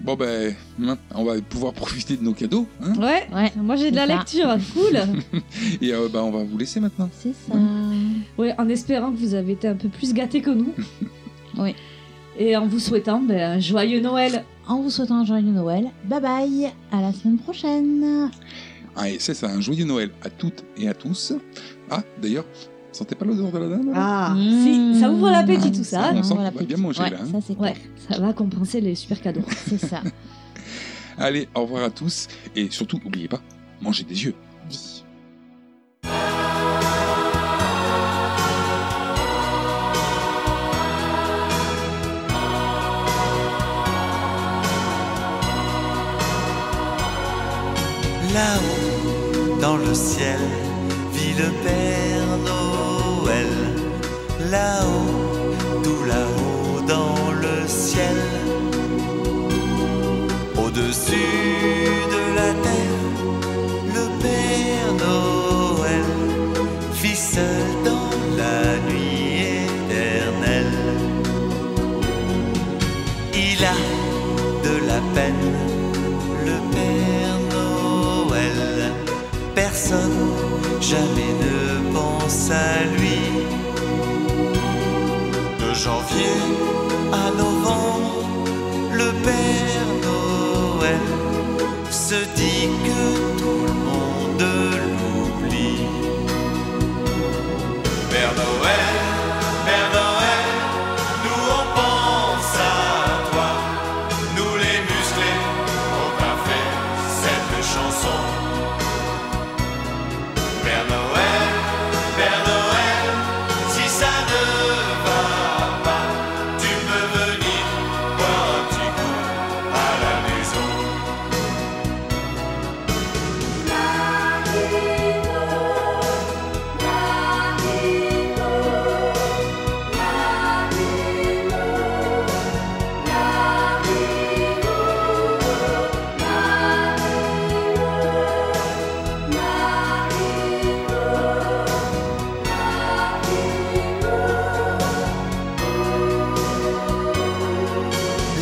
Speaker 4: Bon ben, hein, on va pouvoir profiter de nos cadeaux. hein.
Speaker 3: Ouais, moi j'ai de la
Speaker 4: c'est
Speaker 3: lecture,
Speaker 4: ça.
Speaker 3: cool.
Speaker 4: Et euh, bah, on va vous laisser maintenant.
Speaker 5: C'est ça.
Speaker 3: Ouais, en espérant que vous avez été un peu plus gâtés que nous.
Speaker 5: Oui.
Speaker 3: Et en vous souhaitant ben, un joyeux Noël.
Speaker 5: En vous souhaitant un joyeux Noël, bye bye, à la semaine prochaine.
Speaker 4: Ah, et c'est ça, un joyeux Noël à toutes et à tous. Ah, d'ailleurs, sentez pas l'odeur de la dinde
Speaker 3: Ah,
Speaker 5: Mmh.
Speaker 3: si, ça ouvre l'appétit tout ça.
Speaker 4: Ça, on sent qu'on va bien manger là. hein.
Speaker 5: c'est
Speaker 3: Ouais, ça va compenser les super cadeaux.
Speaker 5: C'est ça.
Speaker 4: Allez, au revoir à tous et surtout, n'oubliez pas, mangez des yeux.
Speaker 17: Là-haut, dans le ciel, vit le Père Noël. Là-haut, tout là-haut, dans le ciel. Au-dessus de la terre, le Père Noël vit seul dans la nuit éternelle. Il a de la peine le Père Noël. Personne jamais ne pense à lui. De janvier à novembre, le Père Noël se dit que tout le monde l'oublie. Père Noël, Père Noël, nous on pense à toi. Nous les musclés, on t'a fait cette chanson. Père Noël, Père Noël, si ça ne va pas, tu peux venir boire un petit coup à la maison.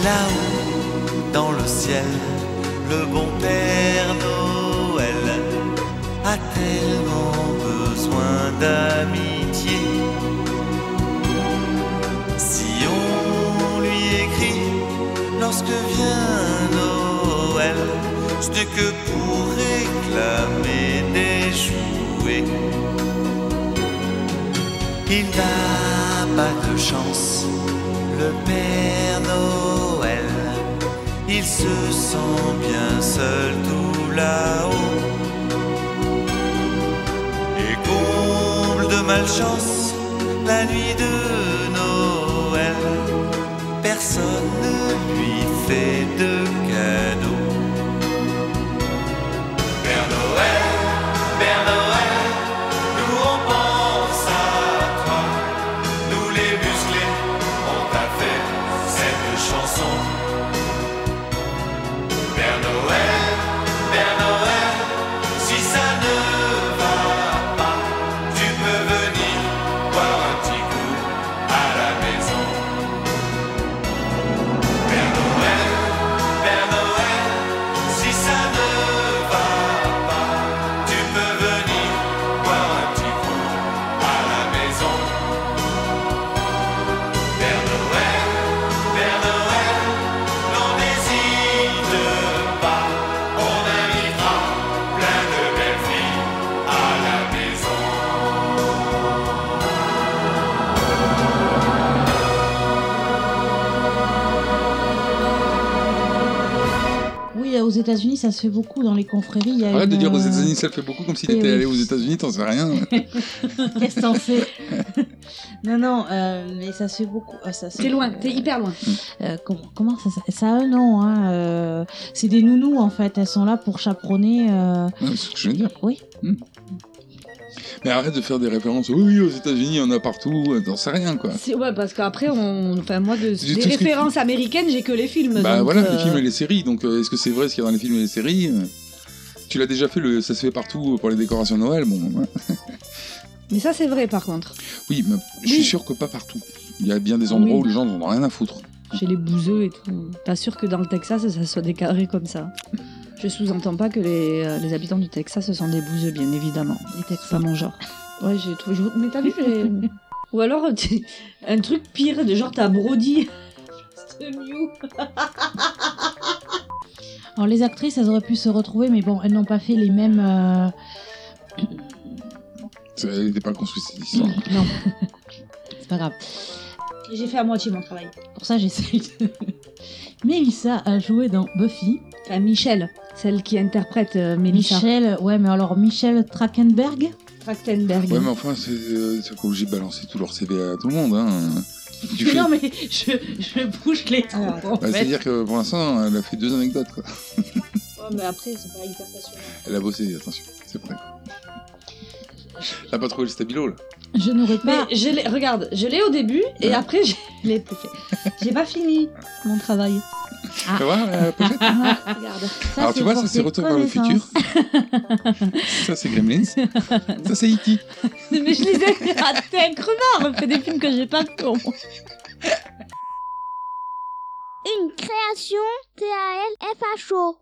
Speaker 17: Là-haut, dans le ciel, le bon Père Noël a tellement besoin d'amitié. Si on lui écrit lorsque vient Noël, ce n'est que pour réclamer des jouets. Il n'a pas de chance, le Père Noël. Il se sent bien seul tout là-haut. Et comble de malchance, la nuit de Noël, personne ne lui fait de cadeau. Père Noël, Père Noël, nous on pense à toi. Nous les musclés, on t'a fait cette chanson. Père Noël, Père Noël, si ça ne va pas, tu peux venir boire un petit coup à la maison. Père Noël, Père Noël, si ça ne va pas, tu peux venir boire un petit coup à la maison. Père Noël, Père Noël, n'en hésite pas, on invitera plein de belles filles à la maison.
Speaker 5: Oui, aux États-Unis, ça se fait beaucoup dans les confréries. Il y a
Speaker 4: Arrête de
Speaker 5: une,
Speaker 4: dire aux
Speaker 5: euh,
Speaker 4: États-Unis, ça fait beaucoup comme s'il
Speaker 5: oui,
Speaker 3: Eh
Speaker 4: était
Speaker 5: oui.
Speaker 4: allé aux États-Unis, t'en sais rien.
Speaker 5: Qu'est-ce que t'en sais Non, non, euh, mais ça se fait beaucoup. ah, ça se
Speaker 3: T'es
Speaker 5: fait-
Speaker 3: loin, t'es hyper loin.
Speaker 5: Euh, comment, comment ça, ça Ça a un nom. hein, euh, c'est des nounous en fait. Elles sont là pour chaperonner. euh,
Speaker 4: Ouais, c'est ce que je veux dire.
Speaker 5: Oui.
Speaker 4: Mais arrête de faire des références. oh Oui, oui, aux États-Unis, il y en a partout, t'en sais rien, quoi.
Speaker 3: C'est- Ouais, parce qu'après, on... enfin, moi, de...
Speaker 4: J'ai
Speaker 3: des
Speaker 4: tout ce que-
Speaker 3: références américaines, j'ai que les films.
Speaker 4: Bah
Speaker 3: donc,
Speaker 4: voilà,
Speaker 3: euh,
Speaker 4: les films et les séries. Donc euh, est-ce que c'est vrai ce qu'il y a dans les films et les séries Euh, Tu l'as déjà fait, le... ça se fait partout euh, pour les décorations de Noël. Bon, voilà.
Speaker 3: Mais ça, c'est vrai, par contre.
Speaker 4: Oui, mais je suis sûr que pas partout. Il y a bien des
Speaker 3: Ah
Speaker 4: endroits
Speaker 3: oui.
Speaker 4: où les gens n'en ont rien à foutre.
Speaker 3: Chez les bouseux et tout. Pas sûr que dans le Texas, ça soit déclaré comme ça. Je sous-entends pas que les, euh, les habitants du Texas, ce sont des bouseux, bien évidemment. Les Texans. Pas mon genre. Ouais, j'ai trouvé. je- Mais t'as vu, j'ai- Ou alors, euh, t'es- un truc pire, de genre, t'as Brody.
Speaker 5: Alors les actrices, elles auraient pu se retrouver, mais bon, elles n'ont pas fait les mêmes. euh,
Speaker 4: Ça, Elle n'était pas construite cette histoire.
Speaker 5: Non. C'est pas grave. J'ai fait à moitié mon travail. Pour ça, j'essaye de. Mélissa a joué dans Buffy.
Speaker 3: Enfin, Michel, celle qui interprète euh, Mélissa.
Speaker 5: Michel, ouais, mais alors Michel Trachtenberg
Speaker 3: Trachtenberg.
Speaker 4: Ouais, mais enfin, c'est euh, c'est pas obligé de balancer tout leur CV à tout le monde. Hein. Tu fais-
Speaker 5: Non, mais je, je bouge les trous. en
Speaker 4: Bah,
Speaker 5: fait.
Speaker 4: C'est-à-dire que pour l'instant, elle a fait deux anecdotes. Quoi.
Speaker 5: Ouais, Oh, mais après, c'est pas hyper passionnant.
Speaker 4: Elle a bossé, attention, c'est prêt. Elle a pas trouvé le stabilo là.
Speaker 5: Je n'aurais
Speaker 3: pas. Mais je l'ai- regarde, je l'ai au début et après je l'ai plus fait. J'ai pas fini mon travail.
Speaker 4: Tu vois, la pochette
Speaker 3: regarde.
Speaker 4: Alors tu vois, Ah. ça c'est Retour vers le futur. ça c'est Gremlins. ça c'est E E.T.
Speaker 3: Mais je les ai. Ah, t'es un crevard, on fait des films que j'ai pas con.
Speaker 18: Une création TALFHO.